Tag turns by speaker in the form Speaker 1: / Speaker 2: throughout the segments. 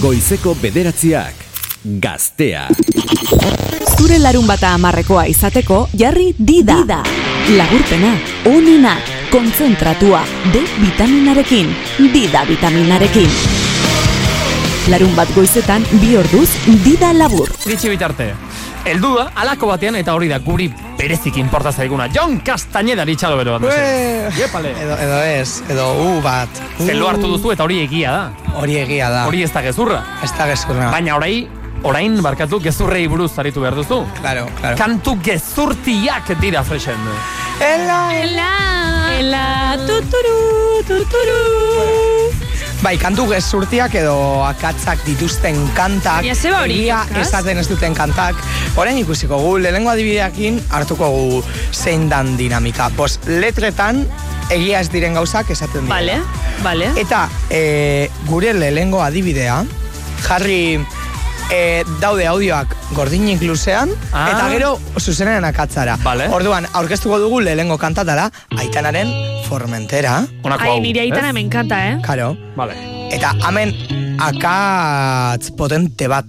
Speaker 1: Goizeko bederatziak gaztea.
Speaker 2: Zure larun bata amarrekoa izateko jarri dida. dida. Lagurpena, onena, kontzentratua, D vitaminarekin, dida vitaminarekin. Larun bat goizetan bi orduz dida labur.
Speaker 3: Gitxi bitarte. Eldu da, alako batean, eta hori da guri berezik inporta zaiguna. Jon Castañeda ditxalo bero bat.
Speaker 4: Ue!
Speaker 3: Jepale.
Speaker 4: Edo, edo ez, edo u bat. U.
Speaker 3: Zelo hartu duzu eta hori egia da.
Speaker 4: Hori egia da.
Speaker 3: Hori ez da gezurra.
Speaker 4: ez da gezurra.
Speaker 3: Baina orai, orain barkatu gezurrei buruz aritu behar duzu.
Speaker 4: Claro, claro.
Speaker 3: Kantu gezurtiak dira fresen.
Speaker 4: Ela,
Speaker 2: Ela, ela, tuturu, tuturu.
Speaker 4: Bai, kantu gezurtiak edo akatzak dituzten kantak.
Speaker 5: Baina ze ba hori,
Speaker 4: Egia
Speaker 5: Jokas?
Speaker 4: esaten ez duten kantak. Orain ikusiko gu, lehenengo adibideakin hartuko gu zein dan dinamika. Bos, letretan egia ez diren gauzak esaten dira.
Speaker 5: Bale, bale.
Speaker 4: Eta e, gure lehengo adibidea, jarri e, daude audioak gordinik luzean,
Speaker 3: Ah.
Speaker 4: eta gero zuzenean akatzara.
Speaker 3: Vale.
Speaker 4: Orduan, aurkeztuko dugu lehengo kantatara, aitanaren formentera,
Speaker 3: Honako hau.
Speaker 5: Ai, nire aitana
Speaker 3: ez?
Speaker 5: me encanta, eh?
Speaker 4: karo,
Speaker 3: Vale.
Speaker 4: eta hemen akatz potente bat.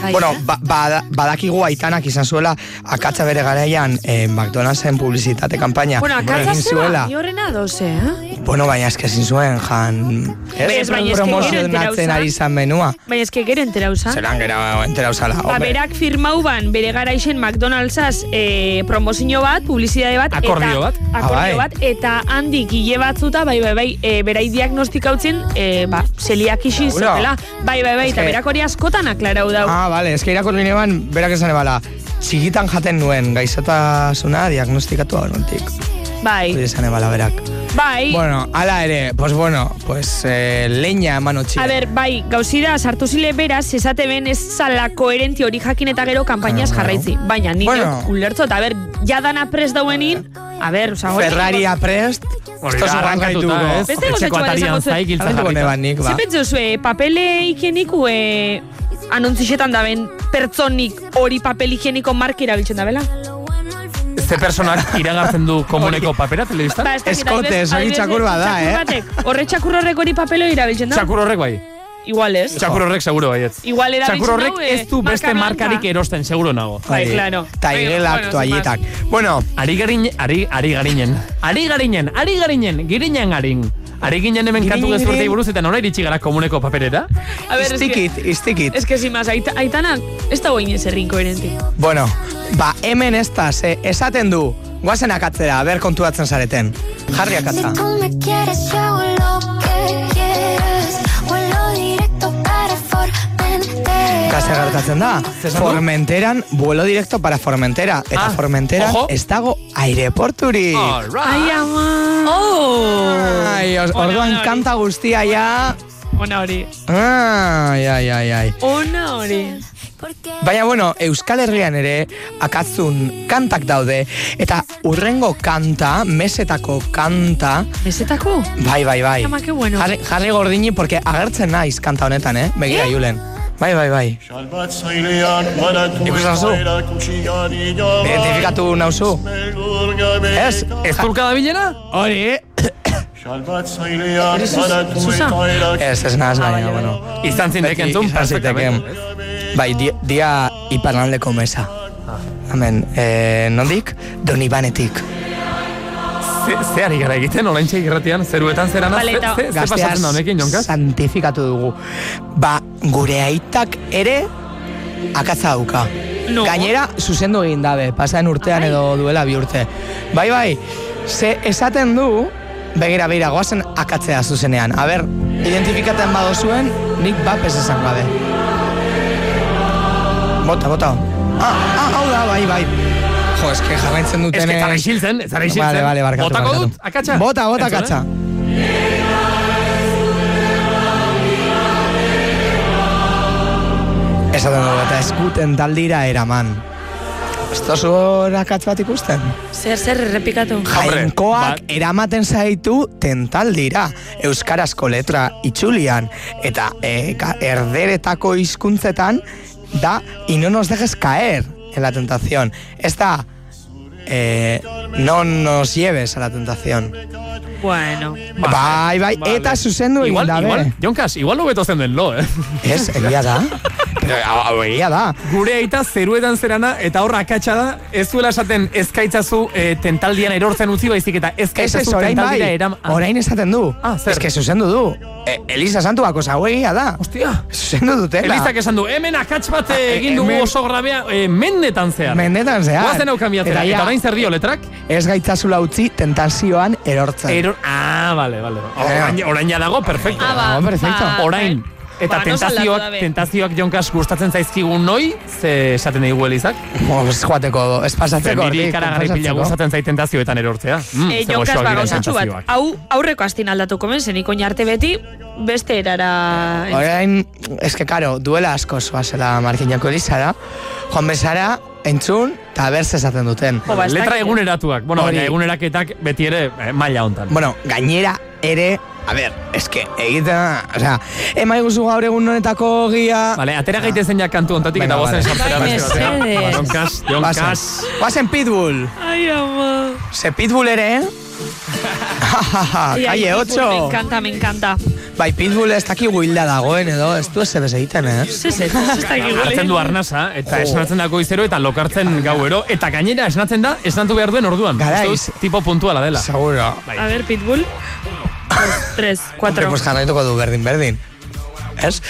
Speaker 5: Bai.
Speaker 4: Bueno, ba, bada- badakigu aitanak izan zuela akatza bere garaian eh, McDonald'sen publizitate kanpaina
Speaker 5: Bueno, akatza
Speaker 4: egin
Speaker 5: zeba,
Speaker 4: zuela.
Speaker 5: ni horrena doze, eh?
Speaker 4: Bueno, baina eske ezin zuen jan...
Speaker 5: Ez, baina eske gero
Speaker 4: promozionatzen
Speaker 5: enterauza.
Speaker 4: ari izan menua.
Speaker 5: Baina eske gero entera usa.
Speaker 4: Zeran gero entera usala.
Speaker 5: Ba, berak firmau ban, bere garaixen McDonald'saz eh, promozio bat, publizidade bat,
Speaker 3: Akordio bat?
Speaker 5: akordio
Speaker 4: Ah, bai.
Speaker 5: bat, eta handik hile batzuta, bai, bai, bai, e, berai diagnostikatzen, e, ba, zeliak isi
Speaker 4: Ura.
Speaker 5: zela, bai, bai, bai, eta
Speaker 4: Eske-
Speaker 5: berak hori askotan aklarau dau.
Speaker 4: Ah, bale, eske irakurri neban, berak esan ebala. Txikitan jaten nuen, gaizatasuna diagnostikatu aurrentik. Hori
Speaker 5: Bai,
Speaker 4: esan ebala berak.
Speaker 5: bai,
Speaker 4: Bueno, ala ere, pues bueno, pues eh, leña eman utzi.
Speaker 5: A ber, bai, gauzira sartu zile beraz, esate ben ez zala koherenti hori jakin eta gero kanpainaz
Speaker 4: Ah,
Speaker 5: jarraitzi. Baina, nik
Speaker 4: Bueno.
Speaker 5: bueno. ulertzu, eta a ber, jadana prez dauenin, a ber, oza, hori...
Speaker 4: Ferrari aprest,
Speaker 3: Hori
Speaker 4: esto
Speaker 3: da,
Speaker 4: zurran
Speaker 3: arrankatuta,
Speaker 4: gaituko.
Speaker 3: ez?
Speaker 5: Beste
Speaker 3: Etxeko
Speaker 5: gauzetxo bat
Speaker 3: atarian
Speaker 5: esango zuen.
Speaker 3: zai giltzan
Speaker 4: Arratuko
Speaker 3: jarrita.
Speaker 4: neban nik,
Speaker 5: Ze
Speaker 4: ba.
Speaker 5: pentsu zue, papele higieniku e, anontzixetan daben pertsonik hori papel higieniko marki erabiltzen dabela?
Speaker 3: Ze personak iragartzen du komuneko papera telebistan?
Speaker 5: Ba, ez dakit,
Speaker 4: Eskote,
Speaker 5: adibidez-
Speaker 4: hori
Speaker 5: adibidez,
Speaker 4: txakur bat da,
Speaker 5: txakur
Speaker 4: eh?
Speaker 5: batek, Horre txakur horrek hori papelo erabiltzen da?
Speaker 3: Txakur horrek bai.
Speaker 5: Igual ez.
Speaker 3: Txakur horrek seguro baietz.
Speaker 5: Igual erabiltzen
Speaker 3: Txakur horrek
Speaker 5: dau, eh,
Speaker 3: ez du beste
Speaker 5: marka blanca.
Speaker 3: markarik erosten, seguro nago.
Speaker 5: Bai, claro.
Speaker 4: Taigelak,
Speaker 5: Bueno,
Speaker 4: toallitak. Bueno,
Speaker 3: Ari garin, ari, ari garinen. Ari garinen, ari garinen, girinen garin. Ari ginen hemen
Speaker 4: Girin,
Speaker 3: kantu gezurtei
Speaker 4: girin.
Speaker 3: buruz eta nora iritsi gara komuneko paperera?
Speaker 5: A ver, es que,
Speaker 4: istikit, istikit.
Speaker 5: es que sin más, aita, aitana, ez da guain ez errin koherenti.
Speaker 4: Bueno, ba, hemen ez da, ze, esaten du, guazen akatzera, ber kontuatzen zareten. Jarri akatza.
Speaker 6: Tú me quieres, yo hago lo que quieres. Vuelo directo para Formentera.
Speaker 4: Kase gertatzen da,
Speaker 3: esan du?
Speaker 4: Formenteran, vuelo directo para Formentera. Eta
Speaker 3: Ah,
Speaker 4: Formenteran
Speaker 3: ojo.
Speaker 4: ez dago aireporturi.
Speaker 3: All
Speaker 5: Ai,
Speaker 3: right.
Speaker 5: ama. Oh!
Speaker 4: Ai, os,
Speaker 5: Ona,
Speaker 4: orduan
Speaker 5: ona hori.
Speaker 4: kanta guztia ja...
Speaker 5: Ona hori.
Speaker 4: Ai, ai, ai, ai.
Speaker 3: Oh.
Speaker 5: Ona hori.
Speaker 6: Porque
Speaker 4: Baina, bueno, Euskal Herrian ere akatzun kantak daude. Eta urrengo kanta, mesetako kanta,
Speaker 5: Bezetako?
Speaker 4: bai, bai, bai.
Speaker 5: Ama, que bueno.
Speaker 4: Jarri, jarri gordini, porque agertzen naiz kanta honetan, eh? Begira, Julen. Bai, bai, bai.
Speaker 7: Salbatzailean banatu
Speaker 4: Ikusi duzu?
Speaker 7: egoera kutsian ilaban.
Speaker 4: Identifikatu nauzu.
Speaker 7: Beldurgabe
Speaker 4: Ez,
Speaker 3: Ez tulka da bilena? Hori.
Speaker 7: Salbatzailean banatu
Speaker 5: Susa.
Speaker 7: egoera
Speaker 4: ez, ez nahaz, baina, bueno.
Speaker 3: Ah, Izan zindeken zun,
Speaker 4: Izan ziteken. Bai, di- dia iparraldeko mesa.
Speaker 3: Ah.
Speaker 4: Hemen, eh, nondik? Donibanetik.
Speaker 3: Ze, ze ari gara egiten, orain txai irratian, zeruetan zerana,
Speaker 5: Bale,
Speaker 3: ze,
Speaker 5: eta
Speaker 3: ze, ze pasatzen da honekin, jonkaz?
Speaker 4: santifikatu dugu. Ba, gure aitak ere akatza dauka.
Speaker 5: No.
Speaker 4: Gainera, zuzendu egin dabe, pasaren urtean
Speaker 5: Ai.
Speaker 4: edo duela bi urte. Bai, bai, ze esaten du, begira, begira, goazen akatzea zuzenean. A ber, identifikaten badozuen, nik bapes esan gabe. Bota, bota. Ah, ah, hau da, bai, bai. Jo, eske jarraitzen duten...
Speaker 3: Ez que zara isiltzen, ez zara isiltzen.
Speaker 4: Vale, vale, barkatu,
Speaker 3: Botako
Speaker 4: barkatu.
Speaker 3: dut, akatsa? eh?
Speaker 4: Bota, bota,
Speaker 3: Entzule?
Speaker 4: akatsa.
Speaker 3: eh?
Speaker 4: Esaten dugu, eta eskuten taldira eraman. Ez tozu hor akatz bat ikusten?
Speaker 5: Zer, zer errepikatu.
Speaker 3: Hombre,
Speaker 4: Jainkoak
Speaker 3: bat.
Speaker 4: eramaten zaitu tentaldira, euskarazko letra itxulian, eta e, ka- erderetako hizkuntzetan da, y no nos dejes caer en la tentación. Ez da, eh, no nos lleves a la tentación.
Speaker 5: Bueno.
Speaker 4: Bai, bai, eta zuzendu egin
Speaker 3: igual,
Speaker 4: dabe.
Speaker 3: igual, Jonkaz, igual hobeto zen den lo, eh?
Speaker 4: Ez, egia da. Pero, hau- hau egia da.
Speaker 3: Gure aita zeruetan zerana eta horra akatsa da, ez duela esaten ezkaitzazu eh, tentaldian erortzen utzi baizik eta
Speaker 4: Ez ez,
Speaker 3: ezkaitzazu
Speaker 4: orain
Speaker 3: tentaldira
Speaker 4: bai,
Speaker 3: eram... Ah,
Speaker 4: orain esaten du.
Speaker 3: Ah, zer?
Speaker 4: Ez que zuzendu du. E, Elisa Santuako hau egia da.
Speaker 3: Hostia!
Speaker 4: Zuzendu dutela.
Speaker 3: Elizak esan du, hemen akats bat eh, egin dugu
Speaker 4: Ah, hemen-
Speaker 3: oso grabea eh, mendetan zehar.
Speaker 4: Mendetan zehar.
Speaker 3: Guazen hau kambiatzera,
Speaker 4: Eta
Speaker 3: eta,
Speaker 4: ia-
Speaker 3: orain zer dio letrak?
Speaker 4: Ez gaitzazula utzi tentazioan erortzen.
Speaker 3: Ero... Ah, vale, vale.
Speaker 4: Eh.
Speaker 3: Orain, orain ja dago, perfecto.
Speaker 5: Ah, ba,
Speaker 4: Ah, perfecto.
Speaker 5: ba,
Speaker 3: Orain. Eta
Speaker 5: Ba, nos aldatu
Speaker 3: tentazioak,
Speaker 5: dabe.
Speaker 3: tentazioak jonkaz gustatzen zaizkigun noi, ze esaten digu Elizak?
Speaker 4: Pues joateko, Oh, ez
Speaker 3: Zer
Speaker 4: pasatzeko.
Speaker 3: niri
Speaker 4: hortik,
Speaker 3: ikaragarri pila
Speaker 4: pasatzeko.
Speaker 3: gustatzen zait tentazioetan erortzea. Mm,
Speaker 5: E,
Speaker 3: ze
Speaker 5: Jokas,
Speaker 3: goxoak
Speaker 5: ba,
Speaker 3: diren
Speaker 5: gauzatxo bat.
Speaker 3: tentazioak.
Speaker 5: Hau, aurreko astin aldatuko ben, zen ikoin arte beti, beste erara...
Speaker 4: Orain, ez que, karo, duela asko zoazela markinako Elizara, joan bezara, entzun, eta berz esaten duten.
Speaker 5: Jo, ba, ez
Speaker 3: Letra
Speaker 5: dakit.
Speaker 3: eguneratuak. Bueno,
Speaker 4: Hori.
Speaker 3: baina eguneraketak beti ere eh, maila hontan.
Speaker 4: Bueno, gainera ere, a ber, eske, egiten da, o sea, ema iguzu gaur egun honetako gia... Ah.
Speaker 3: Vale, atera gaitezen ja kantu hontatik
Speaker 4: Venga,
Speaker 3: eta gozen
Speaker 4: vale.
Speaker 3: sartzera
Speaker 5: Bai,
Speaker 3: beste batean.
Speaker 5: mesedez.
Speaker 3: Ba, Jonkaz,
Speaker 4: Bazen,
Speaker 3: jonkaz.
Speaker 4: bazen pitbull.
Speaker 5: Ai, ama.
Speaker 4: Se pitbull ere, eh?
Speaker 3: Ah,
Speaker 5: Ai, ai,
Speaker 4: Calle
Speaker 5: Pitbull, Me
Speaker 4: 8.
Speaker 5: encanta, me encanta.
Speaker 4: Bai, pitbull ez dakigu hilda dagoen edo, ez du ez ebes egiten, eh?
Speaker 5: Zez, ez, ez dakik gure.
Speaker 3: Hartzen du arnasa, eta esnatzen dako izero, eta lokartzen gauero, eta gainera esnatzen da, esnatu behar duen orduan.
Speaker 4: Garaiz.
Speaker 3: Uste dut tipo puntuala dela.
Speaker 4: Seguro.
Speaker 3: Bai.
Speaker 5: A ver, Pitbull. Dos, Tres,
Speaker 4: Hombre,
Speaker 5: cuatro.
Speaker 4: pues jarraituko du berdin, berdin. Ez?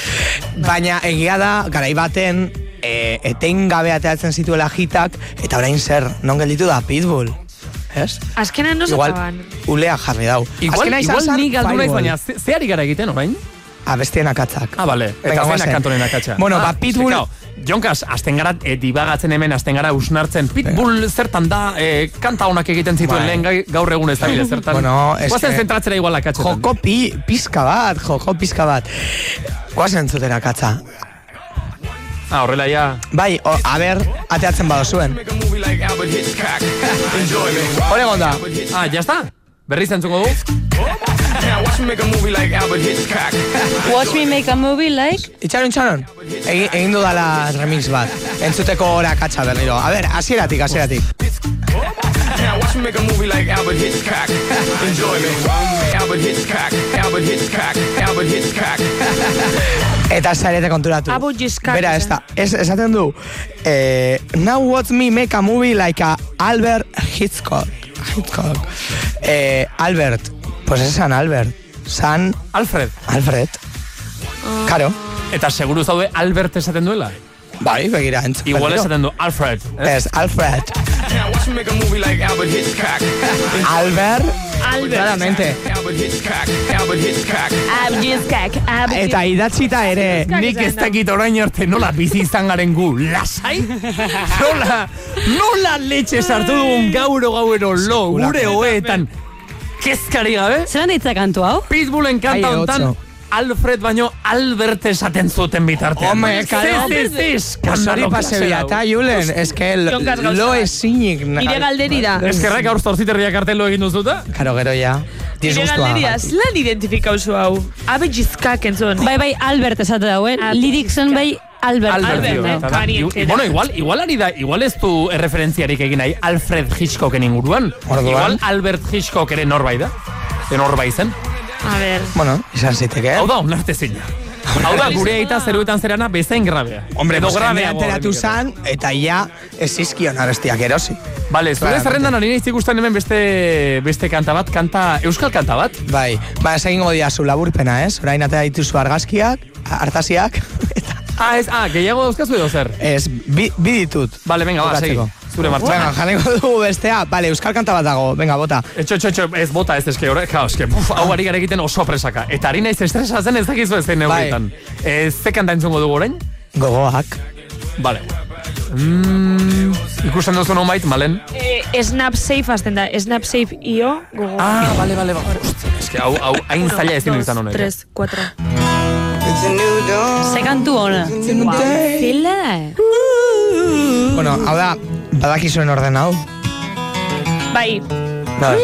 Speaker 4: Baina egia da, garai baten, e, eten gabe ateratzen zituela jitak, eta orain zer, non gelditu da pitbull. Ez?
Speaker 5: Azkenan Ah, no
Speaker 4: Igual,
Speaker 5: zetaban.
Speaker 4: ulea jarri dau.
Speaker 3: Igual,
Speaker 4: Azkena izan
Speaker 3: igual
Speaker 4: zen
Speaker 3: ni galdu naiz,
Speaker 4: Fireball.
Speaker 3: baina ze- zeari gara egiten, orain?
Speaker 4: Abestien akatzak.
Speaker 3: Ah, bale.
Speaker 4: Venga,
Speaker 3: Eta
Speaker 4: goazen.
Speaker 3: zenak kantonen akatsa.
Speaker 4: Bueno,
Speaker 3: ah,
Speaker 4: ba, Pitbull-
Speaker 3: ze, claro, Jonkaz, azten gara, eh, dibagatzen hemen, azten gara usnartzen. Pitbull zertan da, eh, kanta honak egiten zituen
Speaker 4: Bai.
Speaker 3: lehen gai- gaur egun ez da bile, zertan.
Speaker 4: Bueno, es
Speaker 3: Guazen
Speaker 4: que-
Speaker 3: zentratzera igual akatsetan.
Speaker 4: Joko pi, pizka bat, joko pizka bat. Goazen entzuten akatza.
Speaker 3: Ah, horrela ja.
Speaker 4: Bai, o, a ber, ateatzen bado zuen. Hore gonda.
Speaker 3: Ah, ya está. Berriz entzuko du?
Speaker 2: Watch me make a movie like...
Speaker 4: Itxaron, itxaron. Egin, egin dudala remix bat. Entzuteko ora akatsa berriro. A ber, hasieratik, hasieratik. Eta zarete konturatu.
Speaker 5: Abu Jiskak eh.
Speaker 4: Bera, ez da. Ez, esaten du. Eh, now watch me make a movie like a Albert Hitchcock. Hitchcock. Eh, Albert. Pues es San Albert. San
Speaker 3: Alfred.
Speaker 4: Alfred. Karo.
Speaker 3: Eta seguru zaude Albert esaten duela.
Speaker 4: Bai, begira, entzun.
Speaker 3: Igual
Speaker 4: berriro.
Speaker 3: esaten du Alfred. Eh?
Speaker 4: Ez, Alfred. Albert. Claramente.
Speaker 5: Abjizkak, abjizkak.
Speaker 4: Eta idatzita ere.
Speaker 3: Nik ez dakit orain arte nola bizi izan garen gu, lasai? Nola, nola letxe sartu dugun gauro gauero lo, gure hoetan, kezkari gabe?
Speaker 2: Zeran deitza kantu hau?
Speaker 3: Pitbullen kanta
Speaker 4: Ai,
Speaker 3: hontan,
Speaker 4: otzo.
Speaker 3: Alfred baino Albert esaten zuten bitartean.
Speaker 4: Hombre, claro.
Speaker 3: Ez, ez, ez,
Speaker 4: Osori
Speaker 3: eskandalo klase
Speaker 4: pasebila,
Speaker 3: hau.
Speaker 4: eta Julen, ez que lo,
Speaker 5: Jonkaz gauza.
Speaker 4: lo ezinik. na-
Speaker 5: Nire galderi da.
Speaker 3: Eskerrak gaur zortziterriak arte lo egin duzuta?
Speaker 4: Karo, gero ja.
Speaker 5: Nire
Speaker 4: Disgustua.
Speaker 5: galderi da, zelan identifikauzu hau? Abjizkak entzun.
Speaker 2: Bai, bai, Albert esate dauen.
Speaker 5: Ah,
Speaker 2: Lirikson bai, Albert.
Speaker 5: Albert,
Speaker 3: dio.
Speaker 5: eh,
Speaker 3: Eta da,
Speaker 5: kari
Speaker 3: igu-
Speaker 5: etxera.
Speaker 3: Bueno, igual, igual ari da, igual ez du erreferentziarik egin nahi Alfred Hitchcocken inguruan.
Speaker 4: Orduan.
Speaker 3: Igual Albert Hitchcock ere norbait da. Zer norbait zen.
Speaker 5: A ver.
Speaker 4: Bueno, izan ziteke.
Speaker 3: Hau da, onarte Hau da, gure aita zeruetan zerana bezain grabea.
Speaker 4: Hombre,
Speaker 3: Edo
Speaker 4: pues, jendea
Speaker 3: grabeagoa
Speaker 4: enteratu
Speaker 3: nik eta.
Speaker 4: zan, eta ja, ez izkion abestiak erosi.
Speaker 3: Bale, zure
Speaker 4: Claramente.
Speaker 3: zerrendan hori nahiz ikusten hemen beste, beste kanta bat, kanta, euskal kanta bat.
Speaker 4: Bai, ba, ez egingo diazu laburpena, ez? Orain atera dituzu argazkiak, hartasiak, eta
Speaker 3: Ah, ez, ah, gehiago dauzkazu edo zer.
Speaker 4: ez, bi, bi ditut.
Speaker 3: Bale, venga, ba, segi.
Speaker 4: Bukatzeko.
Speaker 3: Zure
Speaker 4: Venga,
Speaker 3: martxan.
Speaker 4: janeko dugu bestea. Bale, euskal kanta bat dago. Venga, bota.
Speaker 3: Etxo, etxo, etxo, ez bota ez eske, horrek, kao, eske, buf, hau ari gara egiten oso presaka. Eta ari naiz estresatzen ez dakizu ez den
Speaker 4: Bai.
Speaker 3: neurritan. Ez, ze kanta entzungo dugu orain?
Speaker 4: Gogoak.
Speaker 3: Vale. Mm, ikusten duzu nonbait, malen?
Speaker 5: Eh, snap safe azten da. Snap safe io. Gogo.
Speaker 3: Ah, vale, vale, vale. Ez que hau, hau, hain
Speaker 5: Uno,
Speaker 3: zaila ezin
Speaker 5: dos,
Speaker 3: izan honek. eh.
Speaker 5: Tres, cuatro.
Speaker 2: Ze kantu ona. Zila da, eh?
Speaker 4: Bueno, hau da, badakizuen orden hau.
Speaker 5: Bai,
Speaker 4: Vale.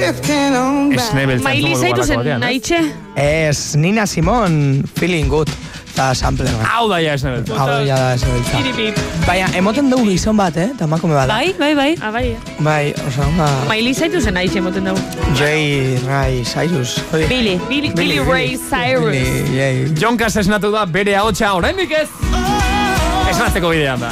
Speaker 3: Esnebel
Speaker 5: Miley
Speaker 3: zantzungo dugu
Speaker 5: Cyrus
Speaker 3: alako
Speaker 5: en
Speaker 3: batean, ez?
Speaker 5: naitxe.
Speaker 4: Ez, Nina Simon, feeling good. eta sampler bat.
Speaker 3: Hau daia esne beltza.
Speaker 4: Hau ja da ez beltza.
Speaker 5: Piripip.
Speaker 4: Baina, emoten dugu gizon bat, eh? Eta emakume bat. da.
Speaker 2: Bai, bai, bai.
Speaker 5: Ah, bai.
Speaker 4: Bai, osa, ba,
Speaker 5: Miley Cyrus zen aixe moten dugu.
Speaker 4: Jay Ray Cyrus. Hori.
Speaker 5: Billy. Billy, Billy Ray Cyrus.
Speaker 4: Billy, Jay.
Speaker 3: Jonkas esnatu da bere ahotsa oraindik ez.
Speaker 5: Ah.
Speaker 3: Esnatzeko bidean da.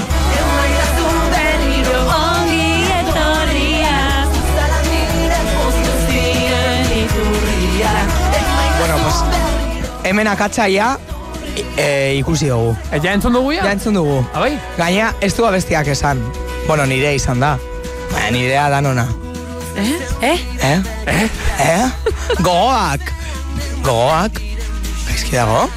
Speaker 4: Bueno, pues, hemen akatsa ja i- eh, ikusi dugu.
Speaker 3: E, Ja entzun dugu bai.
Speaker 4: Ja
Speaker 3: ja?
Speaker 4: entzun dugu.
Speaker 3: Abai?
Speaker 4: Gaina, ez du abestiak esan. Bueno, nire izan da. Baina nirea danona.
Speaker 2: Eh?
Speaker 4: Eh? Eh? Eh? Gogoak! Gogoak? Gaizki dago?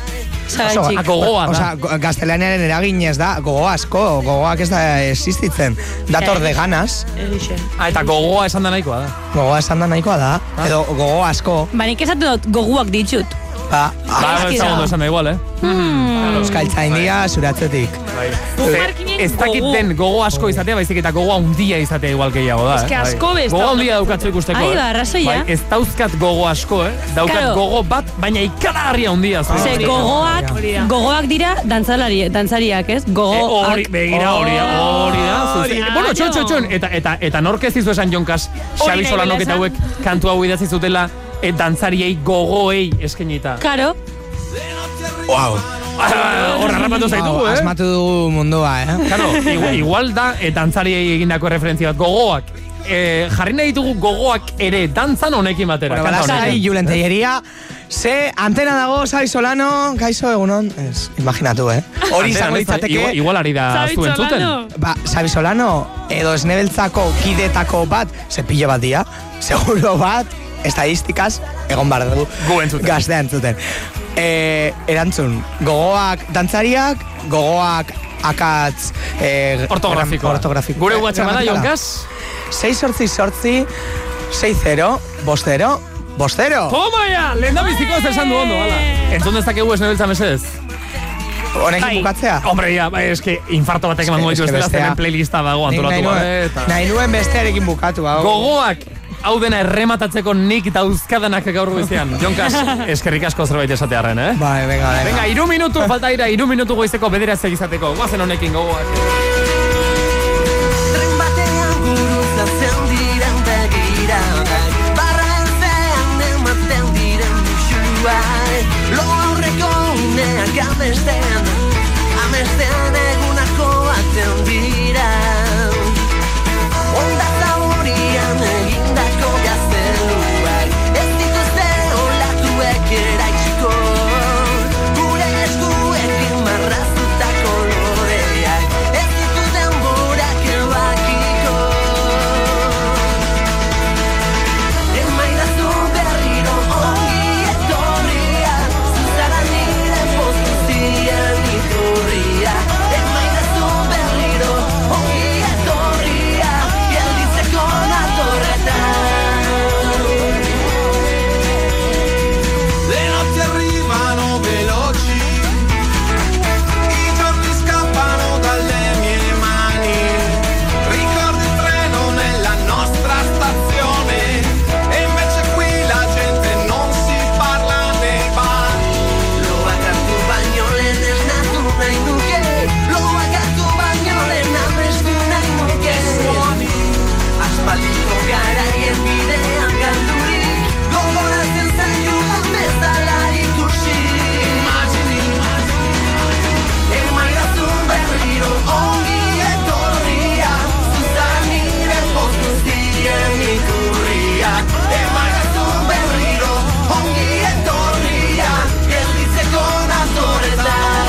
Speaker 2: Zagantzik.
Speaker 3: Ah, gogoa da.
Speaker 4: Osa, go- gaztelaniaren eraginez da, gogo asko, gogoak ez da existitzen. Dator de ganas,
Speaker 5: Egixe.
Speaker 3: Ah, eta gogoa esan da nahikoa da. Ah.
Speaker 4: gogoa esan da nahikoa da, edo gogo asko,
Speaker 2: Ba, nik esatu dut goguak ditut.
Speaker 4: ba,
Speaker 3: Ba,
Speaker 4: ah,
Speaker 2: Gaizki
Speaker 3: ez dago
Speaker 2: dago.
Speaker 3: esan da igual, eh?
Speaker 2: Hmm.
Speaker 4: euskaltzaindia zuratzetik.
Speaker 3: Bai.
Speaker 5: Bukmarkinen
Speaker 3: Ez dakit
Speaker 5: gogo.
Speaker 3: den gogo asko izatea, baizik eta gogoa handia izatea igual gehiago da.
Speaker 5: Ez que
Speaker 3: eh? Bai.
Speaker 5: asko bez-
Speaker 3: Gogo handia daukatzu ikusteko.
Speaker 2: Ai,
Speaker 3: eh?
Speaker 2: ba, arrazoia.
Speaker 3: Bai, ez dauzkat gogo asko, eh? Daukat
Speaker 2: Claro.
Speaker 3: gogo bat, baina ikaragarria handia.
Speaker 2: Ze gogoak,
Speaker 5: Hori da.
Speaker 2: gogoak dira dantzalari, dantzariak, ez?
Speaker 3: Eh,
Speaker 2: Gogoak.
Speaker 3: hori, begira, hori da, hori da. zuzen-
Speaker 5: Hori da,
Speaker 3: Bueno, txon,
Speaker 5: no.
Speaker 3: txon, txon. Eta, eta, eta nork ez dizu esan jonkas, Xabi
Speaker 5: nahi
Speaker 3: Solanok eta
Speaker 5: esan.
Speaker 3: hauek kantu hau idatzi zutela, eh, dantzariei gogoei eskenita.
Speaker 2: Karo,
Speaker 4: Wow.
Speaker 3: Ah, Hor harrapatu zaitugu, eh?
Speaker 4: Asmatu dugu mundua, eh?
Speaker 3: Claro, igual, igual da eh, dantzariei egindako referentzia bat, gogoak. Eh, jarri nahi ditugu gogoak ere dantzan honekin batera.
Speaker 4: Bueno,
Speaker 3: kanta
Speaker 4: balasai,
Speaker 3: honekin.
Speaker 4: Julen Telleria, ze antena dago, Xabi Solano, gaixo egunon, ez, imaginatu, eh? Hori
Speaker 3: Antena,
Speaker 4: izango
Speaker 3: ez da,
Speaker 4: litzateke,
Speaker 3: Igual, igual ari da
Speaker 5: Zabitzu
Speaker 3: zuen zuten.
Speaker 5: alano.
Speaker 4: Ba, Xabi Solano, edo esnebeltzako kidetako bat, ze pilo bat dira, seguro bat, estadistikaz, egon behar dugu.
Speaker 3: Gu entzuten.
Speaker 4: Gaztea entzuten. E, erantzun, gogoak dantzariak, gogoak akatz... E,
Speaker 3: Ortografikoa.
Speaker 4: ortografiko.
Speaker 3: Gure WhatsApp da, Jonkaz?
Speaker 4: 6 sortzi sortzi, 6-0, bostero, bostero.
Speaker 3: Toma ya! Lehen da biziko ez esan du ondo, ala. Entzun dezakegu ez nebeltza mesedez.
Speaker 4: Honekin bukatzea.
Speaker 3: Hombre, ya, bai, eske infarto batek emango
Speaker 4: Eske-
Speaker 3: ditu
Speaker 4: eske
Speaker 3: estela,
Speaker 4: bestea.
Speaker 3: zenen playlista dago
Speaker 4: Nik
Speaker 3: antolatu gabe. eta-
Speaker 4: nahi nuen bestearekin bukatu, hau.
Speaker 3: Gogoak hau dena errematatzeko nik dauzkadanak gaur goizean. Jonkas, eskerrik asko zerbait esatearren, eh?
Speaker 4: Bai, venga, venga.
Speaker 3: Venga, iru minutu, falta ira, iru minutu goizeko bederazek izateko. Guazen honekin gogoak.
Speaker 8: Le notti arrivano veloci, i giorni scappano dalle mie mani, ricordo il treno nella nostra stazione, e invece qui la gente non si parla ne va. Lo haga tu baño le nel natura in nuke, lo haga tu baño le names tu nahi nuke. Suoni, aspaldiko garaien bidean galdurik, gogoratzen zaitu bezala ikusi. Imagine, imagine. Emaidazun berriro ongi etorria Zuzan nire poz guztien iturria Emaidazun berriro ongi etorria Gelditzeko nazoretan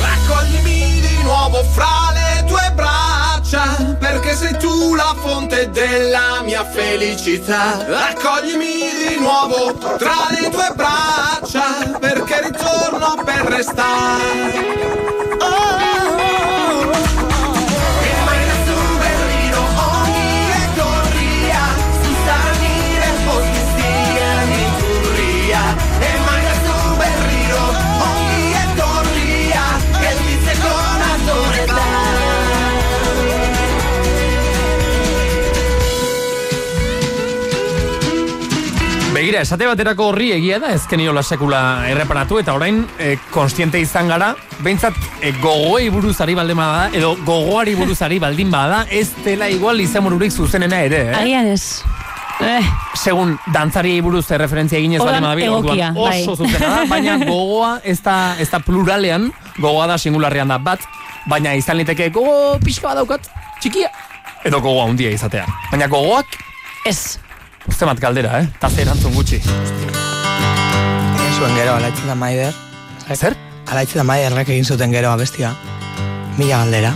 Speaker 8: Raccoglimi di nuovo fra le tue braccia, perché sei tu la fonte della mia felicità. Raccoglimi di nuovo tra le tue braccia, perché ritorno per restare. Oh, oh, oh. E mai nessun berrino, ogni etorria, su sanire, posti, stia, mi
Speaker 3: Begira, esate baterako horri egia da, ezken niola sekula erreparatu, eta orain e, konstiente izan gara, behintzat e, gogoei buruzari baldin bada, edo gogoari buruzari baldin bada, ez dela igual izamururik zuzenena ere, eh?
Speaker 2: Agian ez. Eh,
Speaker 3: Segun dantzari buruz referentzia eginez
Speaker 2: Orduan
Speaker 3: baldin badabil,
Speaker 2: egokia,
Speaker 3: orduan oso
Speaker 2: bai.
Speaker 3: zuzena da, baina gogoa ez da, ez da pluralean, gogoa da singularrean da bat, baina izan liteke gogo pixka bat daukat, txikia, edo gogoa handia izatea. Baina gogoak,
Speaker 2: ez.
Speaker 3: uste bat galdera, eh? Taze erantzun gutxi.
Speaker 4: Egin zuen gero, alaitze da maider.
Speaker 3: Zer?
Speaker 4: Alaitze da maiderrek egin zuten gero abestia. Mila galdera.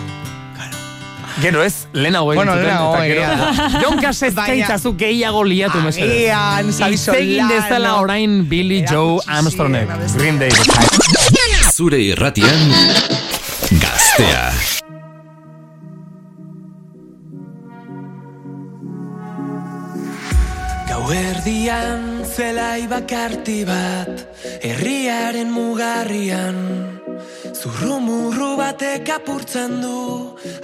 Speaker 3: Gero ez, lehenago egin
Speaker 4: Bueno,
Speaker 3: zuten,
Speaker 4: lehenago
Speaker 3: eta gero-
Speaker 4: egia
Speaker 3: Jonkas ez
Speaker 4: Baina-
Speaker 3: gaitzazu gehiago liatu, mesedez.
Speaker 4: Agian, Xabi
Speaker 3: Hitz egin
Speaker 4: Solano.
Speaker 3: dezala orain Billy
Speaker 4: Erakutsi
Speaker 3: Joe
Speaker 4: zien
Speaker 3: Armstrongek.
Speaker 4: abestia.
Speaker 3: Green Day.
Speaker 1: Zure irratian Gaztea.
Speaker 9: Gauerdian zelai bakarti bat Herriaren mugarrian Zurrumurru batek apurtzen du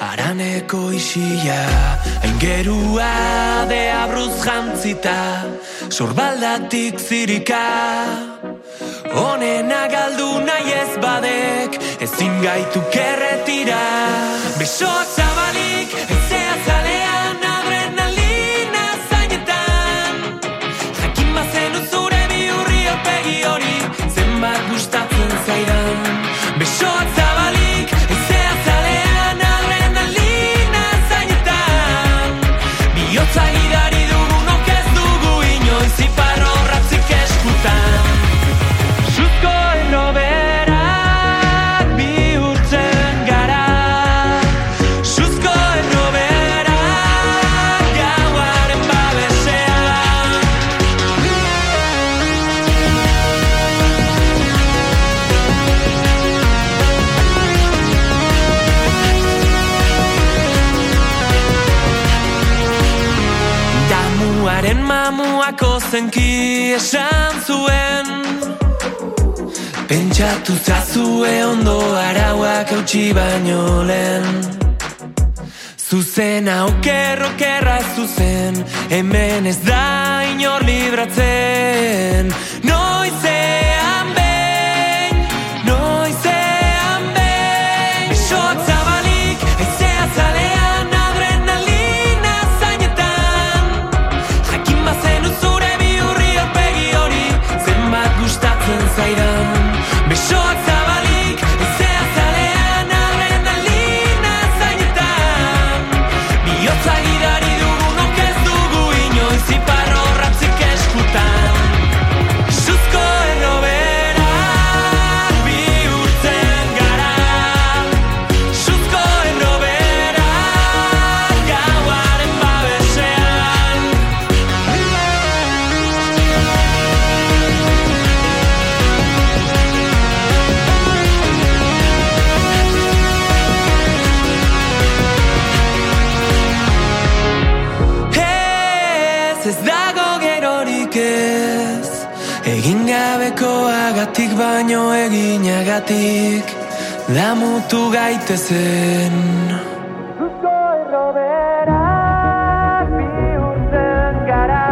Speaker 9: Araneko isila Aingerua de abruz jantzita Sorbaldatik zirika Honena galdu nahi ez badek Ezin gaitu kerretira Besoak zabalik Ezea zalean Adrenalina zainetan Jakin bazenu zure bihurri aurpegi hori Zenbat gustatzen zaidan Besoak zabalik Ezea zalean Adrenalina zainetan Biotza gidari dugunok ez dugu inoiz Iparro ratzik eskutan Zuzkoen oberak bihurtzen gara Zuzkoen oberak gauaren babesean Damuaren mamuako zenki esan zuen Pentsatu zazue ondo arauak eutxi baino lehen Zuzena okerro kerra zuzen Hemen ez da inor libratzen Noizean behin Noizean behin Besoak zabalik Aizea zalean Adrenalina zainetan Jakin bazenu zure bihurri aurpegi hori Zenbat gustatzen zaidan Besoak zabalik Ezea zalean adrenalina zainetan Biotza gidari dugunok ez dugu inoiz Iparro ratzik eskutan Zuzko errobera bihurtzen gara Zuzko errobera gauaren babesean Ez ez dago gerorik ez Egin gabeko agatik baino eginagatik Damutu gaitezen Zuzko erroberak bihurtzen gara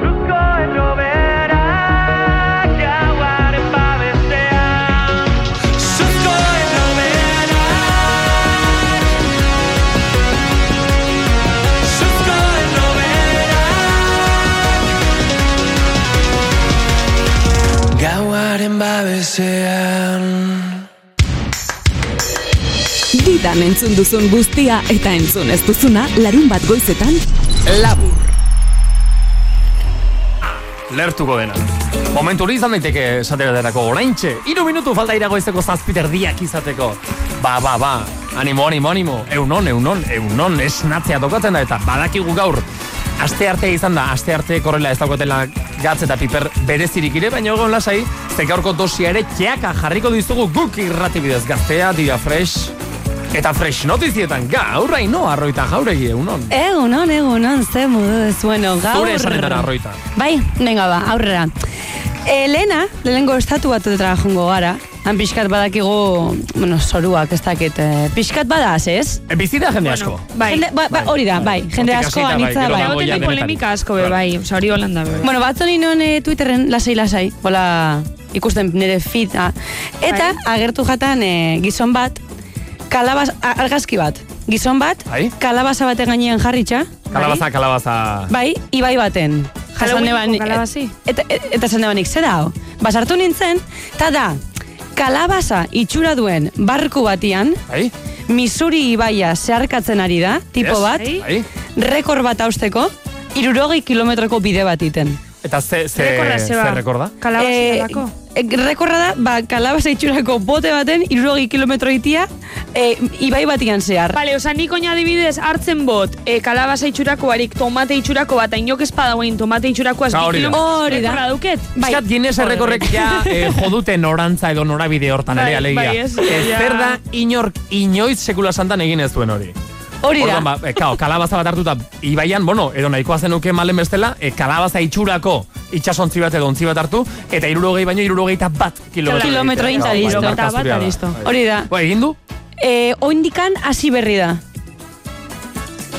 Speaker 9: Zuzko erroberak gauaren babestean Zuzko erroberak Zuzko erroberak Gauaren babesean
Speaker 10: Didan entzun duzun guztia eta entzun ez duzuna larun bat goizetan labur.
Speaker 3: Lertuko dena. Momentu hori izan daiteke esatera derako oraintxe. Iru minutu falta irago izteko zazpiterdiak izateko. Ba, ba, ba. Animo, animo, animo. Eunon, eunon, eunon. Esnatzea tokatzen da eta badakigu gaur. Aste artea izan da, aste arte korrela ez daukatela gatz eta piper berezirik ire, baina egon lasai, ze gaurko dosia ere txeaka jarriko dizugu guk irratibidez gaztea, dira fresh, eta fresh notizietan gaur, no, arroita jauregi, eunon.
Speaker 2: Egunon, egunon, ze modu ez, bueno, gaur...
Speaker 3: Zure esanetara arroita.
Speaker 2: Bai, venga ba, aurrera.
Speaker 11: Elena, Eh, lehenengo estatu bat jongo gara. Han pixkat badakigu, bueno, zoruak ez dakit. eh, Pixkat badaz, ez?
Speaker 3: E, bizita jende asko.
Speaker 11: Bai, ba, ba, hori da, bai, jende
Speaker 3: Hortik
Speaker 11: asko
Speaker 3: hasita, bai,
Speaker 11: anitza
Speaker 3: gero
Speaker 11: bai.
Speaker 3: dago ja
Speaker 5: Botete
Speaker 3: denetan.
Speaker 5: polemika asko be, bai, oza, hori holanda be.
Speaker 11: Bueno, batzu ninon eh, Twitterren lasai-lasai, hola ikusten nire fita. Eta
Speaker 5: Bai.
Speaker 11: agertu jatan eh, gizon bat, kalabaz, a- argazki bat. Gizon bat,
Speaker 3: Bai.
Speaker 11: kalabaza baten gainean jarritxa.
Speaker 3: Kalabaza, kalabaza.
Speaker 11: Bai, ibai baten. Jasan
Speaker 5: Halloweeneko
Speaker 11: neban, Eh,
Speaker 5: kalabazi?
Speaker 11: eta, eta, eta esan nebanik, zera hau? Basartu nintzen, eta da, kalabaza itxura duen barku batian,
Speaker 3: Bai.
Speaker 11: Missouri ibaia zeharkatzen ari da, tipo
Speaker 3: Yes.
Speaker 11: bat,
Speaker 3: Bai.
Speaker 11: rekor bat hausteko, irurogei kilometroko bide bat iten.
Speaker 3: Eta ze, ze,
Speaker 11: Errekorra
Speaker 3: ze
Speaker 11: zeba.
Speaker 3: rekorda?
Speaker 11: Eh, eh, rekorra da, ba, kalabaza itxurako bote baten, irurogei kilometro itia, eh, ibai batian zehar.
Speaker 5: Bale, oza, nik oina adibidez hartzen bot, e, kalabasa itxurako barik, tomate itxurako bat, inok ez padauen tomate itxurako azbi
Speaker 3: Ah, hori da.
Speaker 11: Hori da.
Speaker 5: duket?
Speaker 3: Bai. Piskat Guinness errekorrek ja eh, jodute norantza edo norabide hortan
Speaker 5: Bai,
Speaker 3: ere alegia. Eh,
Speaker 5: bai, ez, ja.
Speaker 3: zer da inork inoiz sekula santan egin ez duen hori.
Speaker 11: Hori da.
Speaker 3: Orduan, ba, eh, kao, kalabaza bat hartuta ibaian, bueno, edo nahikoa zenuke malen bestela, eh, kalabaza itxurako itxasontzi bat edo ontzi bat hartu, eta irurogei baino irurogeita bat kilometro.
Speaker 11: Kilometro
Speaker 3: egitea.
Speaker 11: inta
Speaker 3: Bai,
Speaker 11: listo.
Speaker 3: barka
Speaker 11: Eta bat,
Speaker 3: zurea
Speaker 11: listo. Hori da.
Speaker 3: Ba, egin du?
Speaker 11: eh, oindikan hasi berri da.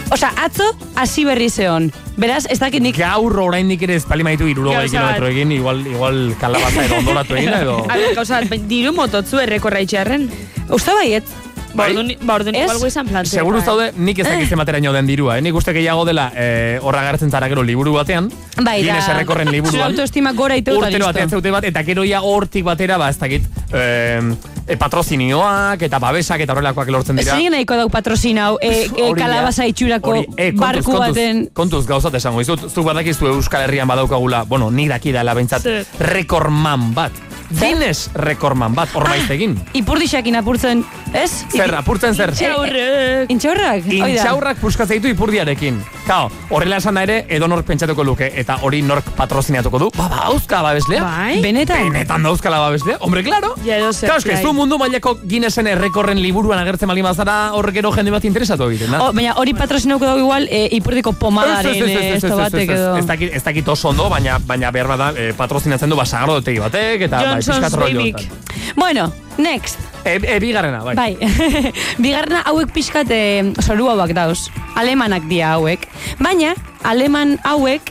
Speaker 11: Osa, atzo hasi berri zeon. Beraz, ez dakit nik...
Speaker 3: Gaur oraindik ere espalima ditu irurogei
Speaker 5: Gauza bat.
Speaker 3: kilometro egin, igual, igual kalabaza edo ondoratu egin, edo...
Speaker 5: A ber, gauza, bat, diru mototzu errekorra itxearen.
Speaker 11: Usta bai, baiet.
Speaker 5: Ba, orduan, ba, orduan igual guizan plantea.
Speaker 3: Bai. Seguru zaude, nik ez dakit zemateraino den dirua, eh? Nik uste gehiago dela eh, horra gartzen zara gero liburu batean.
Speaker 11: Bai, da.
Speaker 3: Guinness errekorren
Speaker 11: Zure
Speaker 3: liburuan.
Speaker 11: autoestima gora ite eta
Speaker 3: Urtero batean
Speaker 11: listo.
Speaker 3: zeute bat, eta gero ia hortik batera, ba, ez dakit, eh, eh, patrozinioak, eta babesak, eta horrelakoak lortzen dira.
Speaker 11: Zein nahiko dau patrozin hau, e, e,
Speaker 3: Hori da.
Speaker 11: kalabaza itxurako
Speaker 3: Hori, eh, kontuz,
Speaker 11: barku
Speaker 3: kontuz,
Speaker 11: baten...
Speaker 3: Kontuz gauzat esango izut, zuk badakizu Euskal Herrian badaukagula, bueno, nik dakidala behintzat,
Speaker 11: Ze.
Speaker 3: rekorman bat. Guinness rekorman bat,
Speaker 11: Ah!
Speaker 3: ormaiztegin.
Speaker 11: Ipurdixakin apurtzen, ez?
Speaker 3: Zer, apurtzen zer?
Speaker 11: Intxaurrak. Intxaurrak? Hoi da.
Speaker 3: Intxaurrak puskatzen ditu ipurdiarekin. Kao, horrela esan da ere, edo nork pentsatuko luke, eta hori nork patrozinatuko du. Ba, ba, auska babeslea. Bai.
Speaker 11: Benetan.
Speaker 3: Benetan dauzkala babeslea. Hombre, claro.
Speaker 5: Ja, edo zer,
Speaker 3: Kao, eske,
Speaker 5: bai.
Speaker 3: zu mundu mailako Guinnessen errekorren liburuan agertzen bali mazara, horrek gero jende bat interesatu egiten, da?
Speaker 11: O, Oh, baina hori patrozinauko dago igual e, ipurdiko pomadaren
Speaker 3: Ez, ez, ez, ez,
Speaker 11: eh,
Speaker 3: ez, ez,
Speaker 11: esto
Speaker 3: ez,
Speaker 11: batek
Speaker 3: ez,
Speaker 11: edo.
Speaker 3: ez dakit- ez dakit oso ondo, baina, baina behar bada eh, patrozinatzen du basagardotegi batek, eta bai,
Speaker 11: Johnson's
Speaker 3: pixkat rollo
Speaker 11: Babyk.
Speaker 3: honetan.
Speaker 11: Bueno, next.
Speaker 3: E, e, bigarrena, bai.
Speaker 11: Bai. Bigarrena hauek pixkat eh, zoru hauak dauz. Alemanak dia hauek. Baina, aleman hauek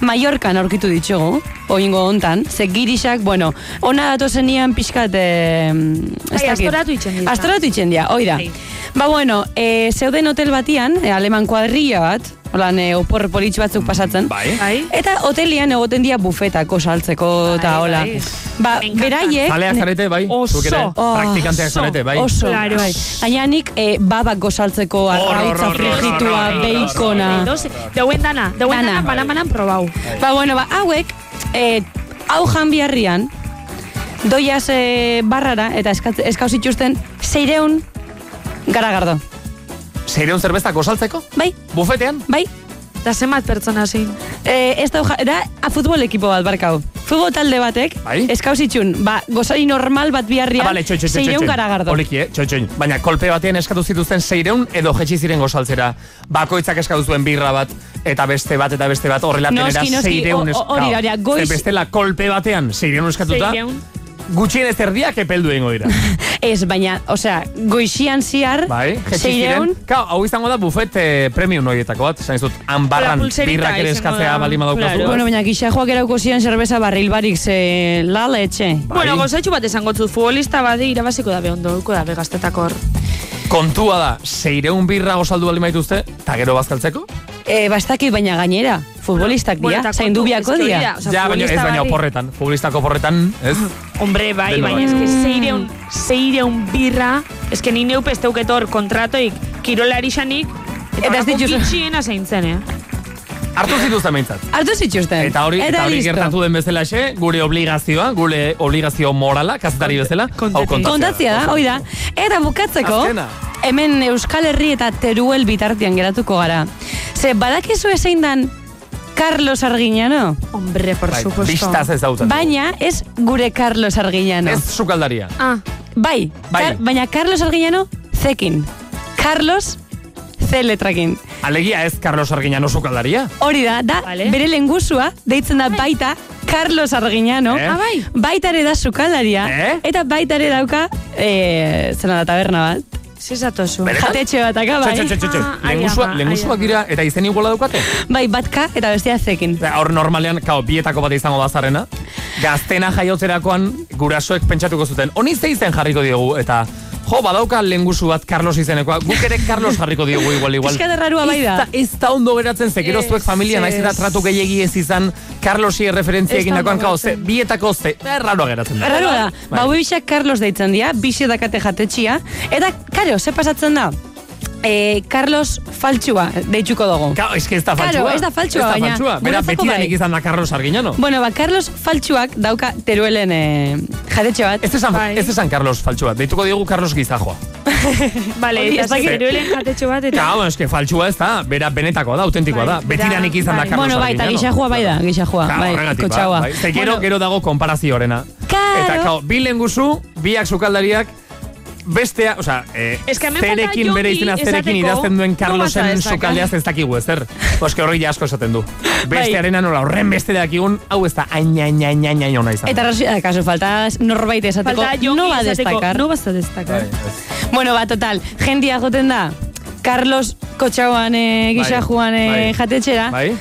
Speaker 11: Mallorcan aurkitu ditugu, oingo hontan, ze girixak, bueno, ona datozenian pixkat... Eh, ez
Speaker 5: Bai,
Speaker 11: dakit.
Speaker 5: astoratu itxen dira. Bai.
Speaker 11: Astoratu itxen dira, hoi da. Ba bueno, eh, zeuden hotel batian, eh, aleman kuadrilla bat, holan eh, opor politx batzuk pasatzen.
Speaker 5: Bai.
Speaker 11: Eta hotelian egoten dira bufetako saltzeko eta hola.
Speaker 5: bai.
Speaker 11: Ba, beraiek...
Speaker 3: Zaleak zarete, bai, zuk ere, praktikanteak zarete, bai.
Speaker 11: Oso,
Speaker 3: Claro.
Speaker 11: bai. Gaina nik eh, babak gozaltzeko arrautza frigitua, beikona. bai.
Speaker 5: Deuen dana, deuen dana, banan-banan probau.
Speaker 11: Ba, bueno, ba, hauek, eh, hau jan biharrian, doiaz eh, barrara, eta eskatz- eskauz itxusten, zeireun garagardo.
Speaker 3: Zeireun zerbeztak osaltzeko?
Speaker 11: Bai.
Speaker 3: Bufetean?
Speaker 11: Bai.
Speaker 5: Da zenbat pertsona zein?
Speaker 11: Eh, ez da, da a futbol ekipo bat, barkau. Futbol talde batek,
Speaker 3: Bai.
Speaker 11: eskauz itxun, ba, gozari normal bat biharrian,
Speaker 3: Ah, bale, txoin, txoin, txoin,
Speaker 11: zeireun
Speaker 3: txoin.
Speaker 11: garagardo.
Speaker 3: Poliki, eh? Txoin, txoin. Baina kolpe batean eskatu zituzten zeireun edo jetxi ziren gozaltzera. Bakoitzak eskatu zuen birra bat, eta beste bat, eta beste bat, horrela
Speaker 11: Noski,
Speaker 3: tenera
Speaker 11: noski,
Speaker 3: zeireun
Speaker 11: o-
Speaker 3: es-
Speaker 11: o- hori da, hori da,
Speaker 3: Ze
Speaker 11: goiz-
Speaker 3: Bestela kolpe batean zeireun eskatuta,
Speaker 11: Seiehun.
Speaker 3: gutxienez erdiak epeldu egingo dira.
Speaker 11: Ez, baina, osea, goixian ziar,
Speaker 3: Bai, jetxi
Speaker 11: zeireun,
Speaker 3: ziren. Kao, hau izango da bufet eh, premium horietako bat, esan dizut, han barran
Speaker 11: Hola, pulserita
Speaker 3: birrak ere
Speaker 11: izango
Speaker 3: eskatzea
Speaker 11: da.
Speaker 3: balima daukazu.
Speaker 11: Bueno, baina gisa joak erauko ziren zerbeza barril barik ze lala etxe.
Speaker 3: Bai.
Speaker 5: Bueno, gozatxu bat esango zu, futbolista bat irabaziko dabe ondo, uko dabe gaztetako hor.
Speaker 3: Kontua da, zeireun birra gozaldu balima dituzte, eta gero bazkaltzeko?
Speaker 11: E, bastakit baina gainera, futbolistak dia,
Speaker 5: Bueno, eta
Speaker 11: zaindu
Speaker 5: kontu,
Speaker 11: biako
Speaker 5: eske hori
Speaker 11: dia.
Speaker 5: da,
Speaker 3: ja, baina ez baina oporretan, futbolistako oporretan, ez?
Speaker 5: Hombre, bai,
Speaker 3: Deno
Speaker 5: baina
Speaker 3: bai.
Speaker 5: eske zeireun, zeireun birra, eske ni neupe ez deuketor kontratoik, kirolari xanik,
Speaker 11: Eta
Speaker 5: eta
Speaker 11: ez dituzu-
Speaker 5: kitxiena zaintzen, eh?
Speaker 3: Hartu zituzten behintzat.
Speaker 11: Hartu zituzten.
Speaker 3: Eta hori, eta hori
Speaker 11: listo.
Speaker 3: gertatu den bezala xe, gure obligazioa, gure obligazio morala, kazetari bezala, hau kontatzea.
Speaker 11: Kontatzea da, hoi da. Eta bukatzeko,
Speaker 3: Azkena.
Speaker 11: hemen Euskal Herri eta Teruel bitartian geratuko gara. Ze badakizu ezein dan Carlos Arguiñano?
Speaker 5: Hombre, por
Speaker 3: Bai, supuesto. bistaz ezagutzen dugu.
Speaker 11: Baina ez gure Carlos Arguiñano.
Speaker 3: Ez sukaldaria.
Speaker 5: Ah.
Speaker 11: Bai,
Speaker 3: Bai.
Speaker 11: Kar- baina Carlos Arguiñano zekin. Carlos ze letrakin.
Speaker 3: Alegia ez Carlos Arguiñano sukaldaria.
Speaker 11: Hori da, da bere lengusua deitzen da baita Carlos Argiñano,
Speaker 5: Eh? Ah, bai.
Speaker 11: baita ere da sukaldaria,
Speaker 3: Eh?
Speaker 11: eta baita ere dauka, eh, zena da taberna bat. Zizatozu.
Speaker 3: Benetan?
Speaker 11: Jatetxe bat, aka, bai. ba,
Speaker 3: Txo, txo, txo, txo. Lengusua- Lengusuak dira eta izen iguala daukate? Ba,
Speaker 11: Bai, batka eta bestia zekin.
Speaker 3: Hor normalean, kao, bietako bat izango bazarrena. Gaztena jaiotzerakoan gurasoek pentsatuko zuten. Honi ze izen jarriko diogu eta jo, badauka lengusu bat Carlos izenekoa. Guk ere Carlos jarriko diogu igual igual.
Speaker 11: Pizka derrarua bai da.
Speaker 3: Ez da ondo geratzen ze gero zuek familia naiz eta tratu gehiegi ez izan Carlosi referentzia
Speaker 11: Ez da
Speaker 3: egindakoan
Speaker 11: ondo
Speaker 3: kao, ze bietako ze erraroa geratzen da.
Speaker 11: Erraro da, ba,
Speaker 3: Bai.
Speaker 11: bisak Carlos deitzen dira, bixi dakate jatetxia, eta, karo, ze pasatzen da? E, Carlos Faltsua deituko dugu.
Speaker 3: Kao, eske ez da faltsua.
Speaker 11: Karo, ez da faltsua,
Speaker 3: Ez da
Speaker 11: baina
Speaker 3: faltsua. Bera,
Speaker 11: guretzako
Speaker 3: betidanik
Speaker 11: bai.
Speaker 3: izan da Carlos Arginano.
Speaker 11: Bueno, ba, Carlos Faltsuak dauka teruelen eh, jatetxe bat.
Speaker 3: Ez esan, ez esan Carlos faltsua. Deituko digu Carlos Gizajoa.
Speaker 5: Bale,
Speaker 11: Hori
Speaker 5: eta
Speaker 11: ez dakit.
Speaker 5: zeruelen jatetxo bat eta...
Speaker 3: Claro, eske faltsua ez da, bera benetakoa da, autentikoa da. Betidanik izan da Carlos
Speaker 11: Bueno, bai, eta
Speaker 3: Arguiñano.
Speaker 11: gixajua bai da, gixajua,
Speaker 3: Claro,
Speaker 11: bai,
Speaker 3: horregatik, ba,
Speaker 11: kotxaua.
Speaker 3: bai. Ze gero, gero dago konparazioarena. Eta kao, bi lenguzu, biak sukaldariak, bestea, o sea, eh,
Speaker 5: Eske hemen falta
Speaker 3: zerekin bere
Speaker 5: Jonki
Speaker 3: izena zerekin
Speaker 5: esateko,
Speaker 3: idazten duen
Speaker 5: nobata
Speaker 3: Carlosen
Speaker 5: ez daka.
Speaker 3: sukaldeaz ez dakigu ezer. Oske horri asko esaten du.
Speaker 11: Bai.
Speaker 3: Bestearena nola, horren beste dakigun, hau ez da ain, ain, ain, ain, ain ona izan.
Speaker 11: Eta arrazoia da, kaso, eh, falta norbait esateko,
Speaker 5: Falta jongi
Speaker 11: no va a
Speaker 5: esateko,
Speaker 11: destacar.
Speaker 5: No vas a destacar.
Speaker 3: Bai,
Speaker 11: Bueno, ba, total, jendia joten da, Carlos kotxauan, eh, gixajuan eh,
Speaker 3: Bai.
Speaker 11: jatetxera.
Speaker 3: Bai?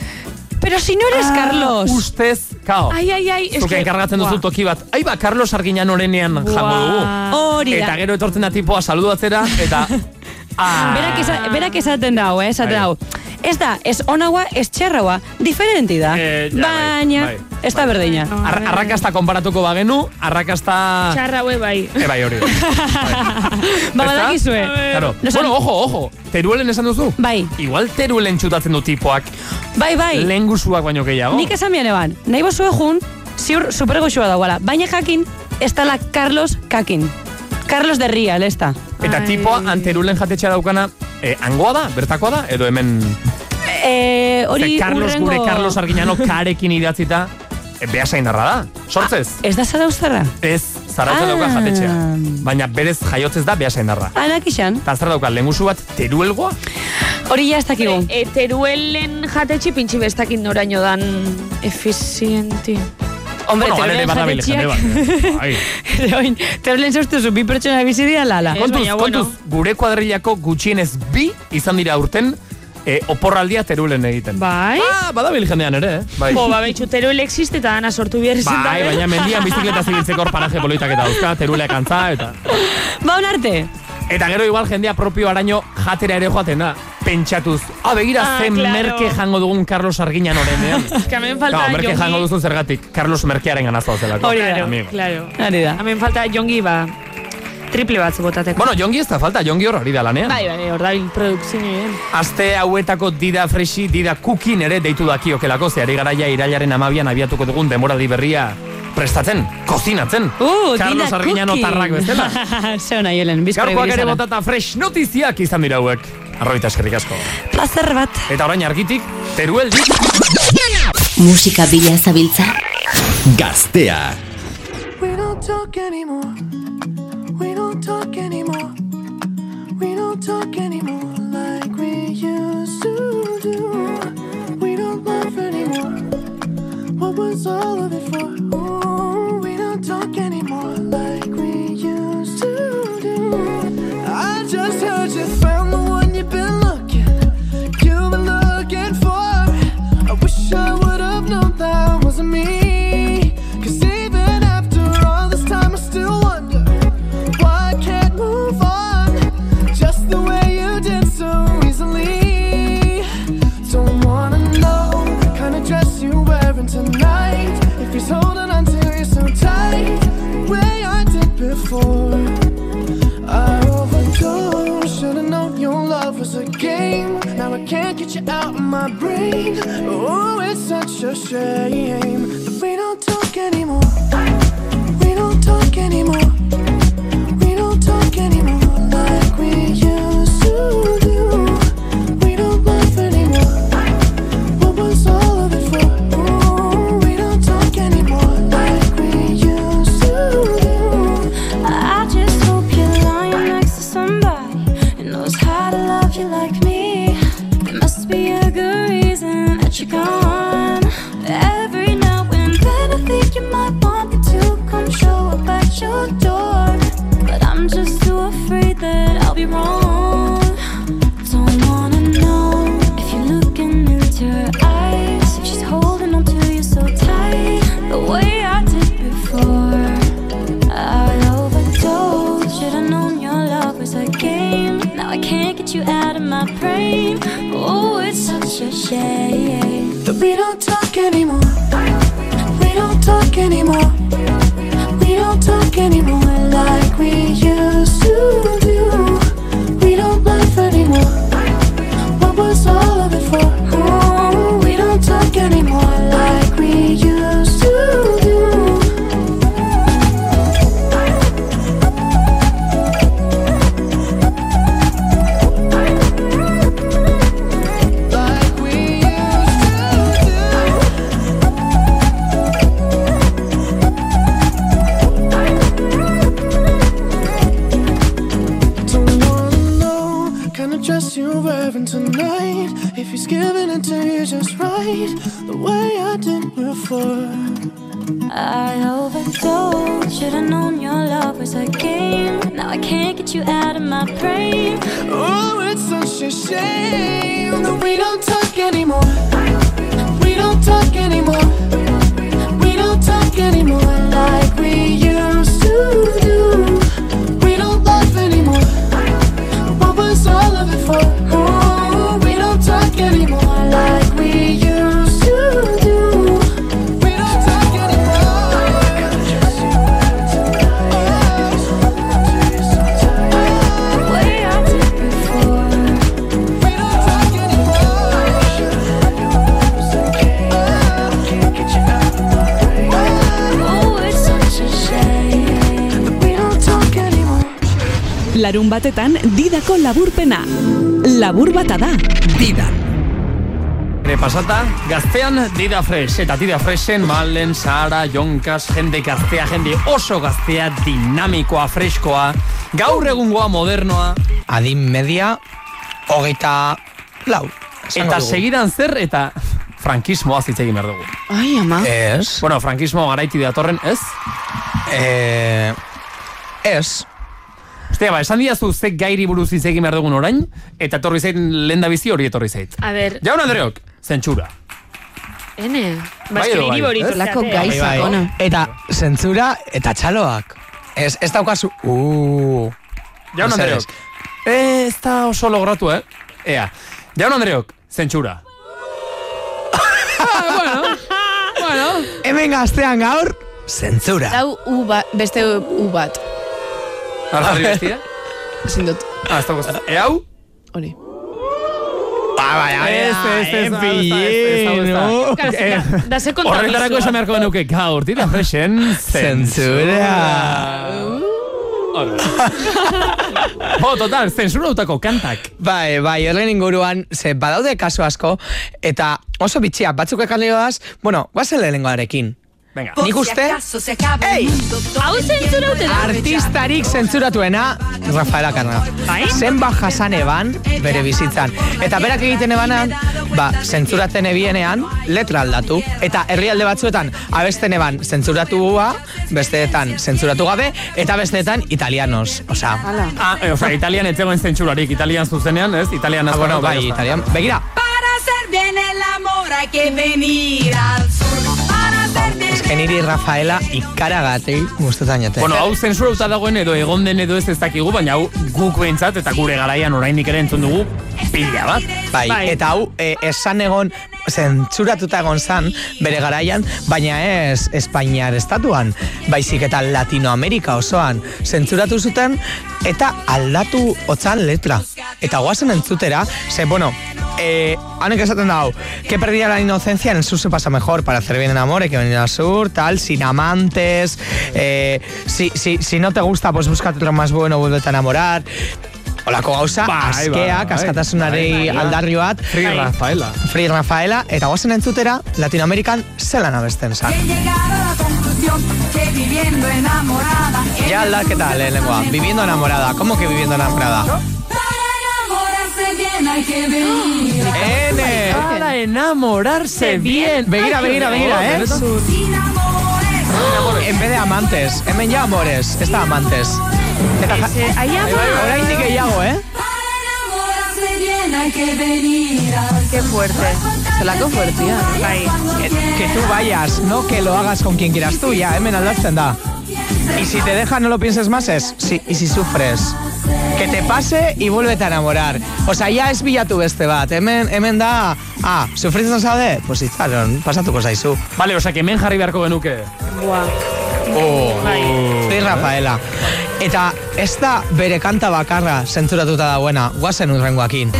Speaker 11: Pero si no eres
Speaker 5: Ah,
Speaker 11: Carlos.
Speaker 3: Ah, Ustez, kao.
Speaker 11: Ai, ai, ai,
Speaker 3: Zuke enkargatzen duzu toki bat. Ai ba, Carlos Arginan orenean jango dugu.
Speaker 11: Hori da.
Speaker 3: Eta gero etortzen da tipoa saludatzera, eta... Ah,
Speaker 11: Berak, esa, berak esaten dau, eh, esaten dau. Ez da, ez onagoa, ez txerragoa, diferenti da.
Speaker 3: ja, bai,
Speaker 11: Baina,
Speaker 3: bai,
Speaker 11: ez da berdina.
Speaker 3: Ar arrakasta konparatuko bagenu, arrakasta...
Speaker 11: Ah.
Speaker 5: Txarra hue bai.
Speaker 3: E, bai, hori.
Speaker 11: Ba,
Speaker 3: Ez da?
Speaker 11: badakizue.
Speaker 3: Claro.
Speaker 11: Nos-
Speaker 3: Bueno, ojo, ojo. Teruelen esan duzu?
Speaker 11: Bai.
Speaker 3: Igual teruelen txutatzen du tipoak.
Speaker 11: Bai, bai.
Speaker 3: Lengusuak baino gehiago.
Speaker 11: Nik esan bian eban, nahi bozu egun, ziur supergoxua dagoala. Baina jakin, ez dala Carlos Kakin. Carlos de Rial, ez da.
Speaker 3: Eta tipoa anterulen jatetxea daukana, eh, angoa da, bertakoa da, edo hemen...
Speaker 11: Eh, hori
Speaker 3: Ze Carlos,
Speaker 11: urrengo...
Speaker 3: gure Carlos Arginano karekin idatzita, e, behasain darra da. Sortzez.
Speaker 11: Ah, Ez da zara ustarra?
Speaker 3: Ez, zarautza
Speaker 11: Ah.
Speaker 3: dauka jatetxea. Baina berez jaiotzez da behasain darra.
Speaker 11: Anak isan.
Speaker 3: Eta zer dauka, lengusu bat, teruelgoa?
Speaker 11: Hori ja ez dakigu.
Speaker 5: E, teruelen jatetxi pintxi bestakin noraino dan efizienti.
Speaker 11: Hombre,
Speaker 3: Bueno,
Speaker 11: teruelen
Speaker 3: alere badabil, jende bat. eh. Ai.
Speaker 11: Ere oin, teruelen sortuzu, bi pertsona bizi dira lala.
Speaker 3: Kontuz, kontuz, gure kuadrillako gutxienez bi izan dira urten, e, oporraldia terulen egiten.
Speaker 5: Bai?
Speaker 3: Ah, badabil jendean ere, eh? Bai.
Speaker 5: Bo, ba, behitxu, teruel existe eta dana sortu behar izan eh?
Speaker 3: Bai,
Speaker 5: dabe.
Speaker 3: baina mendian bizikleta zibiltzeko hor paraje politak eta dauzka, teruleak antza, eta...
Speaker 11: Ba, arte.
Speaker 3: Eta gero igual jendea propio araño jatera ere joaten da, pentsatuz. Ah, begira,
Speaker 5: Ah,
Speaker 3: zen
Speaker 5: claro.
Speaker 3: merke jango dugun Carlos Arginan orenean.
Speaker 5: que hemen falta
Speaker 3: Claro, merke
Speaker 5: jongi.
Speaker 3: jango duzun zergatik, Carlos merkearen ganazua zelako.
Speaker 5: Hori da,
Speaker 3: Amigo.
Speaker 5: claro.
Speaker 11: Hori da.
Speaker 5: Hemen falta jongi, ba, triple batzu botateko.
Speaker 3: Bueno, jongi ez da falta, jongi hor ari da lanean.
Speaker 5: Bai, bai, hor dabil produkzioen.
Speaker 3: Aste hauetako dida fresi, dida kukin ere deitu dakiokelako, ze ari garaia irailaren amabian abiatuko dugun demoraldi berria prestatzen, kozinatzen.
Speaker 11: Uh,
Speaker 3: Carlos Arguiñano tarrak bezala.
Speaker 11: Zeo nahi, Helen, bizkore
Speaker 3: Gaurkoak ere botata fresh notiziak izan dira hauek. Arroita eskerrik asko.
Speaker 11: Plazer bat.
Speaker 3: Eta orain argitik, terueldik.
Speaker 12: Musika bila zabiltza.
Speaker 13: Gaztea.
Speaker 14: We don't talk anymore. We don't talk anymore. We don't talk anymore like we used to do. We don't laugh anymore. What was all of it for? Ooh, we don't talk anymore like we used to do. I just heard you found the one you've been looking. You've been looking for. I wish I would have known that wasn't me. Cause even after all this time, I still wonder why I can't move on just the way you did so easily. Don't wanna know the kind of dress you're wearing tonight. If he's holding on to you so tight, the way I did before. I overdosed. Should've known your love was a game. Now I can't get you out of my brain. Oh, it's such a shame that we don't talk anymore. We don't talk anymore. We don't talk anymore like we used to do. We don't laugh anymore. What was all of it for? Ooh, we don't talk anymore like we used to do.
Speaker 8: I just hope you're lying next to somebody who knows how to love you like me. There must be a good reason that you're gone. Every now and then I Oh,
Speaker 15: anymore. We don't talk anymore like we used to do. We don't laugh anymore. What was all of it for? Ooh, we don't talk anymore like we used to do.
Speaker 14: Don't wanna know kind of dress you're wearing tonight. If he's giving it to you just right, the way I did before.
Speaker 16: I overdosed. Should've known your love was a game. Now I can't get you out of my brain.
Speaker 14: Oh, it's such a shame that we don't talk anymore. We don't talk anymore.
Speaker 15: We don't talk anymore like we used to do. We don't laugh anymore. What was all of it for? Ooh, we don't talk anymore like we used to do. We don't talk Oh,
Speaker 10: Larun batetan didako laburpena. Labur bata da. Dida.
Speaker 3: Ere pasata, gaztean Dida Fresh, eta Dida Freshen Malen, Sara, Jonkas, jende gaztea, jende oso gaztea, dinamikoa, freskoa, gaur egungoa, modernoa.
Speaker 4: Adin media, hogeita lau. esango
Speaker 3: Eta
Speaker 4: dugu.
Speaker 3: segidan zer, eta frankismoa zitze egin behar dugu. Bai,
Speaker 4: Ai, ama. Ez.
Speaker 3: Bueno, frankismo garaiti datorren, ez?
Speaker 4: Eh, ez.
Speaker 3: Ostia, ba, esan diazu ze gairi buruz hitz egin behar dugun orain, eta etorri zait lehen da bizi hori etorri zait.
Speaker 5: A ber,
Speaker 3: Jaun Andreok, zentsura.
Speaker 5: ene. Ba,
Speaker 3: Bai
Speaker 5: eske
Speaker 3: edo bai,
Speaker 5: niri hori
Speaker 3: ez?
Speaker 5: tortzea, eh?
Speaker 4: Bai, Eta zentzura eta txaloak. Ez, ez daukazu. Uh. Uuuu.
Speaker 3: Jaun Andreok, eh, ez da oso logratu, eh? Ea, Jaun Andreok, zentsura.
Speaker 4: bueno, bueno. Hemen gaztean gaur, zentzura.
Speaker 17: Dau u bat, beste u bat.
Speaker 3: Ara jarri bestia?
Speaker 17: Ezin dut.
Speaker 3: Ah, ez dago zen. E hau?
Speaker 17: Hori.
Speaker 3: Ba, bai, bai, ez, ez, ez, hau ez, da, ez, da, hau ez, da.
Speaker 4: Empillo.
Speaker 5: Claro,
Speaker 3: Eh,
Speaker 5: da- da ze kontakizua.
Speaker 3: Horretarako esan beharko genuke gaur, dira fresen, zentzura. Hor. Bo, total, zentzurautako kantak.
Speaker 4: Bai, bai, horren inguruan, ze badaude kasu asko, eta oso bitxia, batzuk ekarri doaz, bueno, guazen lehenengoarekin.
Speaker 3: Venga.
Speaker 4: Nik uste,
Speaker 17: Ei!
Speaker 5: Hau zentzura ute da?
Speaker 4: artistarik zentzuratuena, Rafaela Carna.
Speaker 3: Bai.
Speaker 4: Zenba jasan eban, bere bizitzan. Eta berak egiten ebanan, ba, zentzuratzen ebienean, letra aldatu. Eta herrialde batzuetan, abesten eban, zentzuratua, besteetan, zentzuratu gabe, eta besteetan, italianos. Osa,
Speaker 3: Ah, eh, osea, italian etzegoen zentsurarik, italian zuzenean, ez? Italian
Speaker 4: Ah, bueno,
Speaker 3: azkaratu,
Speaker 4: bai,
Speaker 3: azkaratu.
Speaker 4: italian. Begira,
Speaker 18: Para hacer bien el amor hay que venir al sur. Para hacer bien
Speaker 4: Es que niri Rafaela ikaragatei gustatzen jate.
Speaker 3: Bueno, hau zensurauta dagoen edo egon den edo ez ez dakigu, baina hau guk behintzat eta gure garaian orainik ere entzun dugu pila bat.
Speaker 4: bai, eta hau e, esan egon zentsuratuta egon zan bere garaian, baina ez Espainiar estatuan, baizik eta Latinoamerika osoan zentzuratu zuten eta aldatu otzan letra. Eta guazen entzutera, ze, bueno, eh, hanek esaten da hau, que perdida la inocencia en el sur se pasa mejor para hacer bien el amor, hay que venir al sur, tal, sin amantes, eh, si, si, si no te gusta, pues búscate lo más bueno, vuélvete a enamorar, Olako gauza,
Speaker 3: Bai, bai,
Speaker 4: askeak,
Speaker 3: bai. Bai,
Speaker 4: askatasunari
Speaker 3: bai.
Speaker 4: aldarri bat.
Speaker 3: Free Bai. Rafaela.
Speaker 4: Free Rafaela, eta guazen entzutera, Latinoamerikan zelan abesten zan.
Speaker 18: He llegado a la conclusión que viviendo enamorada.
Speaker 4: Ja aldaketa lehenengoa, eh, viviendo enamorada. ¿Cómo que viviendo enamorada?
Speaker 18: Enamorarse bien hay que venir.
Speaker 4: Ene!
Speaker 3: Para enamorarse bien.
Speaker 4: Begira, begira, begira, eh?
Speaker 18: Sin amores.
Speaker 4: En vez de amantes, hemen ja amores, ez da amantes. Eta ja...
Speaker 18: Ahí ama.
Speaker 4: Oraindik gehiago, eh?
Speaker 18: Enamorarse bien hay que venir al Qué fuerte. Se la convertía.
Speaker 4: Bai, Que tú vayas, no que lo hagas con quien quieras tú, ya, hemen aldatzen da. Y si te deja, no lo pienses más, es, si, y si sufres, Que te pase y vuélvete a enamorar. O sea, ya ez bilatu beste bat. Hemen, hemen da, ah, sufritzen zaude? Pues itzaron, pasatuko zaizu.
Speaker 3: Vale, osa, que hemen jarri beharko genuke.
Speaker 5: Buah.
Speaker 4: Oh,
Speaker 5: Bai.
Speaker 4: Ni Rafaela. Eta ez da bere kanta bakarra zentzuratuta dagoena, guazen urrengoakin.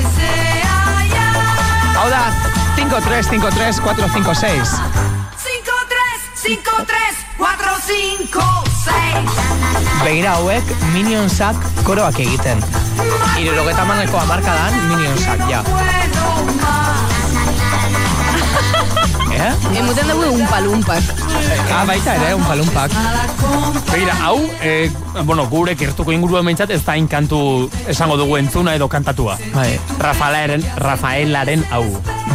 Speaker 4: Hau da, 5-3, 5-3, 4-5-6.
Speaker 15: 5, 3, 5, 3, 4, 5, 6.
Speaker 4: Begira hauek Minionsak koroak egiten. Irurogeta maneko amarkadan Minionsak, ja. Eh?
Speaker 17: Emuten dugu un palumpak.
Speaker 4: Ah, baita ere, un palumpak.
Speaker 3: Begira, hau, eh, bueno, gure kertuko inguruan behintzat ez da inkantu esango dugu entzuna edo kantatua.
Speaker 4: Bai.
Speaker 3: Rafaelaren, Rafaelaren hau.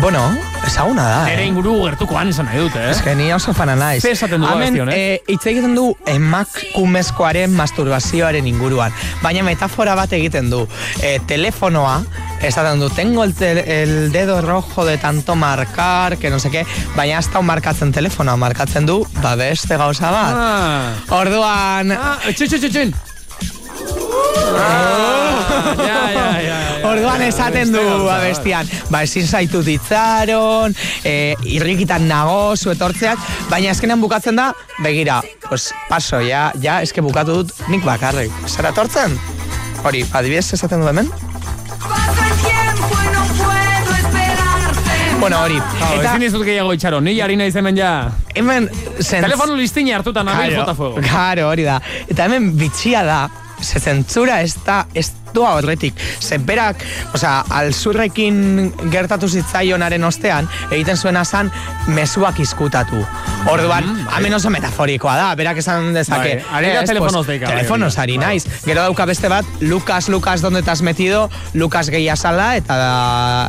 Speaker 4: Bueno, ezaguna da. eh?
Speaker 3: Nere inguru gertukoan esan nahi dut, eh?
Speaker 4: Ez que ni oso fana naiz.
Speaker 3: Zer esaten du
Speaker 4: Hemen,
Speaker 3: abesti honek?
Speaker 4: eh, hitz egiten du emakumezkoaren masturbazioaren inguruan, baina metafora bat egiten du. Eh, telefonoa, esaten du, tengo el, te- el dedo rojo de tanto marcar, que no sé qué, baina ez da markatzen telefonoa, markatzen du, ba beste gauza bat.
Speaker 3: Ah.
Speaker 4: Orduan... Ah,
Speaker 3: txin, txin, txin,
Speaker 4: Orduan esaten du abestian, ba ezin zaitu ditzaron, eh, irrikitan nago, zuetortzeak, baina azkenean bukatzen da, begira, pues paso, ja, ja, eske bukatu dut nik bakarrik. Zara tortzen? Hori, adibidez esaten du hemen? Bueno, hori.
Speaker 3: Hau, ezin dizut gehiago itxaro, ni jari naiz hemen ja.
Speaker 4: Hemen, zen...
Speaker 3: Telefono listina hartuta nabil jota fuego.
Speaker 4: Claro, hori da. Eta hemen bitxia da, ze zentzura ez da, ez doa horretik. Ze berak, osea, alzurrekin gertatu zitzaionaren ostean, egiten zuena zan, mezuak izkutatu. Orduan, hemen oso metaforikoa da, berak esan dezake.
Speaker 3: Mm, Bai, ari da
Speaker 4: ez,
Speaker 3: telefonoz deika, bai,
Speaker 4: Telefonoz
Speaker 3: hori
Speaker 4: ari naiz. Gero dauka beste bat, Lucas, Lucas, donde te has metido, Lucas gehiazala, eta da,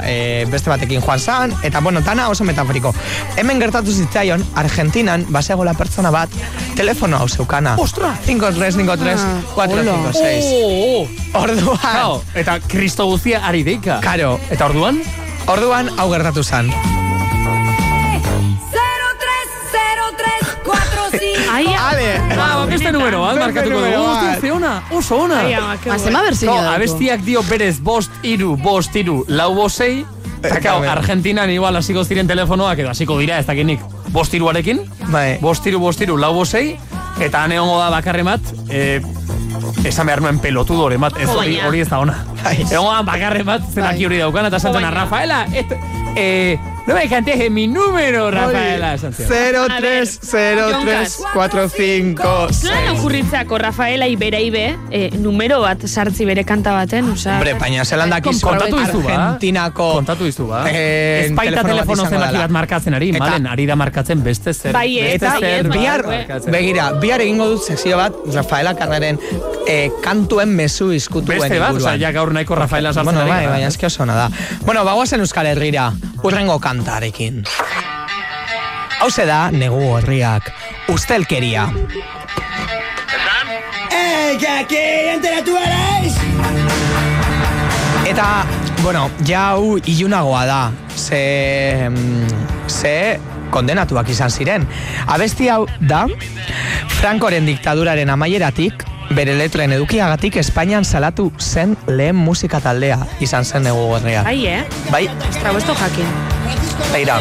Speaker 4: eh, beste batekin joan zan, eta bueno, tana oso metaforiko. Hemen gertatu zitzaion, Argentinan, basegola pertsona bat, telefono hau zeukana. Ostra! 5353
Speaker 3: Ah,
Speaker 4: 456.
Speaker 3: Oh,
Speaker 4: oh. Orduan.
Speaker 3: Claro, eta kristo guztia ari deika.
Speaker 4: Karo.
Speaker 3: Eta orduan?
Speaker 4: Orduan, hau gertatu zan.
Speaker 15: 030345.
Speaker 5: Ai,
Speaker 4: Ale.
Speaker 3: Ah, beste numero bat, markatuko dugu. Hostia, ze ona, oso ona.
Speaker 5: bai. Ai, ama, qué
Speaker 17: Azema
Speaker 5: guay.
Speaker 17: berzeño
Speaker 3: No,
Speaker 17: dauko.
Speaker 3: abestiak dio berez bost iru, bost iru, lau
Speaker 4: Eh,
Speaker 3: bosei, Eta, claro, Argentinan igual hasiko ziren telefonoak edo hasiko dira ez dakinik bost iruarekin,
Speaker 4: bai.
Speaker 3: bost iru, bost iru, lau bosei, eta ane hongo da bakarre bat, eh, esan behar nuen pelotudore bat, ez hori,
Speaker 5: Joder.
Speaker 3: hori ez da ona. Egon da bakarre bat, zenaki hori daukan, eta santuena,
Speaker 5: Joder.
Speaker 3: Rafaela, este, eh, no me cantes de mi número, Rafaela, esan zion.
Speaker 4: 030345.
Speaker 5: Zelan okurritzako Rafaela Ibera Ibe, eh, numero bat sartzi bere kanta baten, osea...
Speaker 4: Hombre,
Speaker 3: bai.
Speaker 4: baina zelan dakizu
Speaker 3: Kontatu izu ba.
Speaker 4: Argentinako...
Speaker 3: Kontatu izu ba.
Speaker 4: Eh,
Speaker 3: Ez baita
Speaker 4: telefono bat
Speaker 3: telefono
Speaker 4: izango
Speaker 3: zenbaki
Speaker 4: dela.
Speaker 3: bat markatzen ari,
Speaker 4: Eta-
Speaker 3: malen, ari da markatzen beste zer.
Speaker 5: Bai, ez,
Speaker 3: beste
Speaker 5: bai, ez, bai,
Speaker 4: Bihar,
Speaker 5: Markatzen.
Speaker 4: begira, bihar egingo dut sekzio bat Rafaela Carreren eh, kantuen mezu izkutuen
Speaker 3: Beste bat, osea, ja gaur nahiko Rafaela sartzen
Speaker 4: bueno,
Speaker 3: ari
Speaker 4: bai,
Speaker 3: gara. eh.
Speaker 4: baina eski oso ona da. Bueno, bagoazen Euskal Herrira, urrengo kantarekin. Hauze da, negu horriak, ustelkeria.
Speaker 15: Ella que entera tú eres.
Speaker 4: Eta, bueno, ja hau ilunagoa da. Ze, mm, ze kondenatuak izan ziren. Abesti hau da, Frankoren diktaduraren amaieratik, bere letren edukiagatik Espainian salatu zen lehen musika taldea izan zen egu gorria.
Speaker 5: Ai, eh?
Speaker 4: Bai,
Speaker 5: Trago, esto jakin.
Speaker 4: Beira.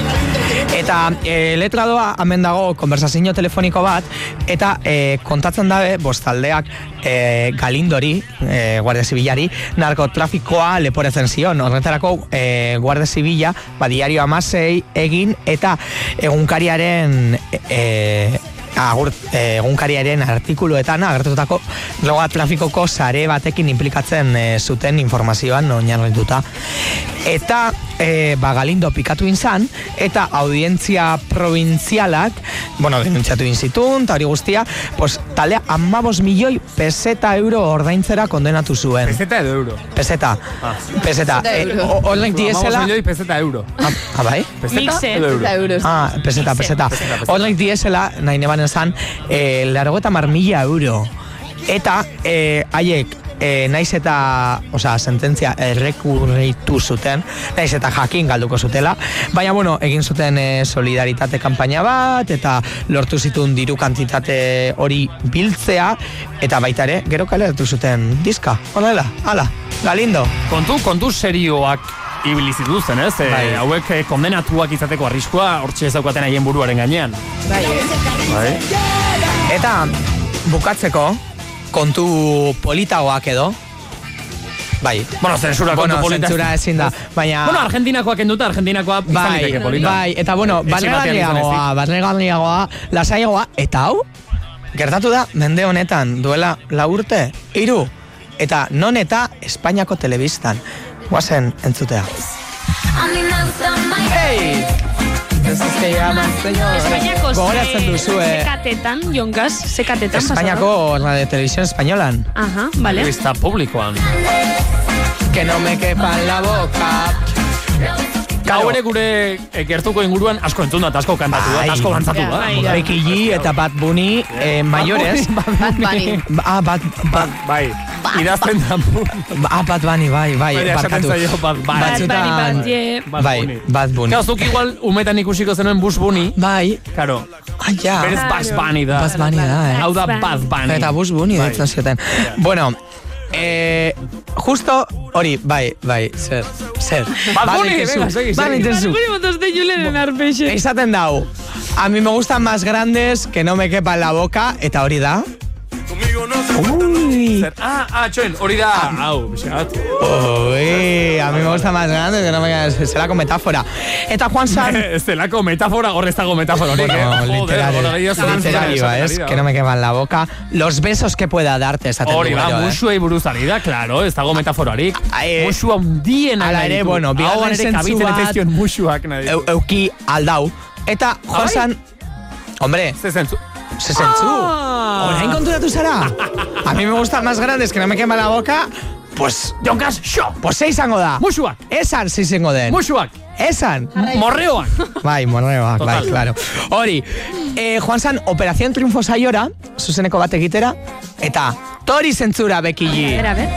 Speaker 4: Eta e, letra doa, hemen dago, konversazio telefoniko bat, eta e, kontatzen dabe, bostaldeak e, galindori, e, guardia zibilari, narkotrafikoa leporetzen zion. Horretarako, e, guardia zibila, badiario amasei egin, eta egunkariaren... E, agur, eh, egunkariaren artikuluetan agertutako droga trafikoko sare batekin implikatzen eh, zuten informazioan oinarrituta. Eta eh, ba, Galindo pikatu inzan, eta audientzia provintzialak, bueno, denuntzatu inzitun, eta hori guztia, pues, talea amabos milioi peseta euro ordaintzera kondenatu zuen.
Speaker 3: Peseta edo euro.
Speaker 4: Peseta.
Speaker 3: Ah.
Speaker 4: Peseta.
Speaker 3: Peseta
Speaker 4: Eh,
Speaker 3: euro.
Speaker 4: o- Horrek diesela...
Speaker 3: Vamos, peseta euro.
Speaker 4: Ah, bai?
Speaker 3: Peseta edo euro.
Speaker 4: Ah, peseta, peseta. Horrek diesela, nahi neban esan, eh, largo eta marmila euro. Eta eh, haiek e, naiz eta, osea, sententzia errekurritu zuten, naiz eta jakin galduko zutela, baina bueno, egin zuten e, solidaritate kanpaina bat eta lortu zituen diru kantitate hori biltzea eta baita ere, gero kaleratu zuten diska. Ona dela, hala, Galindo.
Speaker 3: Kontu, kontu serioak ibili zituzten, ez? Eh,
Speaker 4: Bai.
Speaker 3: hauek eh, kondenatuak izateko arriskua hortxe ez daukaten haien buruaren gainean.
Speaker 17: Bai,
Speaker 3: Bai.
Speaker 4: Eta bukatzeko kontu politagoak edo. Bai.
Speaker 3: Bueno, zensura kontu
Speaker 4: Bueno,
Speaker 3: polita.
Speaker 4: zentsura ezin da, baina-
Speaker 3: Bueno, Argentinakoa kenduta, Argentinakoa izan
Speaker 4: Bai,
Speaker 3: liteke polita.
Speaker 4: bai, eta bueno,
Speaker 3: Etxe batean
Speaker 4: barnegaldiagoa,
Speaker 3: izan
Speaker 4: barnegaldiagoa, lasaiagoa, eta hau, gertatu da, mende honetan, duela la urte, hiru, eta non eta Espainiako telebistan. Guazen entzutea.
Speaker 5: Hey! Espainiako ze-
Speaker 4: Gogoratzen duzue.
Speaker 5: Sekatetan, jonkaz, sekatetan pasatu.
Speaker 4: Espainiako Radio Televisión Españolan.
Speaker 5: Aha, bale.
Speaker 3: Telebista publikoan.
Speaker 4: Que no me quepan la boca.
Speaker 3: Hau ere gure eh, gertuko inguruan asko entzun da, eta asko kantatu da, eta asko dantzatu da.
Speaker 4: Becky G eta Bad Bunny, eh, mayores.
Speaker 17: Bad Bunny.
Speaker 4: Ba- Ah, bat, bat,
Speaker 3: bai, idazten da.
Speaker 4: Ah, bat bani, bai, bai,
Speaker 3: Baina esaten
Speaker 4: barkatu.
Speaker 3: zaio Bad Bunny. Bad
Speaker 4: Batzutan,
Speaker 3: Bunny, Bad Bunny.
Speaker 4: bai, bat buni.
Speaker 3: Claro, zuk igual umetan ikusiko zenuen Bus Bunny.
Speaker 4: Bai.
Speaker 3: Claro.
Speaker 4: Ah, ja.
Speaker 3: Berez Buzz Bunny da.
Speaker 4: Buzz Bunny da, eh.
Speaker 3: Hau da Buzz Bunny. Bai.
Speaker 4: Eta Buzz Bunny deitzen zioten. Bueno, eh, justo hori, bai, bai, zer, zer.
Speaker 5: Bad Bunny,
Speaker 4: Badituzu,
Speaker 5: venga, segi, segi.
Speaker 4: badituzu.
Speaker 5: Bad Bunny botos de Julen arpexe.
Speaker 4: Esaten dau, a mí me gustan más grandes que no me quepan la boca, eta hori da. Uy.
Speaker 3: Ah, ah, txoen, hori da. Hau, pixat.
Speaker 4: Uy, a mí me gusta más grande que no me quepan, zelako metafora. Eta Juan San...
Speaker 3: Ez delako metafora, hor ez dago metafora horik, eh?
Speaker 4: Bueno,
Speaker 3: Joder, hor ari da
Speaker 4: literarioa,
Speaker 3: zuen zuen
Speaker 4: es,
Speaker 3: esaten ari
Speaker 4: que
Speaker 3: da.
Speaker 4: no me queman la boca. Los besos que pueda darte esaten
Speaker 3: Hori
Speaker 4: du
Speaker 3: da,
Speaker 4: gero, eh.
Speaker 3: musuei buruz ari da, claro, ez dago metaforarik. Musua hundiena
Speaker 4: Ala
Speaker 3: nahi
Speaker 4: ere,
Speaker 3: du.
Speaker 4: bueno,
Speaker 3: Ahoan
Speaker 4: bigarren
Speaker 3: ere
Speaker 4: zentzu
Speaker 3: kabitzen ez
Speaker 4: bat...
Speaker 3: zaizkion musuak nahi.
Speaker 4: Eu, euki aldau. Eta,
Speaker 3: bai?
Speaker 4: joan zan... Hombre...
Speaker 3: Ze zentzu...
Speaker 4: Ze zentzu.
Speaker 3: Ah!
Speaker 4: Orain konturatu zara. A mí me gustan más grandes que no me quema la boca. Pues...
Speaker 3: Jonkas, xo!
Speaker 4: Pues ze izango da.
Speaker 3: Musuak.
Speaker 4: Esan ze izango den.
Speaker 3: Musuak.
Speaker 4: Esan.
Speaker 3: Morreoak.
Speaker 4: Bai, morreoak, bai,
Speaker 3: Total.
Speaker 4: claro. Hori, eh, joan zan, Operación Triunfo saiora, zuzeneko bat egitera, eta tori zentzura bekili.
Speaker 5: Bera, ber.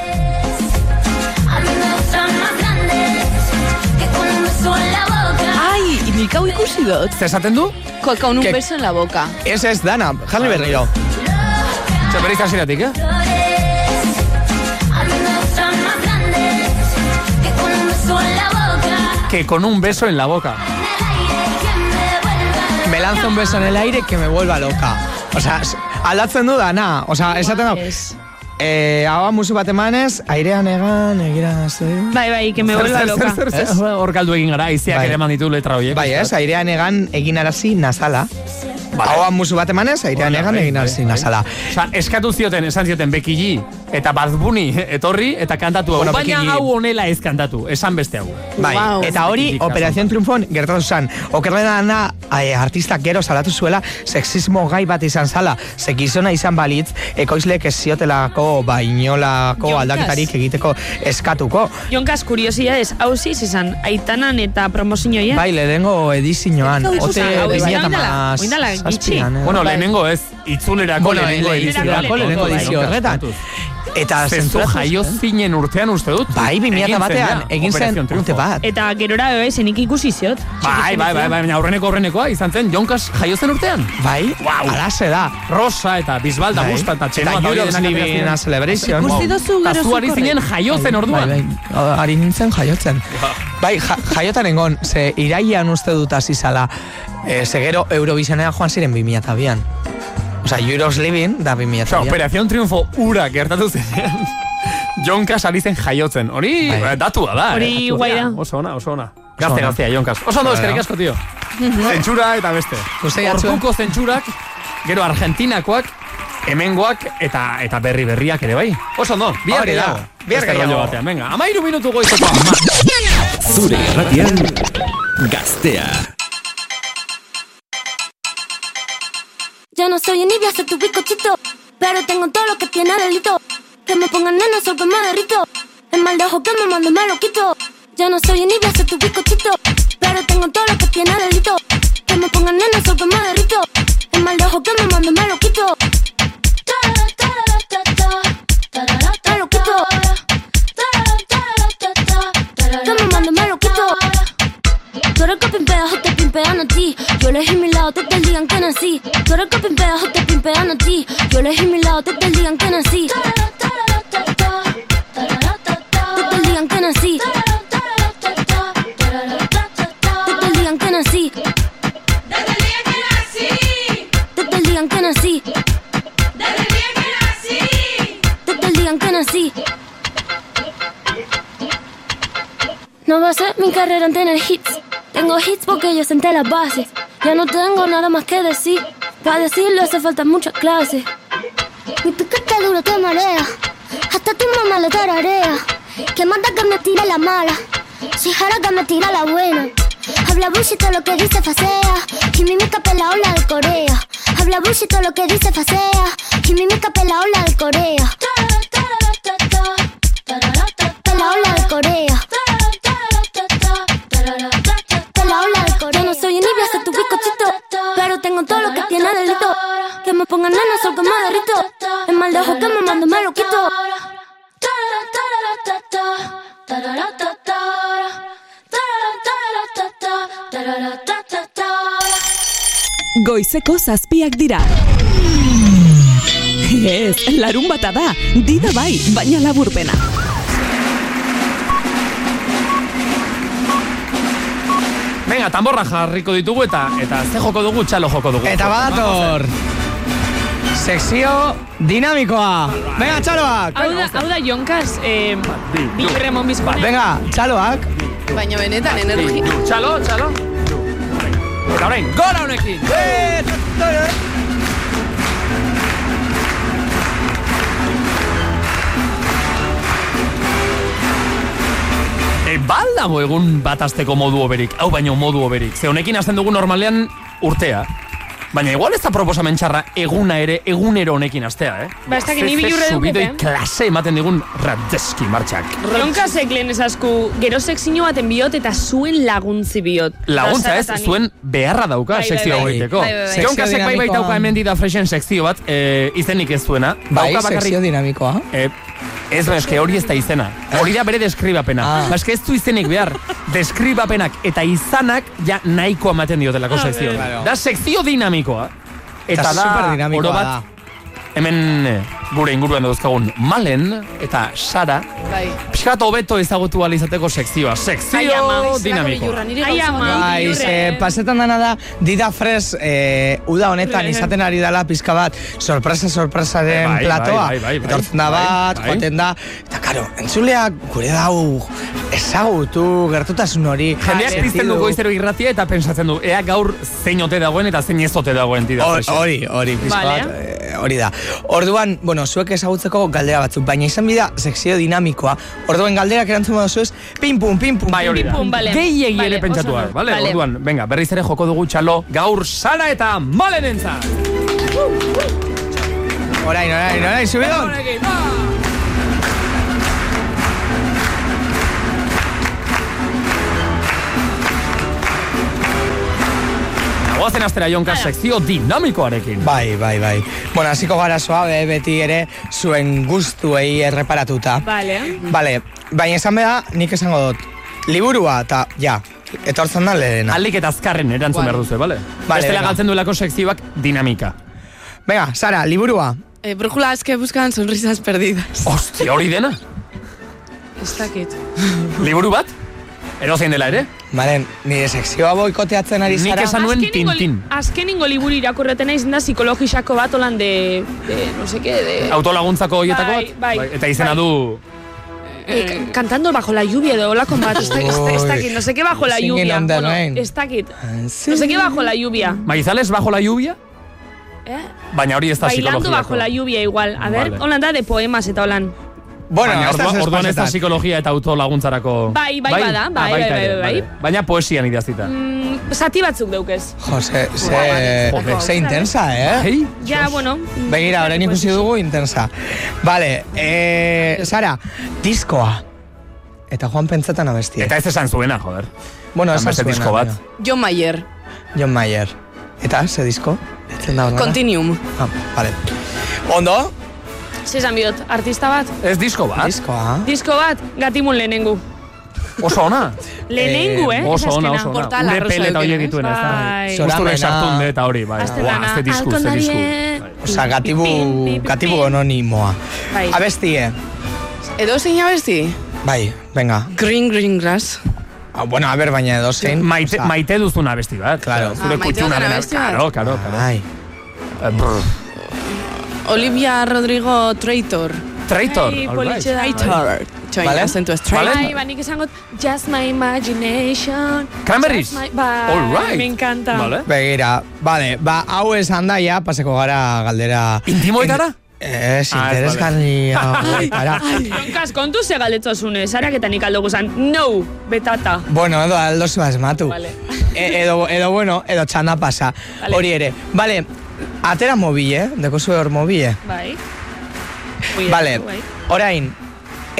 Speaker 17: Ai, nik hau ikusi dut.
Speaker 4: Zer esaten du?
Speaker 17: Con un
Speaker 4: Que-
Speaker 17: beso en la boca.
Speaker 4: Ez ez, dana, jarri
Speaker 3: Bai.
Speaker 4: berriro.
Speaker 3: Txaperiz hasiratik, eh? Que con un beso en la boca.
Speaker 4: Me lanza un beso en el aire que me vuelva loca. O sea, s- aldatzen du dana. O sea, esaten du. Eh, hau musu bat emanez, airean egan, egira zuen.
Speaker 5: Bai, bai, que me
Speaker 3: Zer,
Speaker 5: vuelva
Speaker 3: zer,
Speaker 5: loca.
Speaker 3: zer, zer, zer, Hor galdu egin gara, iziak
Speaker 4: Bai.
Speaker 3: ere eman ditu letra horiek.
Speaker 4: Bai, ez, airean egan egin arazi nazala.
Speaker 3: Vale.
Speaker 4: Hau musu bat emanez, airean
Speaker 3: Hola,
Speaker 4: egan
Speaker 3: bai,
Speaker 4: egin arazi nazala.
Speaker 3: Osa, eskatu zioten, esan zioten Becky G eta Bad Bunny etorri eta kantatu hau.
Speaker 4: Bueno,
Speaker 3: Baina
Speaker 4: Becky G.
Speaker 3: hau honela ez kantatu, esan beste hau.
Speaker 4: Bai, eta hori, Operación Triunfon, gertatu zan, okerrena da, eh, artistak gero salatu zuela, sexismo gai bat izan zala, ze gizona izan balitz, ekoizlek ez ziotelako, bainolako
Speaker 5: Jonkaz.
Speaker 4: aldaketarik egiteko eskatuko.
Speaker 5: Jonkaz, kuriosidades, hau ziz izan, aitanan eta promozioia.
Speaker 4: Bai, lehenengo edizioan,
Speaker 5: Ez daukazu
Speaker 4: ote
Speaker 5: zan, hau
Speaker 4: 2000
Speaker 5: izan
Speaker 4: eta
Speaker 5: dela,
Speaker 4: mas-
Speaker 5: oindala, gitxi.
Speaker 4: zazpian, eh.
Speaker 3: Bueno, lehenengo ez, itzulerako
Speaker 4: Bueno,
Speaker 3: lehenengo edizio.
Speaker 4: lehenengo lehenengo edizio horretan. Eta
Speaker 3: Zentzu
Speaker 4: zentratu
Speaker 3: jaio
Speaker 4: zen.
Speaker 3: zinen urtean uste dut.
Speaker 4: Bai, 2000
Speaker 3: Egin zen
Speaker 4: batean,
Speaker 3: ja,
Speaker 4: egin zen
Speaker 3: Operación Triunfo.
Speaker 4: urte bat.
Speaker 5: Eta gerora bebe, zenik ikusi ziot.
Speaker 3: Bai, bai, bai, bai, baina aurreneko aurrenekoa izan zen Jonkas jaio zen urtean.
Speaker 4: Bai,
Speaker 3: wow.
Speaker 4: alase da.
Speaker 3: Rosa eta Bisbalda
Speaker 4: Bai.
Speaker 3: Busta eta
Speaker 4: Eta
Speaker 3: Txenoa eta hori
Speaker 4: Europe's
Speaker 3: denak ateratzen.
Speaker 4: Living a Celebration.
Speaker 3: Ikusi duzu gero Eta zu ari zinen
Speaker 4: zukorrek.
Speaker 3: jaio zen
Speaker 4: Bai,
Speaker 3: orduan.
Speaker 4: Bai, bai, ari nintzen jaiotzen. Bai, ja, jaiotan egon, ze iraian uste dut hasi zala, eh, ze gero Eurovisionera joan ziren 2002an. Osa, Euros Living da
Speaker 3: Osa,
Speaker 4: 2002an.
Speaker 3: Operación Triunfo ura gertatu zenean. Jonkas ari zen jaiotzen. Hori eh, datua da. eh,
Speaker 5: Hori
Speaker 3: datua da.
Speaker 5: guai da.
Speaker 3: Oso ona, oso ona. Gazte, gaztea, Jonkas. Oso ondo
Speaker 4: Oso
Speaker 3: eskerrik
Speaker 4: ona.
Speaker 3: asko, tio. Zentsura eta beste.
Speaker 4: Usei atzua.
Speaker 3: Hortuko zentsurak, gero Argentinakoak, hemengoak eta eta berri berriak ere bai. Oso ondo, bihar
Speaker 4: Hori da,
Speaker 3: gehiago.
Speaker 4: bihar
Speaker 3: Beste
Speaker 4: gehiago.
Speaker 3: rollo batean, Venga, amairu minutu goizeko. ama-
Speaker 1: Zure irratian Gaztea.
Speaker 13: Ya no soy envidia, soy tu bizcochito. Pero tengo todo lo que tiene delito. Que me pongan nena, soy que pues me derrito. El mal de ojo que me mando me lo quito. Ya no soy envidia, soy tu bizcochito. Pero tengo todo lo que tiene delito. Que me pongan nena, soy que pues me derrito. El mal de ojo que me mando me lo quito. Ta, ta, ta, ta, ta, ta, ta, ta, ta, lo quito. te pimpeas o te pimpean a ti. Yo elegí mi lado desde el día en que nací. Desde el día en que nací. Desde el día en que nací. Desde el día en que nací. Desde el día en que nací. No va a ser mi carrera en tener hits. Tengo hits porque yo senté las bases. Ya no tengo nada más que decir. Para decirlo hace falta mucha clase. Mi piquete duro te marea. Hasta tu mamá lo tararea. Que mata que me tira la mala. Soy jara que me tira la buena. Habla bullshit todo lo que dice facea. Chimimica pela ola de Corea. Habla bullshit todo lo que dice facea. Chimimica pela ola de Corea. Pela ola de Corea. Pela ola de Corea. Yo no soy envidia, soy tu bizcochito. Pero tengo todo lo que tiene delito. Que me pongan nanas o que me derrito. El mal de ojo que me mando me lo quito.
Speaker 10: Goizeko zazpiak dira. Ez, larun bata da, dida bai, baina laburpena.
Speaker 3: Venga, tamborra jarriko ditugu eta eta ze joko dugu, txalo joko dugu.
Speaker 4: Eta badator. Sekzio dinamikoa. Venga, txaloak.
Speaker 5: Hau da, hau da Jonkaz, eh, Bi Remon Bizkoa.
Speaker 4: Venga, txaloak.
Speaker 17: Baina benetan energia.
Speaker 3: Txalo, txalo. Eta orain, gora honekin! E, baldago egun bat azteko modu oberik, hau baino modu oberik. Ze honekin hasten dugu normalean urtea. Baina igual ez da proposamen txarra eguna ere, egunero honekin astea, eh?
Speaker 5: Ba, ez dakit,
Speaker 3: Ze-
Speaker 5: ni
Speaker 3: ze
Speaker 5: bilurre
Speaker 3: subidoi
Speaker 5: dukete.
Speaker 3: klase ematen digun raddeski martxak.
Speaker 5: Jonkazek lehen esasku, gero sekzio baten bihot eta zuen laguntzi bihot.
Speaker 3: Laguntza ez,
Speaker 5: Zeratan-
Speaker 3: zuen beharra dauka
Speaker 5: Bai, bai,
Speaker 3: sekzio
Speaker 5: bai.
Speaker 3: hau egiteko.
Speaker 5: Bai, bai, bai.
Speaker 3: Jon Kasek bai bai
Speaker 4: Sekzio
Speaker 3: dauka hemen dida freshen sekzio bat, e, izenik ez zuena.
Speaker 4: Bai,
Speaker 3: Dauka bakarrik-
Speaker 4: sekzio dinamikoa.
Speaker 3: Eh, ez no, eske hori ez da izena. Hori da bere deskribapena.
Speaker 4: Ah.
Speaker 3: Ah. Eske ez du izenik behar. Deskribapenak eta izanak ja nahiko ematen diotelako
Speaker 4: Ah,
Speaker 3: sekzio.
Speaker 4: claro.
Speaker 3: Da sekzio dinamikoa. Eta
Speaker 4: Eta
Speaker 3: da,
Speaker 4: superdinamikoa
Speaker 3: oro bat, hemen eh, gure inguruan dauzkagun Malen eta Sara.
Speaker 17: Bai.
Speaker 3: Piskat hobeto ezagutu ahal izateko sekzioa. Sekzio dinamikoa.
Speaker 4: Bai, ze, pasetan dana da, Dida Fresh eh, uda honetan izaten ari dela pizka bat, sorpresa, sorpresaren
Speaker 3: Bai, bai,
Speaker 4: platoa.
Speaker 3: bai, bai, bai,
Speaker 4: Etortzen da
Speaker 3: bai,
Speaker 4: bat,
Speaker 3: bai.
Speaker 4: joaten da, eta karo, entzuleak gure dau ezagutu, gertutasun hori.
Speaker 3: Jendeak pizten du
Speaker 4: sentidu.
Speaker 3: goizero irratia eta pensatzen du, ea gaur zein ote dagoen eta zein ez ote dagoen dida.
Speaker 4: Hor-
Speaker 3: Freshen.
Speaker 4: Hori, hori, pizka
Speaker 3: Vale.
Speaker 4: bat, eh, hori da. Orduan, bueno, zuek ezagutzeko galdera batzuk, baina izan bida sekzio dinamikoa. Orduan galderak erantzun badu zuez, pim pum, pim pum,
Speaker 3: Bai, hori da. Gehiegi ere pentsatu behar, vale? Orduan, venga, berriz ere joko dugu txalo gaur Sara eta Malenentzat.
Speaker 4: Orain, orain, orain, subidon.
Speaker 3: Goazen astera jonka sekzio dinamikoarekin.
Speaker 4: Bai, bai, bai. Bueno, hasiko gara suabe, beti ere zuen gustuei erreparatuta.
Speaker 5: Vale.
Speaker 4: Vale, baina esan beda, nik esango dut. Liburua eta, ja, etortzen da lehena.
Speaker 3: Alik eta azkarren erantzun behar duzu, bale?
Speaker 4: Vale,
Speaker 3: Bestela
Speaker 4: venga.
Speaker 3: galtzen duelako sekzioak dinamika.
Speaker 4: Venga, Sara, liburua.
Speaker 17: Eh, brújulas que buscan sonrisas perdidas.
Speaker 3: Hostia, hori dena?
Speaker 17: Ez dakit.
Speaker 3: Liburu bat? Edo zein dela ere?
Speaker 4: Maren, nire sekzioa boikoteatzen ari
Speaker 3: Nik
Speaker 4: zara.
Speaker 3: esan nuen tintin.
Speaker 5: Azkenengo liburu irakurretena izan da psikologixako bat holan de, de no sé qué, de...
Speaker 3: Autolaguntzako hoietako
Speaker 5: Bai,
Speaker 3: bat?
Speaker 5: bai,
Speaker 3: Eta izena
Speaker 5: bai.
Speaker 3: du...
Speaker 5: Eh, ca- cantando bajo la lluvia de hola con bat, ez da- ez da- ez dakit, no sé qué bajo la
Speaker 3: Singing
Speaker 5: lluvia.
Speaker 3: on the
Speaker 5: Bueno,
Speaker 3: rain.
Speaker 5: ez dakit. No sé qué bajo la lluvia.
Speaker 3: Maizales bajo la lluvia?
Speaker 5: Eh?
Speaker 3: Baina hori ez da
Speaker 5: Bailando bajo
Speaker 3: psikologia.
Speaker 5: la lluvia igual. A ver,
Speaker 3: Vale.
Speaker 5: holan da de poemas eta holan.
Speaker 4: Bueno,
Speaker 3: Baina
Speaker 4: ez da
Speaker 3: ordua-
Speaker 4: zespasetan.
Speaker 3: orduan ez da psikologia eta autolaguntzarako...
Speaker 5: Bai, bai bada,
Speaker 3: Ah,
Speaker 5: bai,
Speaker 3: baita
Speaker 5: bai,
Speaker 3: ere,
Speaker 5: bai,
Speaker 3: bale. Baina poesian idaztita.
Speaker 5: Mm, Zati batzuk deukez.
Speaker 4: Jose,
Speaker 3: Joder.
Speaker 4: ze, ze intensa, eh?
Speaker 5: Ja, bueno.
Speaker 4: Begira, orain ikusi dugu intensa. Vale, eh, Sara, diskoa. Eta Juan pentsatan abestia.
Speaker 3: Eta ez esan zuena, joder.
Speaker 4: Bueno,
Speaker 3: Eta
Speaker 4: esan
Speaker 3: beste
Speaker 4: zuena.
Speaker 3: disko bat.
Speaker 4: venga.
Speaker 17: John Mayer.
Speaker 4: John Mayer. Eta, ze disko? Etzen da horrela?
Speaker 17: Continuum.
Speaker 4: Ah, vale. Ondo?
Speaker 5: Zezan biot, artista bat.
Speaker 3: Ez disko bat?
Speaker 4: Diskoa.
Speaker 5: Disko bat, gatimun lehenengu.
Speaker 3: Oso ona.
Speaker 5: Lehenengo, eh?
Speaker 3: Oso ona,
Speaker 5: esaskena.
Speaker 3: oso ona. Gure peleta horiek dituena, ez
Speaker 5: Bai.
Speaker 3: da. Gustura esartun de eta hori, bai.
Speaker 5: Astelana,
Speaker 3: Buah, ze disku, ze
Speaker 5: alkonarie.
Speaker 3: disku.
Speaker 4: Osa, gatibu, gatibu anonimoa.
Speaker 17: Bai.
Speaker 4: Abestie,
Speaker 17: Edo zein abesti?
Speaker 4: bai, venga.
Speaker 17: Green Green Grass.
Speaker 4: Ah, bueno, a ber, baina edo zein.
Speaker 3: Maite, maite duzuna besti bat.
Speaker 4: Claro.
Speaker 3: Zure
Speaker 17: Ah, maite
Speaker 3: kutxuna
Speaker 17: duzuna
Speaker 3: bera.
Speaker 17: abesti bat.
Speaker 3: Karo, karo, karo.
Speaker 4: Ai. Eh,
Speaker 17: Olivia Rodrigo Traitor.
Speaker 3: Traitor,
Speaker 5: Ai, all politxe right. da.
Speaker 17: Traitor. Txoin,
Speaker 3: Vale.
Speaker 17: azentu ez traitor.
Speaker 5: Bai, ba, nik esango just my imagination.
Speaker 4: Cranberries?
Speaker 5: Just my- Bai,
Speaker 4: All right.
Speaker 5: me encanta.
Speaker 4: Begira, vale, ba, hau esan da, ja, paseko gara galdera... Eh,
Speaker 3: Intimoetara?
Speaker 4: Ez,
Speaker 3: Ah, ez,
Speaker 5: Ai,
Speaker 4: interesgarria.
Speaker 5: ai, Jonkaz, kontu ze galetzazune, zareketan ikaldugu zan, no, betata.
Speaker 4: Bueno, edo aldo zu asmatu. E, edo, edo, bueno, edo txanda pasa. Hori ere. Vale, atera mobile, eh? Dekozu hor mobile.
Speaker 5: Bai.
Speaker 4: Vale, orain,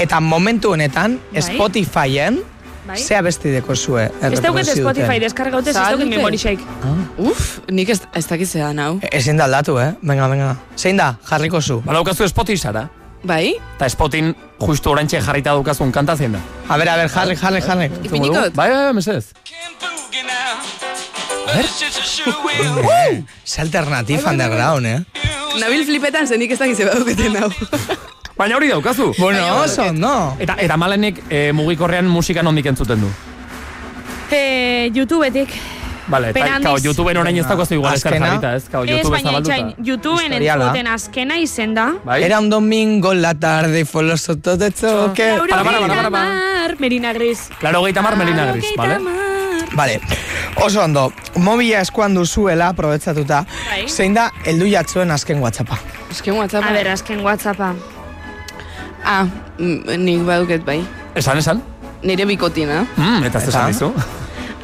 Speaker 4: eta momentu honetan,
Speaker 5: Bai.
Speaker 4: Spotifyen,
Speaker 5: Bai.
Speaker 4: zea besti dekozue.
Speaker 5: Ez dauket Spotify deskargaute, ez dauket
Speaker 17: Zabalduke.
Speaker 5: memory shake.
Speaker 3: Ah.
Speaker 17: Uf, nik ez, ez dakit zedan hau.
Speaker 4: Ezin da aldatu, eh? Venga, venga. Zein da, jarriko zu.
Speaker 3: Badaukazu Spotify zara.
Speaker 17: Bai?
Speaker 3: Eta Spotin justu orantxe jarrita daukazun kanta zein da.
Speaker 4: A ber, a ber, jarri, jarri, jarri.
Speaker 17: Eh,
Speaker 3: Bai, bai, bai, mesedez.
Speaker 4: Eh, Ze alternatif
Speaker 5: Bai,
Speaker 4: underground, eh?
Speaker 17: Nabil flipetan zen nik ez dakit zeba duketen hau.
Speaker 3: Baina hori daukazu.
Speaker 4: Bueno, oso, no.
Speaker 3: Eta, eta malenek eh, mugikorrean musika nondik entzuten du.
Speaker 5: Eh, YouTubetik.
Speaker 3: Vale, eta
Speaker 5: Berandiz.
Speaker 3: kao, YouTubeen orain ez daukazu igual esker
Speaker 4: Azkena.
Speaker 3: jarrita, ez? Kao,
Speaker 5: Ez,
Speaker 3: YouTube ez
Speaker 5: baina
Speaker 3: zabalduta. ¿ah?
Speaker 5: itxain, YouTubeen
Speaker 4: Historiala.
Speaker 5: entzuten azkena izen da.
Speaker 4: Era un domingo en la tarde y fue los sotos de choque.
Speaker 5: Para, para, para, para, Merina Gris.
Speaker 3: Claro, gehieta mar Melina Gris, vale?
Speaker 4: Vale, oso ondo, mobila eskuan duzuela, aprobetsatuta,
Speaker 5: Bai.
Speaker 4: zein da heldu jatzuen azken WhatsAppa.
Speaker 17: Azken WhatsApp.
Speaker 5: A ber, azken WhatsAppa.
Speaker 17: Ah, mm, nik baduket bai.
Speaker 3: Esan, esan.
Speaker 17: Nire bikotina.
Speaker 3: Mm, eta ez esan dizu.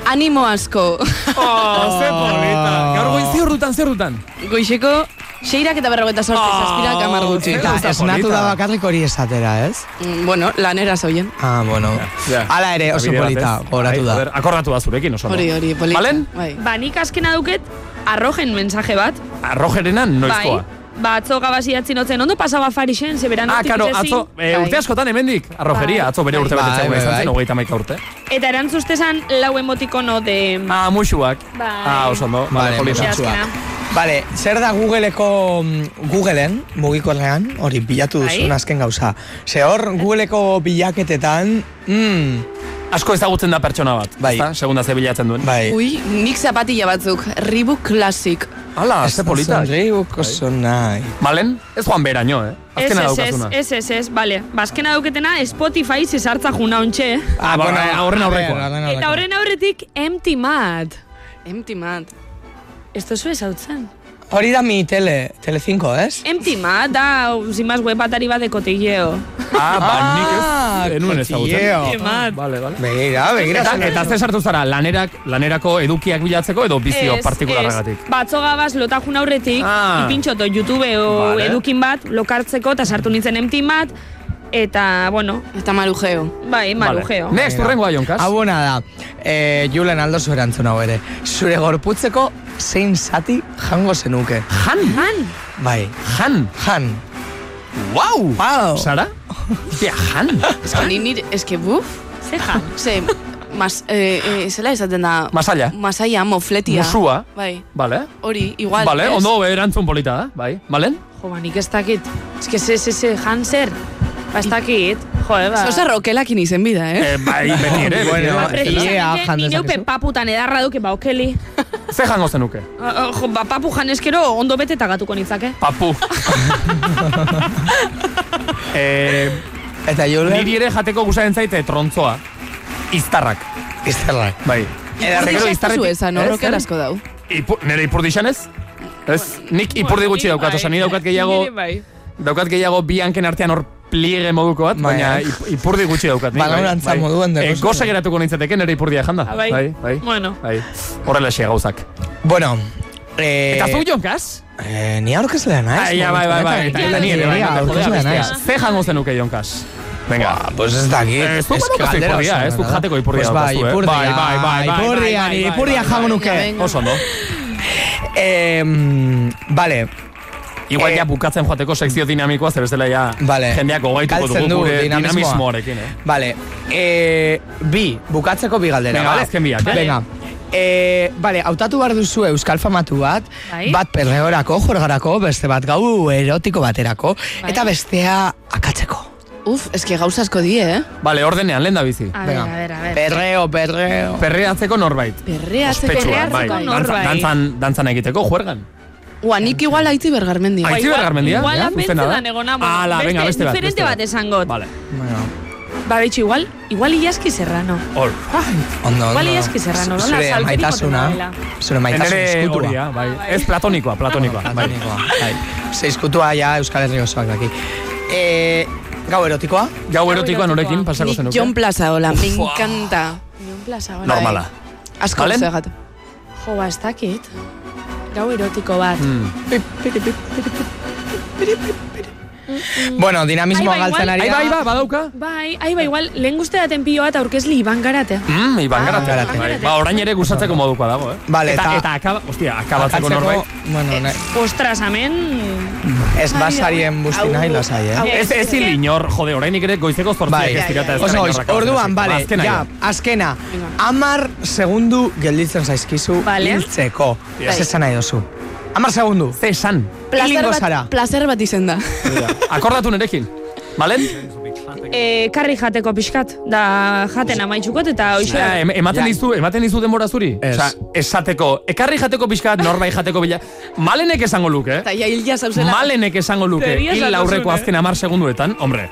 Speaker 17: Animo asko.
Speaker 3: Oh, ze polita. Gaur goiz ziurrutan, ziurrutan.
Speaker 17: Goizeko seirak eta berrogeita sortu,
Speaker 3: Ah,
Speaker 17: zazpirak amar gutxi.
Speaker 4: Eta esnatu da bakarrik hori esatera, ez?
Speaker 17: Mm, Bueno, lanera zoien.
Speaker 4: Ah, bueno. Hala ere, oso
Speaker 3: Bide bat,
Speaker 4: polita,
Speaker 3: ez?
Speaker 4: goratu
Speaker 3: Bai,
Speaker 4: da.
Speaker 3: joder, Akordatu da zurekin, oso. ondo.
Speaker 17: Hori, hori, polita.
Speaker 3: Balen?
Speaker 17: Bai.
Speaker 5: Ba, nik azkena duket, arrojen mensaje bat.
Speaker 3: Arrojerena
Speaker 5: Bai.
Speaker 3: noizkoa.
Speaker 5: Ba, atzo gabaz idatzi notzen, ondo pasaba farixen, ze beran
Speaker 3: Ah, karo, atzo,
Speaker 17: Bai.
Speaker 3: eh, urte askotan hemendik, arrojeria,
Speaker 5: Bai.
Speaker 3: atzo bere
Speaker 5: Bai.
Speaker 3: urte
Speaker 4: Bai,
Speaker 3: betetzea gure
Speaker 4: bai,
Speaker 3: izan zen,
Speaker 4: bai.
Speaker 3: hogeita maika urte.
Speaker 5: Eta erantzustezan lau emotikono de...
Speaker 3: Ah, musuak.
Speaker 5: Bai.
Speaker 3: Ah, oso, no?
Speaker 4: Vale, musuak. Vale, zer da Googleeko mm, Googleen mugikorrean, hori bilatu duzun
Speaker 3: Bai.
Speaker 4: azken gauza. Ze hor Googleeko bilaketetan, mm,
Speaker 3: Asko ezagutzen da pertsona bat, bai. ezta? Segunda ze bilatzen duen.
Speaker 4: Bai.
Speaker 17: Ui, nik zapatilla batzuk. Reebok Classic.
Speaker 3: Hala, ze polita. Bai.
Speaker 4: Sonreiuko sonai.
Speaker 3: Malen, ez joan beraino, eh?
Speaker 5: Ez,
Speaker 3: Azkena
Speaker 5: ez, ez,
Speaker 3: daukazuna.
Speaker 5: ez, ez, ez, bale. Ba, azkena dauketena Spotify zesartza juna ontxe.
Speaker 3: Ah, bueno, horren aurrekoa.
Speaker 5: Eta horren aurretik Empty Mad.
Speaker 17: Empty Mad.
Speaker 5: Ez tozu ez hau zen.
Speaker 4: Hori da mi tele, Telecinco, ez?
Speaker 5: Empty Mad da, sin más web atari bat de cotilleo.
Speaker 3: Ah, ba, nik
Speaker 4: Ah,
Speaker 3: ez, enuen
Speaker 4: cotilleo.
Speaker 3: ezagutzen.
Speaker 5: Mad.
Speaker 3: Ah, Vale, vale.
Speaker 4: Begira, begira.
Speaker 3: Eta,
Speaker 4: zure-
Speaker 3: eta ze sartu zara, lanerak, lanerako edukiak bilatzeko edo bizio
Speaker 5: Ez,
Speaker 3: partikularragatik?
Speaker 5: ez. Bai, Batzo gabaz lotajun aurretik,
Speaker 3: Ah.
Speaker 5: ipintxoto YouTube o
Speaker 3: Vale.
Speaker 5: edukin bat, lokartzeko, eta sartu nintzen empty bat, eta, bueno...
Speaker 17: Eta marujeo.
Speaker 5: Bai, marujeo.
Speaker 3: urrengoa jonkaz.
Speaker 4: Abona da, e, Julen aldo zu erantzun hau ere. Zure gorputzeko zein zati jango zenuke.
Speaker 3: Han?
Speaker 5: Han?
Speaker 4: Bai.
Speaker 3: Han?
Speaker 4: Han.
Speaker 3: Wow!
Speaker 4: Wow!
Speaker 3: Sara? Hostia, han?
Speaker 17: Ez
Speaker 3: bai.
Speaker 17: que ni nire, ez que buf.
Speaker 5: Ze ja.
Speaker 17: Ze, mas, eh, eh, zela esaten da...
Speaker 3: Masaia.
Speaker 17: Masaia, mofletia.
Speaker 3: Musua.
Speaker 17: Bai.
Speaker 3: Vale.
Speaker 17: Hori, igual.
Speaker 3: Vale,
Speaker 17: ez?
Speaker 3: ondo eh, erantzun polita da, bai. Malen?
Speaker 5: Jo, ba, nik ez dakit. Ez que ze, ze, ze, Hanser. Ba, ez dakit. Jo, eh, ba.
Speaker 17: Zosa rokelakin izen bida, eh?
Speaker 3: Eh, bai, beti ere. beti
Speaker 4: Bueno,
Speaker 3: ere.
Speaker 5: Precisamente, ni neu pepaputan edarra duke, ba, okeli.
Speaker 3: Ze jango zenuke?
Speaker 5: Ah, ah, Jo, ba, papu janezkero ondo bete eta gatuko nitzake.
Speaker 3: Papu. eh,
Speaker 4: Eta Julen?
Speaker 3: Niri ere jateko gusatzen zaite trontzoa. Iztarrak.
Speaker 4: Iztarrak.
Speaker 3: Bai.
Speaker 17: Ipurdi esan ezan,
Speaker 3: Ez,
Speaker 17: horrokel asko dau.
Speaker 3: Ipu, nere ipurdixan ez? Ez, nik ipurdi gutxi daukat, osa ni daukat gehiago,
Speaker 17: bai.
Speaker 3: daukat gehiago bi hanken artean hor pliege moduko bat,
Speaker 4: Bai,
Speaker 3: baina
Speaker 4: eh?
Speaker 3: ip- ipurdi gutxi daukat. nik, bai,
Speaker 4: Balorantza
Speaker 3: bai.
Speaker 4: moduan dago
Speaker 3: Eh,
Speaker 4: zure.
Speaker 3: Goza geratuko nintzateke nere ipurdia janda.
Speaker 5: Ah, bai.
Speaker 3: bai.
Speaker 5: Bueno.
Speaker 3: Bai. Horrela xe gauzak.
Speaker 4: Bueno, eh,
Speaker 3: Eta zu jonkaz?
Speaker 4: Eh, ni aurkezlea naiz.
Speaker 3: Ai, ja, bai, bai, bai. Eta, eta ni ere,
Speaker 4: Ni
Speaker 3: bai. no te jodeas,
Speaker 4: aurkezlea
Speaker 3: bestea.
Speaker 4: naiz.
Speaker 3: Ze jango zenuke jonkaz? Venga.
Speaker 4: Pues ez dakit.
Speaker 3: Eh, zuk
Speaker 4: Ez
Speaker 3: badaukazu
Speaker 4: galdera
Speaker 3: ipurdia,
Speaker 4: oso
Speaker 3: eh? Zuk
Speaker 4: ona da.
Speaker 3: jateko ipurdia
Speaker 4: Pues bai,
Speaker 3: daukazu, eh?
Speaker 4: ipurdia,
Speaker 3: Bai, bai, bai, bai,
Speaker 4: ipurdia,
Speaker 3: bai,
Speaker 4: nire
Speaker 3: bai,
Speaker 4: ipurdia
Speaker 3: bai,
Speaker 4: jango
Speaker 3: bai,
Speaker 4: nuke.
Speaker 3: Oso, no?
Speaker 4: Eh, mm, vale,
Speaker 3: Igual ja bukatzen joateko sekzio dinamikoa, zer bestela ja
Speaker 4: Vale.
Speaker 3: jendeak gogaituko
Speaker 4: Galtzen
Speaker 3: dugu
Speaker 4: du
Speaker 3: gure
Speaker 4: dinamismoa.
Speaker 3: dinamismoarekin. Eh?
Speaker 4: Vale, eh, bi, bukatzeko bi galdera,
Speaker 3: Venga,
Speaker 4: vale?
Speaker 3: azken biak, eh?
Speaker 4: Venga. Eh, vale, hautatu behar duzu euskal famatu bat,
Speaker 5: Bai.
Speaker 4: bat perreorako, jorgarako, beste bat gau erotiko baterako, eta bestea akatzeko.
Speaker 17: Bai. Uf, eske gauza asko die, eh?
Speaker 3: Vale, ordenean, lehen da bizi.
Speaker 17: A
Speaker 4: ver,
Speaker 17: a ver, a ver.
Speaker 4: Perreo, perreo.
Speaker 3: Perreatzeko norbait.
Speaker 17: Perreatzeko,
Speaker 3: Ospetsua, bai.
Speaker 17: perreatzeko
Speaker 3: Dantza-
Speaker 17: norbait.
Speaker 3: Dantzan, dantzan egiteko, juergan.
Speaker 17: Ua, nik igual aitzi bergarmendia.
Speaker 3: Aitzi Ba, igual- Bergarmendia,
Speaker 5: Igual
Speaker 3: ja,
Speaker 5: apentzu
Speaker 3: uzten da.
Speaker 5: da negona. bueno,
Speaker 3: Ala,
Speaker 5: beste,
Speaker 3: venga, beste bat,
Speaker 5: Diferente
Speaker 3: beste
Speaker 5: bat esangot.
Speaker 3: Vale.
Speaker 5: Ba, betxo, igual, igual ilaski serrano.
Speaker 3: Hor.
Speaker 4: Ondo,
Speaker 5: Igual ilaski serrano. nola
Speaker 4: Zure
Speaker 5: salpikota
Speaker 4: maitasuna,
Speaker 5: dela.
Speaker 4: zure maitasun
Speaker 3: Enere
Speaker 4: eskutua.
Speaker 3: hori, ah, bai. Ez platonikoa, platonikoa. bai.
Speaker 4: Bai. Ze izkutua ja Euskal Herri osoak daki. Eh, gau erotikoa?
Speaker 3: Gau erotikoa norekin pasako
Speaker 17: Nik
Speaker 3: zenuke?
Speaker 17: Jon Plaza hola, me
Speaker 3: Ua.
Speaker 17: encanta. Jon Plaza hola.
Speaker 3: Normala.
Speaker 17: Asko
Speaker 3: Valen?
Speaker 17: gauza gatu.
Speaker 5: eh. Jo, ba, ez dakit. Gau erotiko bat.
Speaker 3: Mm.
Speaker 4: Bueno, dinamismoa
Speaker 17: Bai,
Speaker 5: Ai, ba,
Speaker 4: galtzen
Speaker 5: igual-
Speaker 3: bai,
Speaker 4: ari da.
Speaker 5: Ai, ba, ai, ba,
Speaker 3: badauka.
Speaker 5: Bai, ai, ba, igual, lehen guzti daten pilo bat aurkezli Iban Garate.
Speaker 3: Mm, Iban
Speaker 5: Ah,
Speaker 3: Garate.
Speaker 5: Garate.
Speaker 3: bai. Ba, orain ere gustatzeko modukoa dago, eh?
Speaker 4: Vale,
Speaker 3: eta,
Speaker 4: eta-
Speaker 3: eta, akaba, hostia, akabatzeko norbait.
Speaker 4: Bueno, ne,
Speaker 5: Eh, Ostras, amen.
Speaker 4: ez basarien busti nahi lasai, eh?
Speaker 3: Ez, ez hil inor, jode, orainik ere goizeko zortziak
Speaker 4: Bai,
Speaker 3: ez dira eta ez
Speaker 4: oso
Speaker 3: da
Speaker 4: goiz,
Speaker 3: inorrak abatzen
Speaker 4: orduan,
Speaker 3: hasiko.
Speaker 4: bale,
Speaker 3: Azkena
Speaker 4: ja, azkena, amar segundu gelditzen zaizkizu
Speaker 17: Bale.
Speaker 4: hiltzeko.
Speaker 17: Bai.
Speaker 4: Ez esan nahi dozu. Amar segundu.
Speaker 3: Ze esan.
Speaker 4: Hilingo zara.
Speaker 17: bat, plazer bat izen da.
Speaker 3: Akordatu nerekin. Balen?
Speaker 5: E, karri jateko pixkat, da jaten amaitxukot eta hoxe.
Speaker 3: Ja, Eh, em- ematen dizu, ematen dizu denbora zuri?
Speaker 4: Ez.
Speaker 3: Osea, esateko, ekarri jateko pixka, norbait jateko bila. Malenek esango luke,
Speaker 17: Eta
Speaker 3: eh?
Speaker 17: ja hil ja zauzela.
Speaker 3: Malenek esango luke,
Speaker 17: Teoria
Speaker 3: hil
Speaker 17: esan
Speaker 3: aurreko
Speaker 17: duzun, eh?
Speaker 3: azken amar segunduetan, hombre.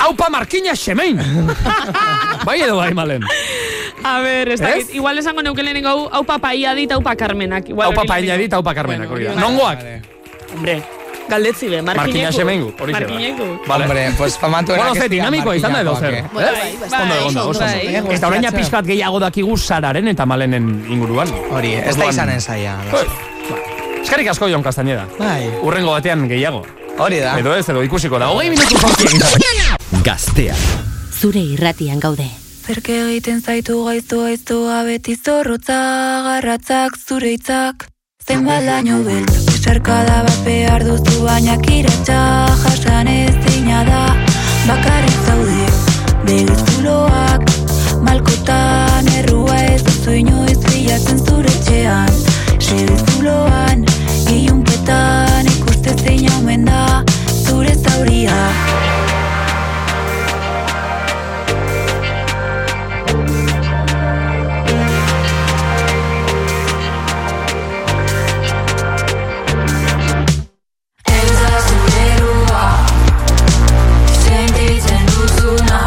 Speaker 3: Aupa markina xemein! bai edo bai, Malen.
Speaker 5: A ber, ez
Speaker 3: Ez?
Speaker 5: dakit, igual esango neuken lehenengo hau, hau papaia dit, hau pa Carmenak. Igual
Speaker 3: Aupa
Speaker 5: hori
Speaker 3: paella dit, aupa karmenak hori da. Nongoak?
Speaker 5: Hombre, galdetzi be,
Speaker 3: Markina xemengu, hori da.
Speaker 5: Markineku.
Speaker 3: Vale.
Speaker 4: Hombre, pues famatu
Speaker 3: Bueno, ze, dinamikoa izan da edo zer. Eh?
Speaker 17: Bueno, bai, bai,
Speaker 3: Ondo
Speaker 17: bai,
Speaker 3: egonda, oso
Speaker 17: oso ondo,
Speaker 3: ondo.
Speaker 17: bai, bai,
Speaker 3: Eta orain ja
Speaker 17: gustatxo.
Speaker 3: pixkat gehiago dakigu sararen eta malenen inguruan.
Speaker 4: Hori, ez da
Speaker 3: Orduan-
Speaker 4: izanen zaila.
Speaker 3: Bai, ba. Eskerrik asko Jon Castañeda.
Speaker 4: Bai.
Speaker 3: Urrengo batean gehiago.
Speaker 4: Hori da.
Speaker 3: Edo ez, edo ikusiko da. Hogei minutu zortzi egin da.
Speaker 19: Gaztea.
Speaker 13: Zure irratian gaude.
Speaker 16: Zerke egiten zaitu gaiztu gaiztua beti zorrotza garratzak zure hitzak Zenbat laino beltz Besarkada bat behar duzu baina kiratxa jasan ez dina da Bakarrik zaude begiz zuloak Malkotan errua ez duzu inoiz bilatzen zure etxean Segiz zuloan ilunpetan ikuste zein omen da Zure zauriak
Speaker 8: Entza zurerua Sentitzen duzuna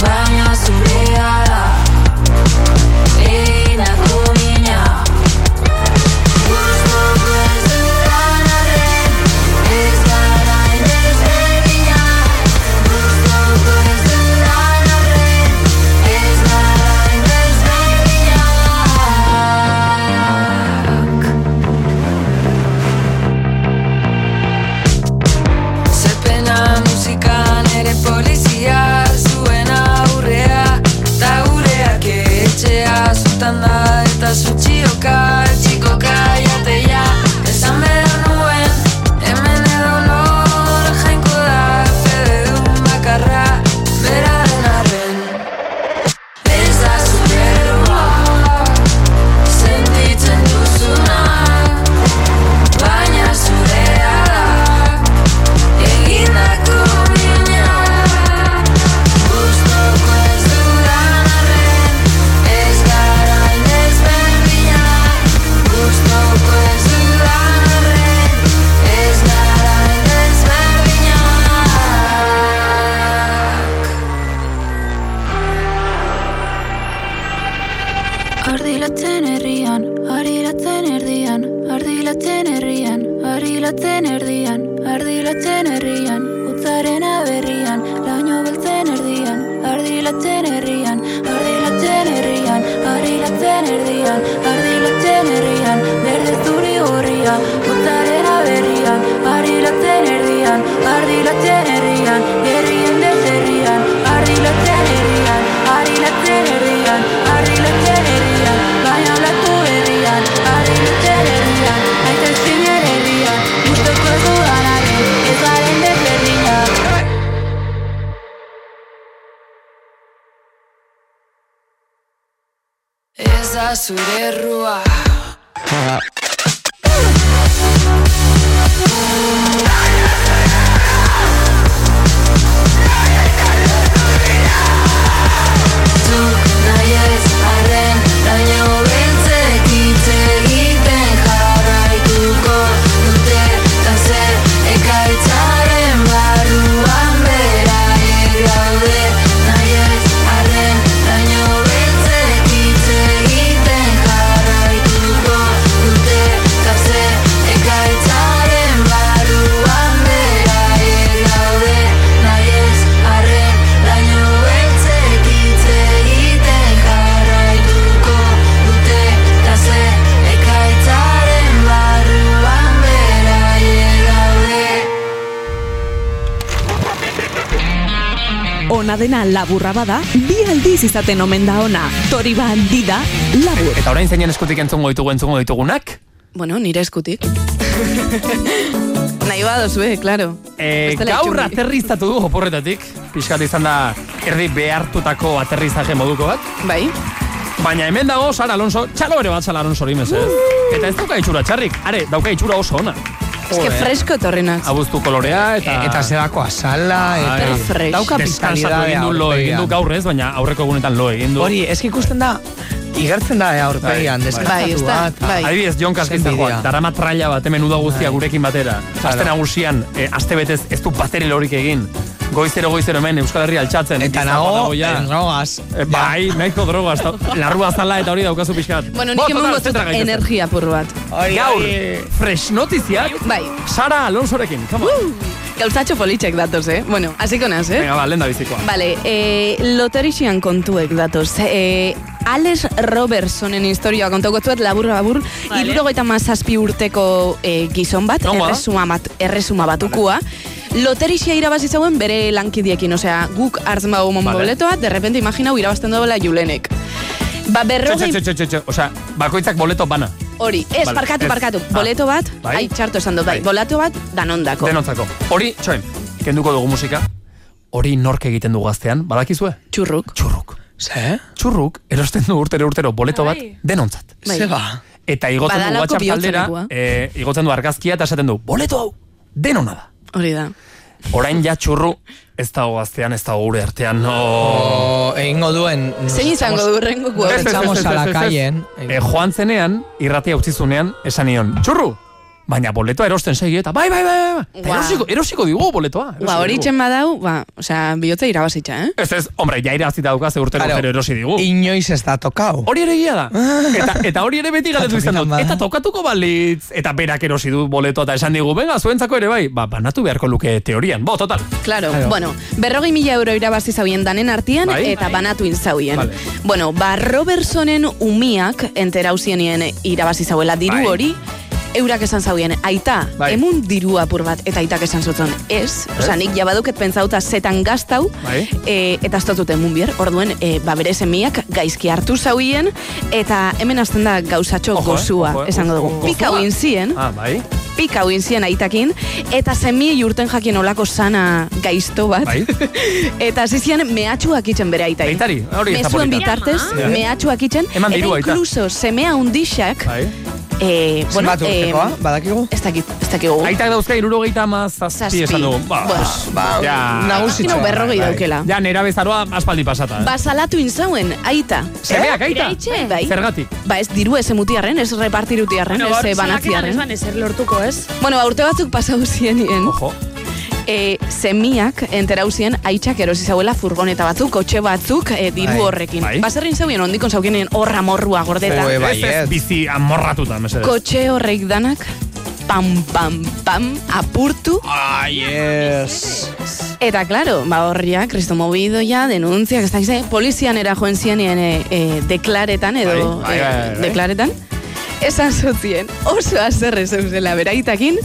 Speaker 8: Baina zurea da Egindako mina Gustuko ez dudan arren Ez gara indesberdinak Gustuko ez dudan arren Ez gara indesberdinak
Speaker 16: Zepena musikan ere polizia zuen aurrea Ta gureak etxea zutan da eta zutxioka Txikoka jateia Esan behar nuen hemen edo nor jainko da Fede dun bakarra beraren arren Ez da zuberua Sentitzen duzuna Baina zurea da Egindako mina Guztoko ez dudan arren Ez gara indezberdina Guztoko ez dudan arren Ez gara indezberdina Ardilatzen herrian, ardilatzen erdian, ardilatzen herrian, ardilatzen erdian, ardilatzen herrian, utzaren aberrian, laino beltzen erdian, ardilatzen herrian, ardilatzen herrian, ardilatzen erdian, ardilatzen herrian, berde zuri gorria, utzaren aberrian, ardilatzen erdian, ardilatzen herrian, herrien deserrian, ardilatzen herrian, ardilatzen herrian, ardilatzen herrian, baina olatu herrian, ardilatzen herrian, aita ezin herrian,
Speaker 18: da zure errua Zu nahi ez arren Daino beltzek hitz egiten jarraituko dute Ta ze ekaitzaren barruan beraiek daude Nahi ez arren Daino beltzek hitz egiten jarraituko dute Ta ze ekaitzaren barruan beraiek daude Nahi ez arren Daino beltzek hitz egiten jarraituko dute Ta ze ekaitzaren barruan beraiek daude
Speaker 10: Ona dena laburra bada, bi aldiz izaten omen da ona. Tori bat dida, labur.
Speaker 3: Eta orain zeinen eskutik entzungo ditugu entzungo ditugunak?
Speaker 17: Bueno, nire eskutik. Nahi badozue, claro.
Speaker 3: E,
Speaker 17: Bestela
Speaker 3: gaur
Speaker 17: itxuri.
Speaker 3: aterriztatu du oporretatik. Piskat izan da erdi behartutako aterrizaje moduko bat.
Speaker 17: Bai.
Speaker 3: Baina hemen dago Sara Alonso, txalo ere bat Sara Alonso hori mesedez. Eta ez dauka itxura txarrik, are, dauka itxura oso ona.
Speaker 17: Eske fresko torrenak.
Speaker 3: Abuztu kolorea eta...
Speaker 17: E- eta
Speaker 3: zelako azala,
Speaker 4: eta- fresh. dauka
Speaker 3: Deskansatu
Speaker 4: vitalidadea
Speaker 3: egin du lo,
Speaker 4: aurpegian.
Speaker 3: egin du gaur ez, baina aurreko egunetan lo egin du.
Speaker 4: Hori, eski ikusten da, igertzen da eh, aurpegian,
Speaker 3: Bai,
Speaker 17: Bai,
Speaker 4: deskantatu bat.
Speaker 3: ba,
Speaker 4: bai.
Speaker 3: Adibidez, Jon Kaskintza
Speaker 4: Zenbidea.
Speaker 3: joan, darama traila bat hemen uda
Speaker 4: Bai.
Speaker 3: guztia gurekin batera. Aste nagusian, e, aste betez ez du bateri lorik egin. Goizero, goizero hemen Euskal Herria altxatzen. Eta
Speaker 4: nago, en drogas.
Speaker 3: bai, nahiko drogas. da- Larrua zala eta hori daukazu pixkat.
Speaker 17: Bueno, nik emango zut energia purru bat.
Speaker 3: Gaur, fresh notiziak,
Speaker 17: Bai. Uh,
Speaker 3: Sara Alonsorekin, come on.
Speaker 17: Gauzatxo politxek datoz, eh? Bueno, hasiko naz, eh?
Speaker 3: Venga, ba, lehen da bizikoa.
Speaker 17: Bale, e, loterixian kontuek datoz. E, Alex Robertsonen historioa kontauko zuet, labur, labur, vale. irurogeita mazazpi urteko e, gizon bat,
Speaker 11: Nongoa?
Speaker 3: eh?
Speaker 17: erresuma, bat, erresuma batukua. Loterixia irabazi zauen bere lankidiekin, osea, guk hartzen bago
Speaker 3: Vale.
Speaker 17: monboletoa, de repente imaginau irabazten dobela julenek. Ba, berrogei...
Speaker 3: Txo, txo, txo, txo, Osea, bakoitzak boleto bana.
Speaker 17: Hori, ez,
Speaker 3: Vale,
Speaker 17: barkatu,
Speaker 3: ez.
Speaker 17: barkatu.
Speaker 3: Ah,
Speaker 17: Boleto bat,
Speaker 3: bai.
Speaker 17: ai, txarto esan dut, bai. Boleto bat, danondako.
Speaker 3: Denontzako. Hori, txoen, kenduko dugu musika. Hori nork egiten du gaztean, badakizue?
Speaker 17: Txurruk.
Speaker 3: Txurruk. Ze? Txurruk, erosten du urtero urtero boleto bat, denontzat.
Speaker 4: Bai. Ze ba?
Speaker 3: Eta igotzen du
Speaker 17: Badalako
Speaker 3: WhatsApp
Speaker 17: bihotza
Speaker 3: taldera,
Speaker 17: lekua.
Speaker 3: e, igotzen du argazkia eta esaten du, boleto hau, denona da.
Speaker 17: Hori da.
Speaker 3: Orain ja txurru, ez dago gaztean, ez dago gure artean, no...
Speaker 4: Oh, egingo duen...
Speaker 17: Zein izango du rengo
Speaker 4: Nos echamos a la callen.
Speaker 3: Eh, joan zenean, irratia utzizunean, esan nion, txurru, baina boletoa erosten segi eta bai, bai, bai, bai, bai. Eta
Speaker 17: Guau.
Speaker 3: Erosiko, erosiko digu boletoa. erosiko
Speaker 17: Ba, hori
Speaker 3: digu.
Speaker 17: itxen badau, ba, osea, bihotza irabazitxa, eh?
Speaker 3: Ez ez, hombre, ja irabazita dauka ze urtero
Speaker 4: Claro.
Speaker 3: urtero erosi digu.
Speaker 4: Inoiz ez da tokau.
Speaker 3: Hori ere egia da. Eta, eta hori ere beti galdetu izan dut. Eta tokatuko balitz, eta berak erosi du boleto eta esan digu, venga, zuentzako ere bai, ba, banatu beharko luke teorian. Bo, total.
Speaker 17: Claro, bueno, berrogei mila euro irabazi zauen danen artian
Speaker 3: Bai.
Speaker 17: eta banatu inzauien.
Speaker 3: Vale.
Speaker 17: Bueno, ba, Robertsonen umiak enterauzionien irabazi zauela diru
Speaker 11: Bai.
Speaker 17: hori, eurak esan zauen, aita,
Speaker 3: Bai.
Speaker 17: emun diru apur bat, eta aitak esan zutzen, ez, osea, nik jabaduket pentsauta zetan gaztau,
Speaker 11: Bai.
Speaker 17: e, eta ez dut emun bier, orduen, e, ba, bere semiak gaizki hartu zauien, eta hemen azten da gauzatxo
Speaker 11: Ojo, eh,
Speaker 17: gozua,
Speaker 11: ojo, eh,
Speaker 17: esango dugu.
Speaker 11: gozua.
Speaker 17: Pikau inzien,
Speaker 3: Ah, bai.
Speaker 17: pika hauin ziren aitakin, eta semi urten jakin olako sana gaizto bat.
Speaker 3: Bai.
Speaker 17: eta hasi zian mehatxuak itzen bere aitai.
Speaker 3: Aitari, hori ez da
Speaker 17: Mezuen
Speaker 3: polita.
Speaker 17: bitartez,
Speaker 3: Bai.
Speaker 17: mehatxuak itzen,
Speaker 3: Eman
Speaker 17: eta
Speaker 3: diru aita.
Speaker 17: inkluso semea undixak,
Speaker 3: Bai.
Speaker 17: eh, bueno,
Speaker 3: Zenbat urtekoa,
Speaker 4: badakigu?
Speaker 17: Ez dakit, ez dakigu.
Speaker 3: Aitak dauzka irurogeita mazazpi
Speaker 17: Zazpi.
Speaker 3: esan dugu. Ba,
Speaker 17: Bueno,
Speaker 3: pues, ja. Bai,
Speaker 17: nagusitxo. Imagino berrogei daukela.
Speaker 3: Ja, nera bezaroa aspaldi pasata. eh.
Speaker 17: Basalatu inzauen, aita.
Speaker 3: Semeak, Eh, aita?
Speaker 17: Bai, bai.
Speaker 3: Zergatik?
Speaker 17: Ba ez diru ez emutiarren, ez repartirutiarren,
Speaker 5: Bueno,
Speaker 17: ez
Speaker 5: hor,
Speaker 17: banatziarren.
Speaker 5: salaketan ez ban ezer lortuko, ez?
Speaker 17: Bueno, ba, urte batzuk pasau zienien.
Speaker 3: Ojo.
Speaker 17: E, semiak enterauzien aitzak erosi zauela furgoneta batzuk, kotxe batzuk e, diru
Speaker 3: Bai,
Speaker 17: horrekin.
Speaker 3: bai.
Speaker 17: Baserrin zeuen ondikon zaukinen horra morrua gordeta.
Speaker 3: Ez, bai, ez, bizi amorratuta, mesedez.
Speaker 17: Kotxe horrek danak, pam, pam, pam, apurtu.
Speaker 3: Ai, yes.
Speaker 17: Eta, claro, ba horria, kristo movido ja, denuntziak, ez dakize, polizian eh, era joen zienien e, e, deklaretan, edo
Speaker 11: Bai, bai,
Speaker 17: e,
Speaker 11: bai, bai.
Speaker 17: deklaretan, esan zotzien, oso azerre zeuzela beraitakin,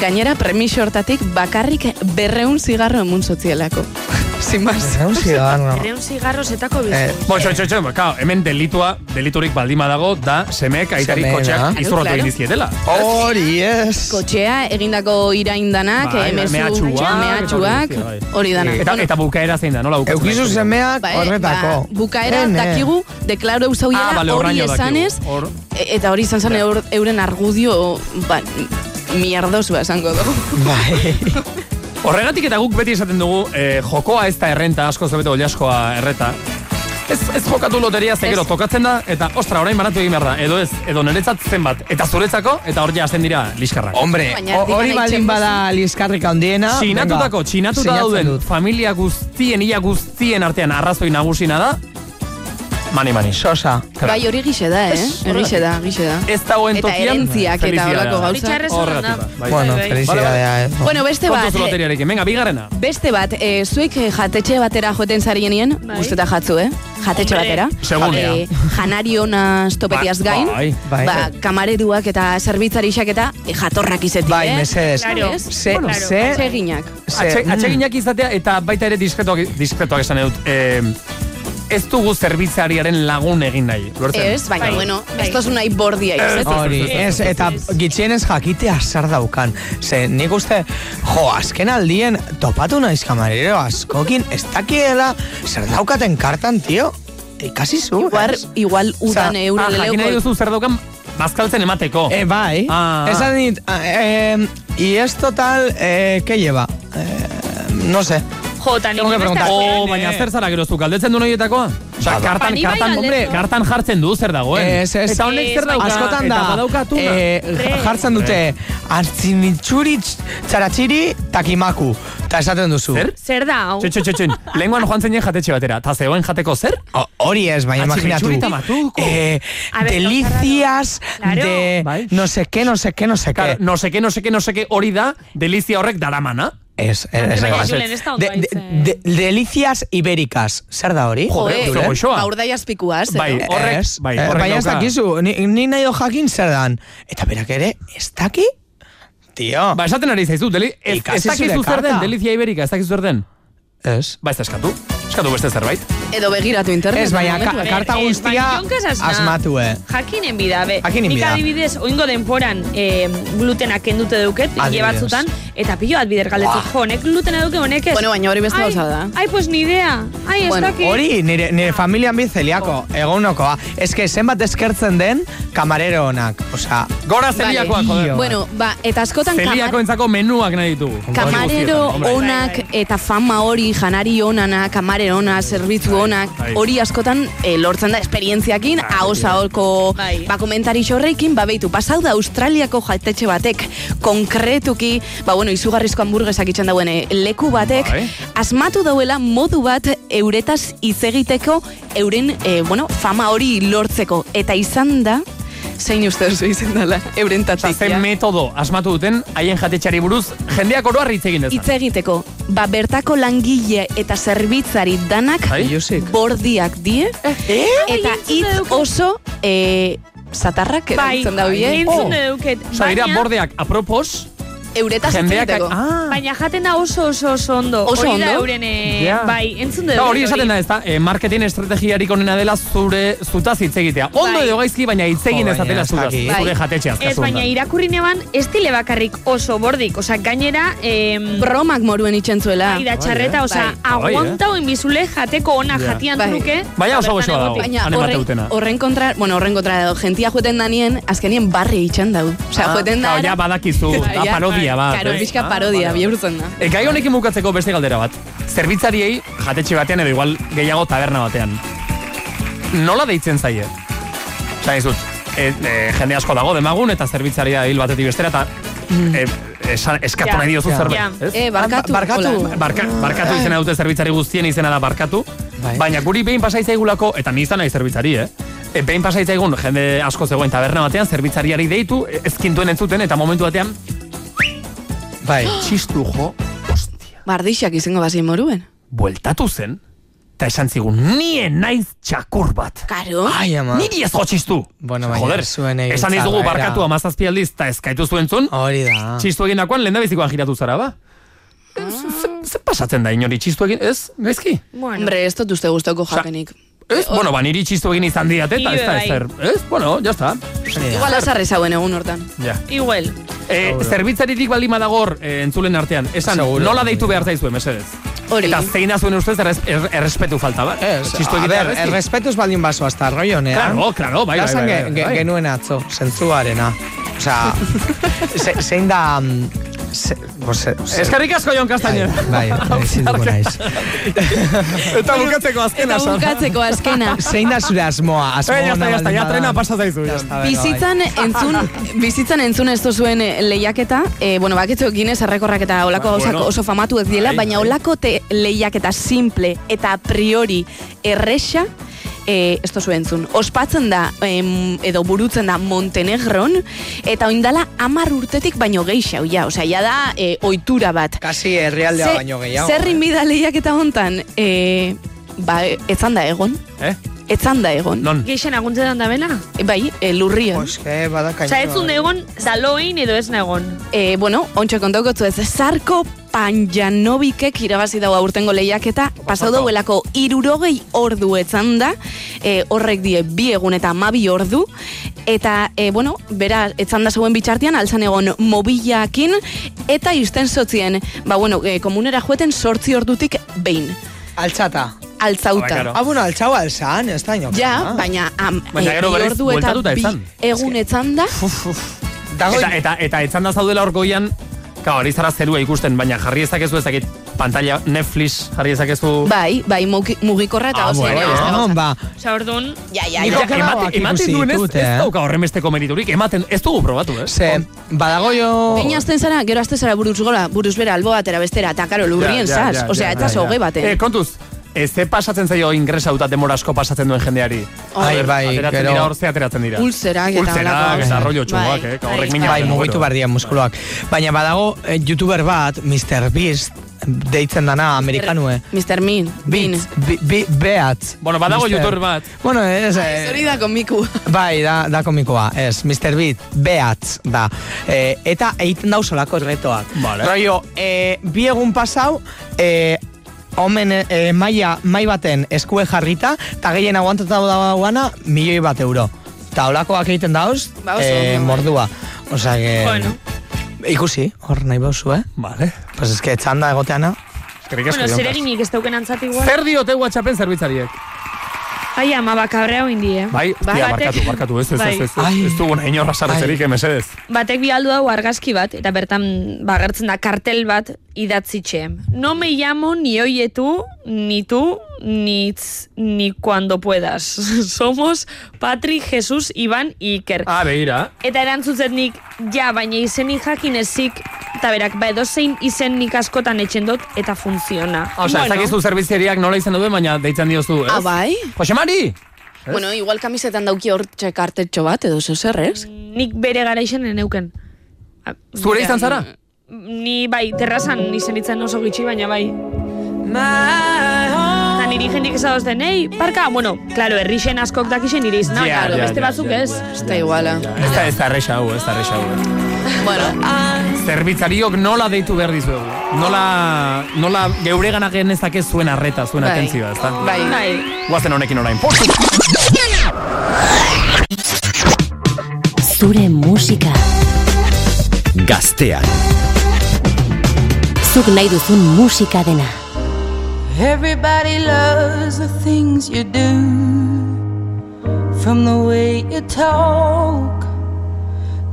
Speaker 17: Gainera, premisio hortatik bakarrik berreun zigarro emun sotzielako. Sin más.
Speaker 4: Berreun zigarro.
Speaker 5: Berreun zigarro zetako bizu.
Speaker 3: Eh, bo, xo, xo, xo, kao, hemen delitua, deliturik baldima dago, da semek aitari
Speaker 4: Semena.
Speaker 3: kotxeak
Speaker 4: Claro,
Speaker 3: izurratu
Speaker 4: claro.
Speaker 3: egin dizkietela.
Speaker 4: Hori ez.
Speaker 17: Kotxea, egindako iraindanak,
Speaker 3: Bai,
Speaker 17: emezu,
Speaker 3: mehatxuak,
Speaker 17: mehatxuak,
Speaker 3: eta hori guztia, bai.
Speaker 17: hori dana.
Speaker 3: Eta, eta bukaera zein da, nola bukatzen?
Speaker 4: Eukizu
Speaker 3: da?
Speaker 4: semeak
Speaker 17: Ba, eh,
Speaker 4: horretako.
Speaker 17: ba, bukaera dakigu,
Speaker 3: Ah,
Speaker 17: deklaro eusauiela
Speaker 3: bale,
Speaker 17: hori
Speaker 3: horraino dakigu.
Speaker 17: esanez,
Speaker 3: Hor-
Speaker 17: e- eta hori izan zen eur- euren argudio, ba, mierdosua esango dugu.
Speaker 3: Horregatik eta guk beti esaten dugu, eh, jokoa ez da errenta, asko zobeto oliaskoa erreta. Ez, ez jokatu loteria, ze gero tokatzen da, eta ostra, orain banatu egin behar da, edo ez, edo niretzat zenbat, eta zuretzako, eta hor ja hasten dira liskarrak.
Speaker 4: Hombre, ho- hori baldin bada liskarrik handiena.
Speaker 3: Sinatutako,
Speaker 4: venga,
Speaker 3: sinatuta
Speaker 4: sinatzen
Speaker 3: dauden,
Speaker 4: dut.
Speaker 3: familia guztien, ia guztien artean arrazoi nagusina da, mani, mani.
Speaker 4: Sosa.
Speaker 17: Bai, hori gixe da, eh? Hori da, gixe da.
Speaker 3: Ez dagoen
Speaker 17: Eta
Speaker 3: tokian,
Speaker 17: herentziak eta
Speaker 3: felizidadea.
Speaker 17: horako gauza.
Speaker 3: Horregatik da, bai.
Speaker 4: Bueno,
Speaker 3: Bai, bai.
Speaker 4: felicidadea,
Speaker 3: Bale,
Speaker 4: eh.
Speaker 3: bale.
Speaker 17: Bueno, beste bat,
Speaker 3: Kontuz
Speaker 17: eh.
Speaker 3: loteriarekin, venga, bigarrena.
Speaker 17: Beste bat, e, zuek eh, jatetxe batera joeten zarenien, bai. guztetan jatzu, eh? Jatetxe
Speaker 3: Hombre.
Speaker 17: batera.
Speaker 3: Segurea.
Speaker 17: Eh, janari ona topetiaz
Speaker 3: Ba-
Speaker 17: gain,
Speaker 3: bai, bai.
Speaker 17: ba, kamareduak eta zerbitzarixak eta eh, jatorrak izetik,
Speaker 4: Bai,
Speaker 17: eh?
Speaker 4: mesedez. Claro.
Speaker 17: Ez?
Speaker 4: Ze- Bueno. ze-
Speaker 17: Atseginak.
Speaker 4: Ze-
Speaker 3: Atxe,
Speaker 4: mm.
Speaker 3: atseginak izatea eta baita ere diskretoak, diskretoak esan dut. Eh, ez dugu zerbitzariaren lagun egin nahi. Lortzen?
Speaker 17: Ez, baina, bueno,
Speaker 3: bai.
Speaker 17: ez tozu nahi bordia
Speaker 4: Ez,
Speaker 17: izetik.
Speaker 4: Hori, ez, eta gitxienez jakitea zer daukan. Ze, nik uste, jo, azken aldien topatu naiz kamarero askokin, ez dakiela zer daukaten kartan, tio. Ikasi zu,
Speaker 17: Igual, igual udan euro
Speaker 3: ah, jakin nahi duzu zer daukan bazkaltzen emateko.
Speaker 4: Eh, bai.
Speaker 3: Ah, ah.
Speaker 4: Esan dit, ah, eh, y es total, eh, ¿qué lleva? Eh, no sé.
Speaker 5: Jo, eta nik
Speaker 3: Tengo que preguntar.
Speaker 5: beste-
Speaker 3: Oh, baina zer zara gero zu, galdetzen du noietakoa? Osa,
Speaker 4: Bada.
Speaker 3: kartan,
Speaker 5: Ba, ni bai
Speaker 3: kartan,
Speaker 5: galdetu.
Speaker 3: hombre, kartan jartzen du zer dagoen.
Speaker 4: Ez, ez.
Speaker 3: Eta honek zer dauka?
Speaker 4: Eh, Askotan da,
Speaker 3: Eta badauka tuna.
Speaker 4: eh,
Speaker 3: Tres.
Speaker 4: jartzen dute, artzimitzuri, txaratxiri, takimaku. Eta esaten duzu.
Speaker 3: Zer?
Speaker 5: Zer da, hau?
Speaker 3: Txotxo, txotxo, lenguan joan zeinen jatetxe batera. Ta zegoen jateko zer?
Speaker 4: Hori ez, baina imaginatu.
Speaker 3: Atximitzuri eta matuko.
Speaker 4: Eh,
Speaker 3: A ver,
Speaker 4: delicias
Speaker 3: Claro.
Speaker 4: de no sé qué, no sé qué, no sé
Speaker 3: Claro,
Speaker 4: qué.
Speaker 3: no seke, no seke, no seke Bai. hori da, delizia horrek daramana.
Speaker 4: Ez, ez, ez.
Speaker 3: Baina,
Speaker 4: ez.
Speaker 3: Julen, ez da ondo
Speaker 4: De- de- de- delicias ibéricas. Zer da hori? Julen?
Speaker 17: Gaurdaiaz pikua,
Speaker 3: Bai, horrek,
Speaker 4: Ez,
Speaker 3: bai,
Speaker 4: eh,
Speaker 3: horrek
Speaker 4: baina ez
Speaker 3: dauka.
Speaker 4: dakizu, ni, ni nahi hor jakin zer dan. Eta berak ere, ez daki? Tio.
Speaker 3: Ba, esaten ari zaizu, deli, ez,
Speaker 4: Ikasi
Speaker 3: ez dakizu
Speaker 4: zure
Speaker 3: zer den,
Speaker 4: karta.
Speaker 3: delizia iberika, ez dakizu zer den.
Speaker 4: Ez.
Speaker 3: Ba, ez da eskatu. Eskatu beste zerbait.
Speaker 17: Edo begiratu internet.
Speaker 4: Ez, baina ka- Bai,
Speaker 5: eh,
Speaker 4: karta
Speaker 5: bai,
Speaker 4: guztia asmatu, eh.
Speaker 5: Jakinen bida, be.
Speaker 4: Jakinen
Speaker 5: Nik
Speaker 4: bida.
Speaker 5: adibidez, oingo denporan eh, glutena kendute duket,
Speaker 17: Adibidez.
Speaker 5: llebatzutan, eta pilo bat bider galdetu,
Speaker 17: Buah.
Speaker 5: jo, honek glutena duke, honek ez.
Speaker 17: Bueno, baina hori beste
Speaker 5: Ai,
Speaker 17: gauza da.
Speaker 5: Ai, pues ni idea. Ai, ez dakit.
Speaker 4: Hori, nire,
Speaker 17: Ah.
Speaker 4: nire familian bizeliako, egunokoa. Ez que zenbat eskertzen den, kamarero honak. Osea,
Speaker 3: Gora zeliakoak, joder.
Speaker 17: Bueno, ba, eta askotan kamar-
Speaker 3: Zeliako entzako menuak nahi ditugu.
Speaker 17: Kamarero onak eta fama hori, janari onana, kamarero ona, zerbitzu onak,
Speaker 3: bai.
Speaker 17: hori askotan eh, lortzen da esperientziakin, ahosa horko ba, komentari xorrekin, ba behitu, pasau da Australiako jatetxe batek, konkretuki, ba bueno, izugarrizko hamburgesak itxan dauen eh, leku batek,
Speaker 11: Bai.
Speaker 17: asmatu dauela modu bat euretaz hitz egiteko euren, eh, bueno, fama hori lortzeko, eta izan da, zein uste duzu izan dela, euren tatik.
Speaker 3: Zen metodo asmatu duten, haien jatetxari buruz, jendeak oro hitz egin dezan.
Speaker 17: hitz egiteko, ba bertako langile eta zerbitzari danak
Speaker 3: Bai?
Speaker 17: bordiak die,
Speaker 5: Eh?
Speaker 17: eta hitz oso e, zatarrak
Speaker 5: Bai,
Speaker 17: erabiltzen eh? dau
Speaker 5: bai,
Speaker 17: die.
Speaker 5: entzun duket.
Speaker 3: Osa, dira bordeak apropos,
Speaker 17: Euretaz hitz
Speaker 3: jendeak-
Speaker 17: egiteko.
Speaker 3: Ah.
Speaker 5: Baina jaten da oso oso oso ondo.
Speaker 17: Oso
Speaker 5: Hori da
Speaker 17: ondo?
Speaker 5: euren, eh,
Speaker 3: Ja.
Speaker 5: bai, entzun dut.
Speaker 3: Eta hori esaten da, ez da, eh, marketing estrategiarik onena dela zure zutaz hitz egitea.
Speaker 17: Bai.
Speaker 3: Ondo edo gaizki, baina hitz egin
Speaker 4: Jo,
Speaker 3: ez
Speaker 4: baina
Speaker 3: dela
Speaker 4: ez
Speaker 3: zutaz,
Speaker 4: dakit.
Speaker 3: zure
Speaker 4: Bai.
Speaker 3: jatetxeaz.
Speaker 5: Ez,
Speaker 3: kasu
Speaker 5: baina
Speaker 3: honetan.
Speaker 5: irakurri neban, ez dile bakarrik oso bordik, osea, gainera... em,
Speaker 17: Bromak moruen itxentzuela.
Speaker 5: Bai, da txarreta, osea,
Speaker 3: Bai, eh.
Speaker 5: aguanta oin bizule jateko ona
Speaker 3: Ja.
Speaker 5: jatian
Speaker 17: Bai.
Speaker 5: truke.
Speaker 3: Baina oso goxoa dago,
Speaker 17: Baina
Speaker 3: han emate
Speaker 17: horren,
Speaker 3: dutena.
Speaker 17: horren kontra, bueno, horren kontra edo, jentia joeten danien, azkenien barri itxan dau. Osea,
Speaker 3: Ah,
Speaker 17: joeten da...
Speaker 3: claro, ja badakizu, da parodia bat,
Speaker 17: Karo,
Speaker 3: eh?
Speaker 17: pixka
Speaker 3: Ah,
Speaker 17: parodia, bihurtzen da.
Speaker 3: E, gai honekin bukatzeko beste galdera bat. Zerbitzariei jatetxe batean edo igual gehiago taberna batean. Nola deitzen zaie? Zan izut, e, e, jende asko dago demagun eta zerbitzaria hil batetik bestera eta e, esan, eskatu
Speaker 17: Mm. Ja,
Speaker 3: nahi diozu
Speaker 17: ja.
Speaker 3: zerbait.
Speaker 17: Ja.
Speaker 3: ez?
Speaker 17: Eh, barkatu, Ba- barkatu. hola.
Speaker 3: Barka,
Speaker 5: Ah.
Speaker 3: barkatu izena dute zerbitzari guztien izena da barkatu.
Speaker 17: Bai.
Speaker 3: Baina guri behin pasaitzaigulako, eta ni izan nahi zerbitzari, eh? E, behin pasaitzaigun jende asko zegoen taberna batean, zerbitzariari deitu, e, ezkintuen entzuten, eta momentu batean...
Speaker 4: Bai.
Speaker 17: Bai.
Speaker 3: Txistu jo,
Speaker 17: Bardixak izango bazin moruen.
Speaker 3: bueltatu zen, eta esan zigun, nien naiz txakur bat.
Speaker 17: Karo.
Speaker 4: Ai, ama.
Speaker 3: Niri ez gotxistu.
Speaker 4: Bueno, baina
Speaker 3: Joder,
Speaker 4: zuen egin
Speaker 3: esan dizugu
Speaker 4: zarrera.
Speaker 3: barkatu amazazpi aldiz, eta eskaitu zuen zuen.
Speaker 4: Hori da.
Speaker 3: Txistu egindakoan, lehen da bizikoan giratu zara, ba? Zer pasatzen da inori txistu egin, ez? Gaizki?
Speaker 17: Bueno. Hombre, ez dut uste guztoko jakenik.
Speaker 3: Ez, bueno, ba, niri txistu egin izan diat, eta ez da
Speaker 17: Ibe
Speaker 3: ezer. Ez, bueno, jazta.
Speaker 17: bai. Igual azarrez hauen egun hortan.
Speaker 3: Ja.
Speaker 5: Igual.
Speaker 3: Eh,
Speaker 17: Seguro.
Speaker 3: zerbitzaritik baldin badagor eh, entzulen artean, esan
Speaker 4: Seguro.
Speaker 3: nola deitu behar zaizue, mesedez.
Speaker 17: Hori.
Speaker 3: Eta zein da zuen ustez erres, er, errespetu falta bat.
Speaker 4: Ez, a
Speaker 3: egitea
Speaker 4: ber,
Speaker 3: gaizki.
Speaker 4: errespetuz baldin bazo hasta arroi honean.
Speaker 3: Claro, claro, bai, bai,
Speaker 4: Plazan
Speaker 3: bai,
Speaker 4: ge-
Speaker 3: bai,
Speaker 4: ge-
Speaker 3: bai.
Speaker 4: genuen atzo, zentzuarena. Osea, ze, zein da... mm, Ze, bo, ze, ze-
Speaker 3: Eskerrik asko Jon Castañer.
Speaker 4: Bai, bai, ezin dugu naiz.
Speaker 3: Eta bukatzeko azkena.
Speaker 17: Eta bukatzeko azkena.
Speaker 4: Zein da zure asmoa? Asmoa
Speaker 3: Eh, ya está,
Speaker 4: ona
Speaker 3: ya está,
Speaker 4: baldin
Speaker 3: ya
Speaker 4: bada.
Speaker 3: trena pasa zaizu. ya.
Speaker 4: bai.
Speaker 17: Bizitzan entzun, bizitzan entzun ez duzuen eh, lehiaketa, e, bueno, bakitzu ginez errekorrak eta
Speaker 11: Ba,
Speaker 17: olako gauzak
Speaker 11: bueno.
Speaker 17: oso famatu ez dira,
Speaker 11: Bai,
Speaker 17: baina
Speaker 11: bai.
Speaker 17: olako te lehiaketa simple eta a priori erresa, e, ez duzuen entzun. Ospatzen da, em, edo burutzen da Montenegron, eta oindala amar urtetik baino gehiago, ja, osea, ja da eh, ohitura bat.
Speaker 4: Kasi herrialdea
Speaker 17: Ze-
Speaker 4: baino gehiago.
Speaker 17: Zerrin bida lehiaketa hontan, e, ba, etzan da egon.
Speaker 3: Eh?
Speaker 17: Etzan da egon.
Speaker 3: Non?
Speaker 5: Geixen aguntzen da bela?
Speaker 17: Bai, e, lurrian.
Speaker 4: Oske, badaka.
Speaker 5: Osa, ez zun egon, daloin edo ez nagon.
Speaker 17: E, bueno, ontsa kontaukotzu ez, Sarko Panjanovicek irabazi dago aurtengo lehiaketa, pasau dauelako irurogei ordu etzan da, e, horrek die bi egun eta mabi ordu, eta, e, bueno, bera, etzan da zeuen bitxartian, altzan egon mobilakin, eta izten sotzien, ba, bueno, e, komunera joeten sortzi ordutik behin.
Speaker 4: Altzata.
Speaker 17: Altzauta.
Speaker 4: Ah, bueno, altxau alzan, ez da inokana.
Speaker 17: Ja, baina am,
Speaker 3: Baina
Speaker 17: eh,
Speaker 3: gero
Speaker 17: bi
Speaker 3: berriz
Speaker 17: ordu eta
Speaker 3: bueltatuta
Speaker 17: bi
Speaker 3: etzan.
Speaker 17: egun etzan da.
Speaker 3: Eta, eta, eta etzan da zaudela hor goian, ka, hori zara zerua ikusten, baina jarri ezakezu ezakit, pantalla Netflix jarri ezakezu...
Speaker 17: Bai, bai, mugi- mugikorra eta
Speaker 3: Ah,
Speaker 17: oso.
Speaker 3: bueno, egon,
Speaker 4: ba.
Speaker 5: Osa, orduan...
Speaker 17: Ja, ja,
Speaker 3: Nik
Speaker 17: ja.
Speaker 3: ematen- ematen duenez, ez dauka horrenbesteko meriturik, ematen, ez dugu probatu, eh?
Speaker 4: eh. Ze, badago jo...
Speaker 17: Behin azten zara, gero azten zara buruz gora, buruz bera, albo batera bestera, eta karo, lurrien
Speaker 3: Ja, ja,
Speaker 17: zaz.
Speaker 3: ja,
Speaker 17: Osea,
Speaker 3: ja, ja,
Speaker 17: eta
Speaker 3: ja.
Speaker 17: zoge baten.
Speaker 3: Eh, kontuz, ez ze pasatzen zaio ingresauta demora asko pasatzen duen jendeari.
Speaker 4: Ai,
Speaker 3: Joder,
Speaker 4: bai,
Speaker 3: ateratzen
Speaker 4: gero-
Speaker 3: dira, hor ze ateratzen dira.
Speaker 17: Ulzerak eta
Speaker 3: Ulzerak,
Speaker 17: holako
Speaker 3: eta
Speaker 17: gauzak.
Speaker 3: rollo txungoak,
Speaker 17: Bai,
Speaker 3: eh? ka Horrek
Speaker 17: bai,
Speaker 3: mina.
Speaker 4: Bai, mugitu behar dira muskuloak. Baina badago eh, youtuber bat, Mr. Beast, deitzen dana amerikanue.
Speaker 17: Mr. Min, Bin.
Speaker 4: Bi, bi, beatz.
Speaker 3: Bueno, badago youtuber bat.
Speaker 4: Bueno, ez... eh,
Speaker 17: Hori da komiku.
Speaker 4: Bai, da, da komikoa, ez, Mr. Beat, beatz da. Eh, eta egiten dau solako retoak.
Speaker 3: Vale.
Speaker 4: Rollo, eh, bi egun pasau, eh, omen eh, maia, mai baten eskue jarrita, eta gehien aguantatu dagoana, milioi bat euro. Eta holakoak egiten dauz,
Speaker 17: Ba, oso
Speaker 4: eh,
Speaker 17: ondo, bai.
Speaker 4: mordua. Osa, que...
Speaker 5: Bueno.
Speaker 4: Ikusi, hor nahi bauzu, eh?
Speaker 3: Vale.
Speaker 4: Pues ez que txanda egoteana.
Speaker 5: Bueno, zer eginik ez dauken antzat igual.
Speaker 3: Bai, Zer diote WhatsAppen zerbitzariek?
Speaker 5: Ai, ama, bakabrea hoindi, eh? Bai.
Speaker 3: Bai, tia, barkatu, barkatu, ez, ez, ez, ez, ez,
Speaker 4: Bai.
Speaker 3: ez dugu nahi inorra sartzerik, emesedez.
Speaker 5: Batek bialdu hau argazki bat, eta bertan bagertzen da kartel bat idatzitxe. No me llamo ni oietu, ni tú, ni, tz- ni cuando puedas. Somos Patri, Jesus, Iban, Iker.
Speaker 3: Ah, begira.
Speaker 5: Eta erantzutzen nik, ja, baina izenik jakin ezik, eta berak, ba, edozein izen nik askotan etxen dut, eta funtziona.
Speaker 3: Ah, Osa, ez dakizu zerbitzariak nola izan duen, baina deitzen diozu, ez?
Speaker 17: Ah, bai?
Speaker 3: Jose Mari!
Speaker 17: Bueno, igual kamisetan dauki hor txekartetxo bat, edo zer ez?
Speaker 5: Mm, Nik bere gara izan neuken.
Speaker 3: Zure izan zara?
Speaker 5: Ni bai, terrazan izenitzen oso gitxi, baina bai. Eta niri jendik ez den, ei, parka, bueno, claro, herrixen askok dakixen nire izan,
Speaker 3: Ja,
Speaker 5: claro,
Speaker 3: ja,
Speaker 5: beste
Speaker 3: ja,
Speaker 5: batzuk
Speaker 3: ja.
Speaker 5: ez.
Speaker 17: Ez da iguala.
Speaker 3: Ez da, ez da erresa hau, ez da erresa hau.
Speaker 17: Bueno,
Speaker 3: Zerbitzariok nola deitu behar dizuegu? Nola, nola geuregan agenezak ez zuen arreta, zuen
Speaker 17: Bai.
Speaker 3: atentzioa, ez da?
Speaker 17: Bai. Bai.
Speaker 3: Guazen honekin orain.
Speaker 20: Zure musika.
Speaker 1: Gaztean.
Speaker 20: Zuk nahi duzun musika dena.
Speaker 18: Everybody loves the things you do. From the way you talk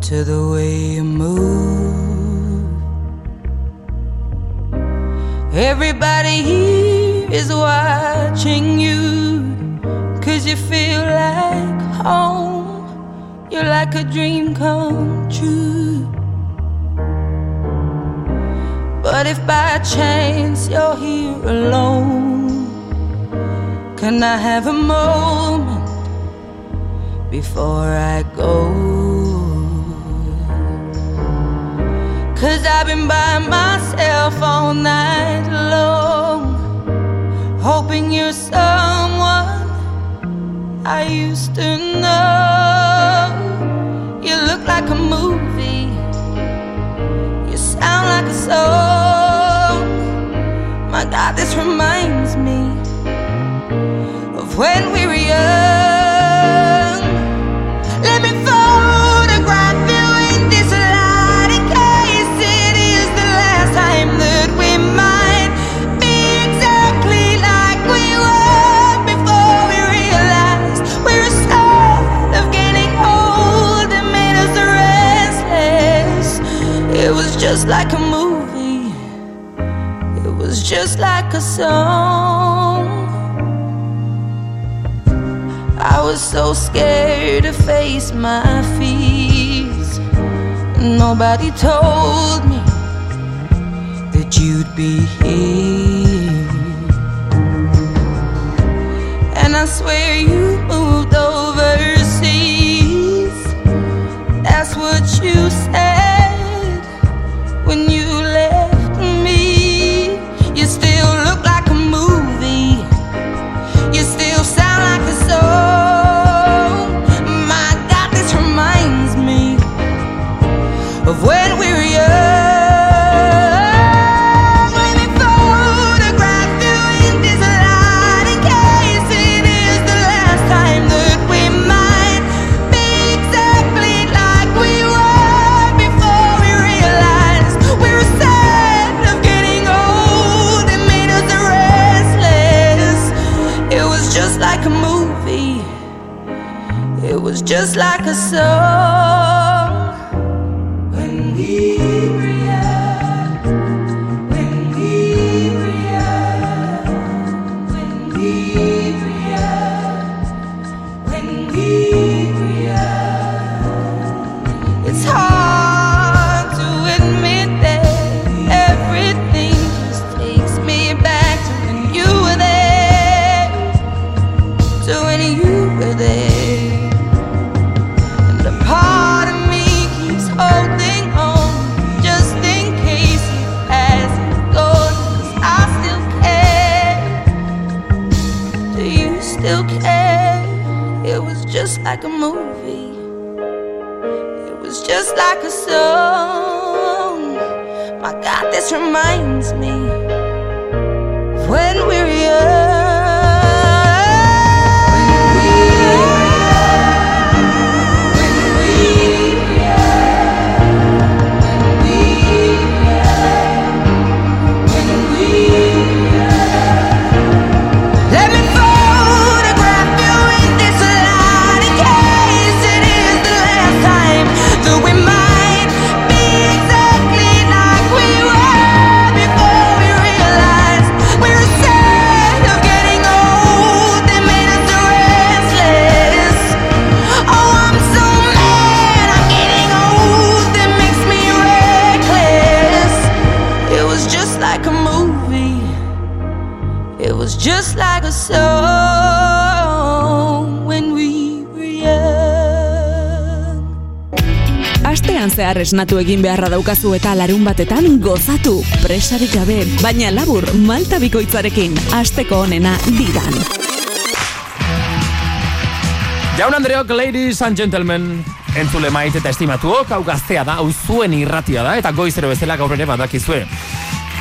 Speaker 18: to the way you move. Everybody here is watching you. Cause you feel like home. You're like a dream come true. But if by chance you're here alone, can I have a moment before I go? Cause I've been by myself all night long, hoping.
Speaker 21: hoping you're someone I used to know. You look like a movie, you sound like a song. My God, this reminds me of when we were young. Let me photograph you in this light in case it is the last time that we might be exactly like we were before we realized we were scared of getting old and made us restless. It was just like a movie, it was just like a song. I was so scared to face my fears. Nobody told me that you'd be here. And I swear you moved overseas. That's what you said when you left me. You still look like a movie. You still sound like a song. My God, this reminds me of when we were young. Let me photograph you in this light in case it is the last time that we might be exactly like we were before we realized we were sad of getting old and made us restless. It was just like a movie. It was just like a song. When we were young, when we were young, when we were young, when we were young. It's hard to admit that everything just takes me back to when you were there, to when you were there. And a part of me keeps holding on just in case it has gone. 'Cause I still care. Do you still care? It was just like a movie. It was just like a song. My God, this reminds me of when we were young. Let me photograph you in this light in case it is the last time that we might be exactly like we were before we realized we were sad of getting old and made us restless. Oh, I'm so mad I'm getting old. That makes me reckless. It was just like a movie. It was just like a song when we were young.
Speaker 10: Astean zehar esnatu egin beharra daukazu eta larun batetan gozatu, presarik gabe, baina labur malta bikoitzarekin, asteko onena didan.
Speaker 3: Jaun Andreok, ladies and gentlemen, entzule mait eta estimatuok, hau gaztea da, hau zuen irratia da, eta goizero bezala gaur ere badakizue.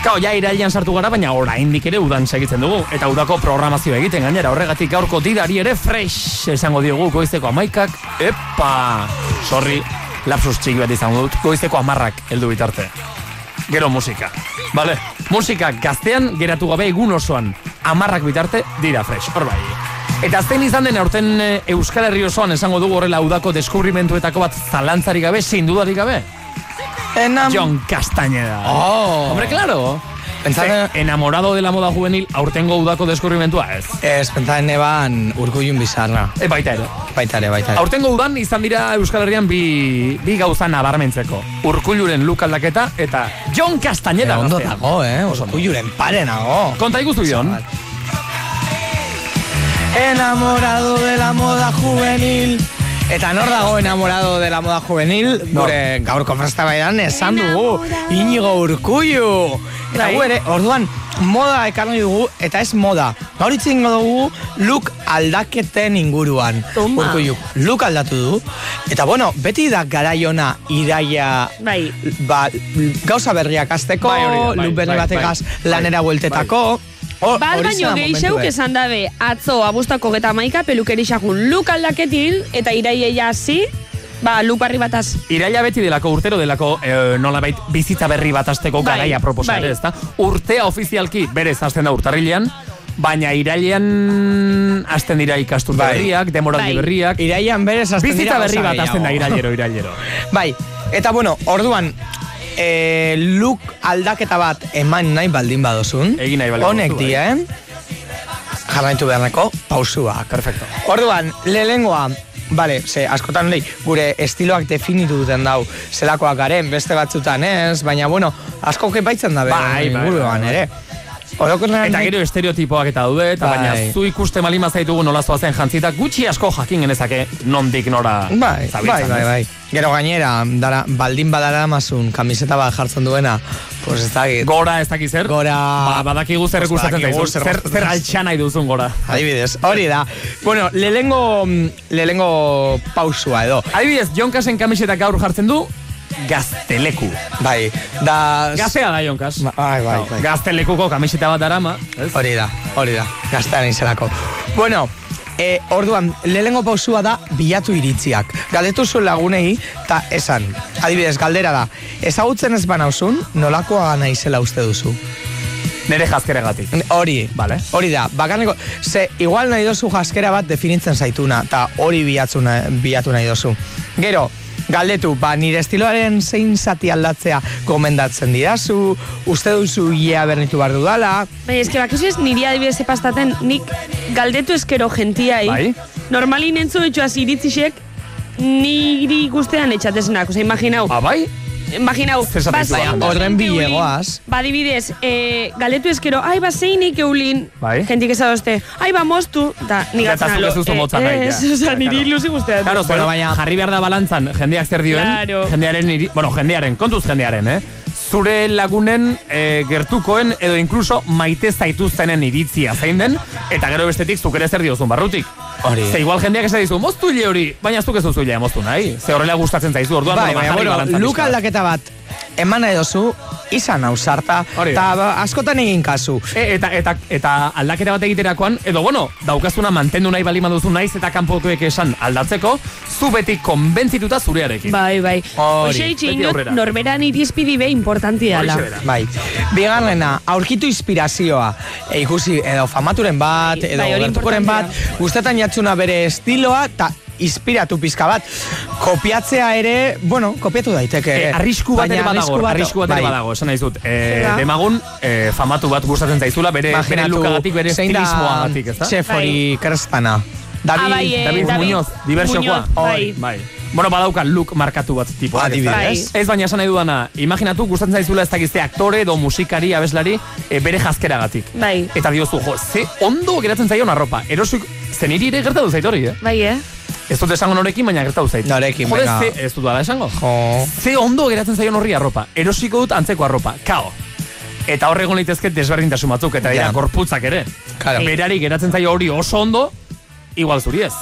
Speaker 3: Kao, ja irailan sartu gara, baina oraindik ere udan segitzen dugu, eta udako programazioa egiten gainera, horregatik gaurko didari ere fresh esango diogu goizeko amaikak, epa, sorry, lapsus txiki bat izan dut, goizeko amarrak heldu bitarte. Gero musika, bale? Musika gaztean geratu gabe egun osoan, amarrak bitarte dira fresh, hor bai. Eta azten izan den aurten e, Euskal Herri osoan esango dugu horrela udako deskubrimentuetako bat zalantzari gabe, sindudarik gabe.
Speaker 14: Enam...
Speaker 3: John Castañeda.
Speaker 4: Oh.
Speaker 3: Hombre, claro. Pensaba... Enamorado de la moda juvenil, aurtengo udako deskurrimentua ez.
Speaker 4: Ez, pentsatzen eban urkullun bizarra.
Speaker 3: E, baita ere.
Speaker 4: Baita ere, baita ere.
Speaker 3: Aurtengo udan izan dira Euskal Herrian bi, bi gauza nabarmentzeko. Urkulluren lukaldaketa eta John Castañeda.
Speaker 4: Eh, ondo
Speaker 3: gaztea.
Speaker 4: dago, eh? Urkulluren pare nago.
Speaker 3: Konta iguzu, Jon.
Speaker 4: Enamorado de la moda juvenil. Eta nor dago enamorado de la moda juvenil, gure gaurko festabaidan esan dugu, Inigo Urkullu.
Speaker 5: Bai.
Speaker 4: Eta gu ere, orduan, moda ekarri dugu, eta ez moda. Gaur hitz egingo dugu look aldaketen inguruan.
Speaker 5: Toma.
Speaker 4: Urkullu, look aldatu du. Eta bueno, beti da garaiona iraia
Speaker 5: Bai.
Speaker 4: ba, gauza berriak azteko,
Speaker 5: Bai, hori da, bai,
Speaker 4: look berri
Speaker 5: bai,
Speaker 4: bategaz
Speaker 5: bai,
Speaker 4: lanera bueltetako. Hor-
Speaker 5: Bat
Speaker 4: hori
Speaker 5: Ba, baino
Speaker 4: zen
Speaker 5: gehiago
Speaker 4: momentua.
Speaker 5: esan dabe, atzo abuztako geta maika pelukerixakun luk aldaketin eta iraiaia hasi, ba, luk barri bataz.
Speaker 3: Iraila beti delako urtero delako eh, nolabait bizitza berri bat hasteko
Speaker 5: Bai,
Speaker 3: garaia proposa ere,
Speaker 5: bai.
Speaker 3: ezta? Urtea ofizialki berez hasten da urtarrilean, baina irailean hasten dira ikasturte
Speaker 4: Bai.
Speaker 3: berriak, demoraldi berriak.
Speaker 4: Iraian berez hasten
Speaker 3: Bizitza
Speaker 4: dira
Speaker 3: berri
Speaker 4: gauza
Speaker 3: bat hasten da
Speaker 4: gehiago.
Speaker 3: irailero, irailero.
Speaker 4: Bai, eta bueno, orduan, e, look aldaketa bat eman nahi baldin badozun. Egin nahi
Speaker 3: baldin
Speaker 4: Honek
Speaker 3: baduzu, bai. Ah,
Speaker 4: dien, jarraitu beharreko pausuak.
Speaker 3: Perfecto.
Speaker 4: Orduan, lehengoa, Bale, ze, askotan lehi, gure estiloak definitu duten dau, zelakoak garen, beste batzutan ez, baina, bueno, asko baitzen da bere,
Speaker 3: Bai, bai,
Speaker 4: inguruan
Speaker 3: bai, bai.
Speaker 4: ere. Orokorrean
Speaker 3: Eta
Speaker 4: nik-
Speaker 3: gero estereotipoak eta daude, eta
Speaker 4: Bai.
Speaker 3: baina zu ikuste malima zaitugu nola zoazen jantzita, gutxi asko jakin genezake nondik nora
Speaker 4: Bai, bai,
Speaker 3: zabiltzan,
Speaker 4: bai,
Speaker 3: ez?
Speaker 4: bai. Gero gainera, dara, baldin badara mazun, kamiseta bat jartzen duena, pues ez dakit.
Speaker 3: Gora ez dakit zer?
Speaker 4: Gora...
Speaker 3: Ba, badakigu zer
Speaker 4: Pues
Speaker 3: ikustatzen
Speaker 4: badakigu
Speaker 3: zaizu, zer,
Speaker 4: gustatzen
Speaker 3: zer
Speaker 4: zaizu.
Speaker 3: altxa nahi duzun gora.
Speaker 4: Adibidez, hori da. Bueno, lehengo, lehengo pausua edo.
Speaker 3: Adibidez, Jonkasen kamiseta gaur jartzen du, gazteleku.
Speaker 4: Bai, da...
Speaker 3: Gaztea da, Jonkas.
Speaker 4: Ai, bai,
Speaker 3: No,
Speaker 4: bai.
Speaker 3: Gaztelekuko kamiseta bat darama.
Speaker 4: Hori da, hori da, gaztean izelako. Bueno, e, orduan, lehenengo pausua da bilatu iritziak. Galdetu zuen lagunei, eta esan, adibidez, galdera da, ezagutzen ez banauzun, nolakoa naizela uste duzu?
Speaker 3: Nere jazkeregatik.
Speaker 4: Hori,
Speaker 3: vale.
Speaker 4: hori da, bakaneko, ze, igual nahi dozu jazkera bat definitzen zaituna, eta hori bilatu, na- bilatu nahi dozu. Gero, galdetu, ba, nire estiloaren zein zati aldatzea gomendatzen didazu, uste duzu ia bernitu behar dudala,
Speaker 5: Baina eske bakizu ez niri adibidez epastaten nik galdetu eskero gentiai.
Speaker 4: Bai.
Speaker 5: Normalin entzu betxoaz iritzisek niri guztean etxatesenak, oza, imaginau.
Speaker 3: Ah, bai?
Speaker 5: Imaginau.
Speaker 4: Zer esaten
Speaker 5: bas-
Speaker 4: zu, Baina,
Speaker 5: bas-
Speaker 4: horren
Speaker 5: eulin,
Speaker 4: bilegoaz.
Speaker 5: Badibidez, eh, galdetu eskero, ai, ba, zeinik eulin,
Speaker 3: Bai.
Speaker 5: jentik ezadoste, ai, ba, moztu, da,
Speaker 3: Eta
Speaker 5: nigatzen
Speaker 3: zuk ez duzu motza nahi,
Speaker 5: Ez,
Speaker 3: ja.
Speaker 5: oza,
Speaker 3: Ja,
Speaker 5: niri
Speaker 3: claro.
Speaker 5: ilusi guztean.
Speaker 3: Claro, bueno, baina jarri behar da balantzan, jendeak zer dioen,
Speaker 5: Claro.
Speaker 3: jendearen, iri, bueno, jendearen, kontuz jendearen, eh? Zure lagunen, eh, gertukoen, edo inkluso maite zaituztenen iritzia zein den, eta gero bestetik zuk ere zer diozun barrutik.
Speaker 4: Hori.
Speaker 3: Ze igual jendeak esan dizu, moztu hile hori, baina zuk ez duzu hile moztu nahi. Ze horrela gustatzen zaizu, orduan,
Speaker 4: bai,
Speaker 3: bueno,
Speaker 4: baina,
Speaker 3: jarri
Speaker 4: bueno,
Speaker 3: balantzan
Speaker 4: luka
Speaker 3: pixka bat.
Speaker 4: aldaketa bat, eman nahi dozu, izan ausarta,
Speaker 3: Hori
Speaker 4: eta
Speaker 3: da.
Speaker 4: ba, askotan egin kasu.
Speaker 3: E, eta, eta, eta aldaketa bat egiterakoan, edo bueno, daukazuna mantendu nahi balima duzu naiz eta kanpotuek esan aldatzeko, zu beti konbentzituta zurearekin.
Speaker 5: Bai, bai.
Speaker 3: Hori,
Speaker 5: Hoxe itxein
Speaker 3: beti
Speaker 5: dut,
Speaker 3: aurrera.
Speaker 5: norberan irizpidi be importanti dela.
Speaker 4: Bai. Bigarrena, aurkitu inspirazioa. E, ikusi, edo famaturen bat, edo
Speaker 5: bai, hori
Speaker 4: gertukoren bat, gustetan jatzuna bere estiloa, eta inspiratu pizka bat. Kopiatzea ere, bueno, kopiatu daiteke.
Speaker 3: E,
Speaker 4: ere.
Speaker 3: arrisku bat
Speaker 4: Bai, Baina
Speaker 3: ere badago,
Speaker 4: arrisku bat-
Speaker 3: arrisku bat ere
Speaker 4: bai.
Speaker 3: badago, esan nahi dut. E,
Speaker 4: Zera?
Speaker 3: demagun, e, famatu bat gustatzen zaizula, bere, bere
Speaker 4: Imaginatu,
Speaker 3: lukagatik, bere
Speaker 4: zein da
Speaker 3: estilismoagatik, ez da?
Speaker 4: Chef hori krestana. David,
Speaker 5: Bai. Ah, bai, eh,
Speaker 3: David,
Speaker 5: David
Speaker 3: Muñoz, diversiokoa.
Speaker 5: Muñoz, bai.
Speaker 3: bai. Bueno, badauka look markatu bat tipo.
Speaker 4: Adibidez.
Speaker 5: Bai.
Speaker 3: Ez baina esan nahi dudana, imaginatu gustatzen zaizula ez dakizte aktore edo musikari abeslari e, bere jazkeragatik.
Speaker 5: Bai.
Speaker 3: Eta diozu, jo, ze ondo geratzen zaion arropa. Erosuk, zeniri ere gertatu zait hori, eh?
Speaker 5: Bai, eh?
Speaker 3: Ez dut esango norekin, baina gertatu zait.
Speaker 4: Norekin,
Speaker 3: Jode,
Speaker 4: venga.
Speaker 3: ze, ez dut da esango.
Speaker 4: Jo.
Speaker 3: Ze ondo geratzen zaion horri arropa. Erosiko dut antzeko arropa. Kao. Eta horre egon litezke desberdintasun batzuk, eta
Speaker 4: Ja.
Speaker 3: dira, gorputzak ere.
Speaker 4: Claro.
Speaker 3: Berari geratzen zaio hori oso ondo, igual zuri ez.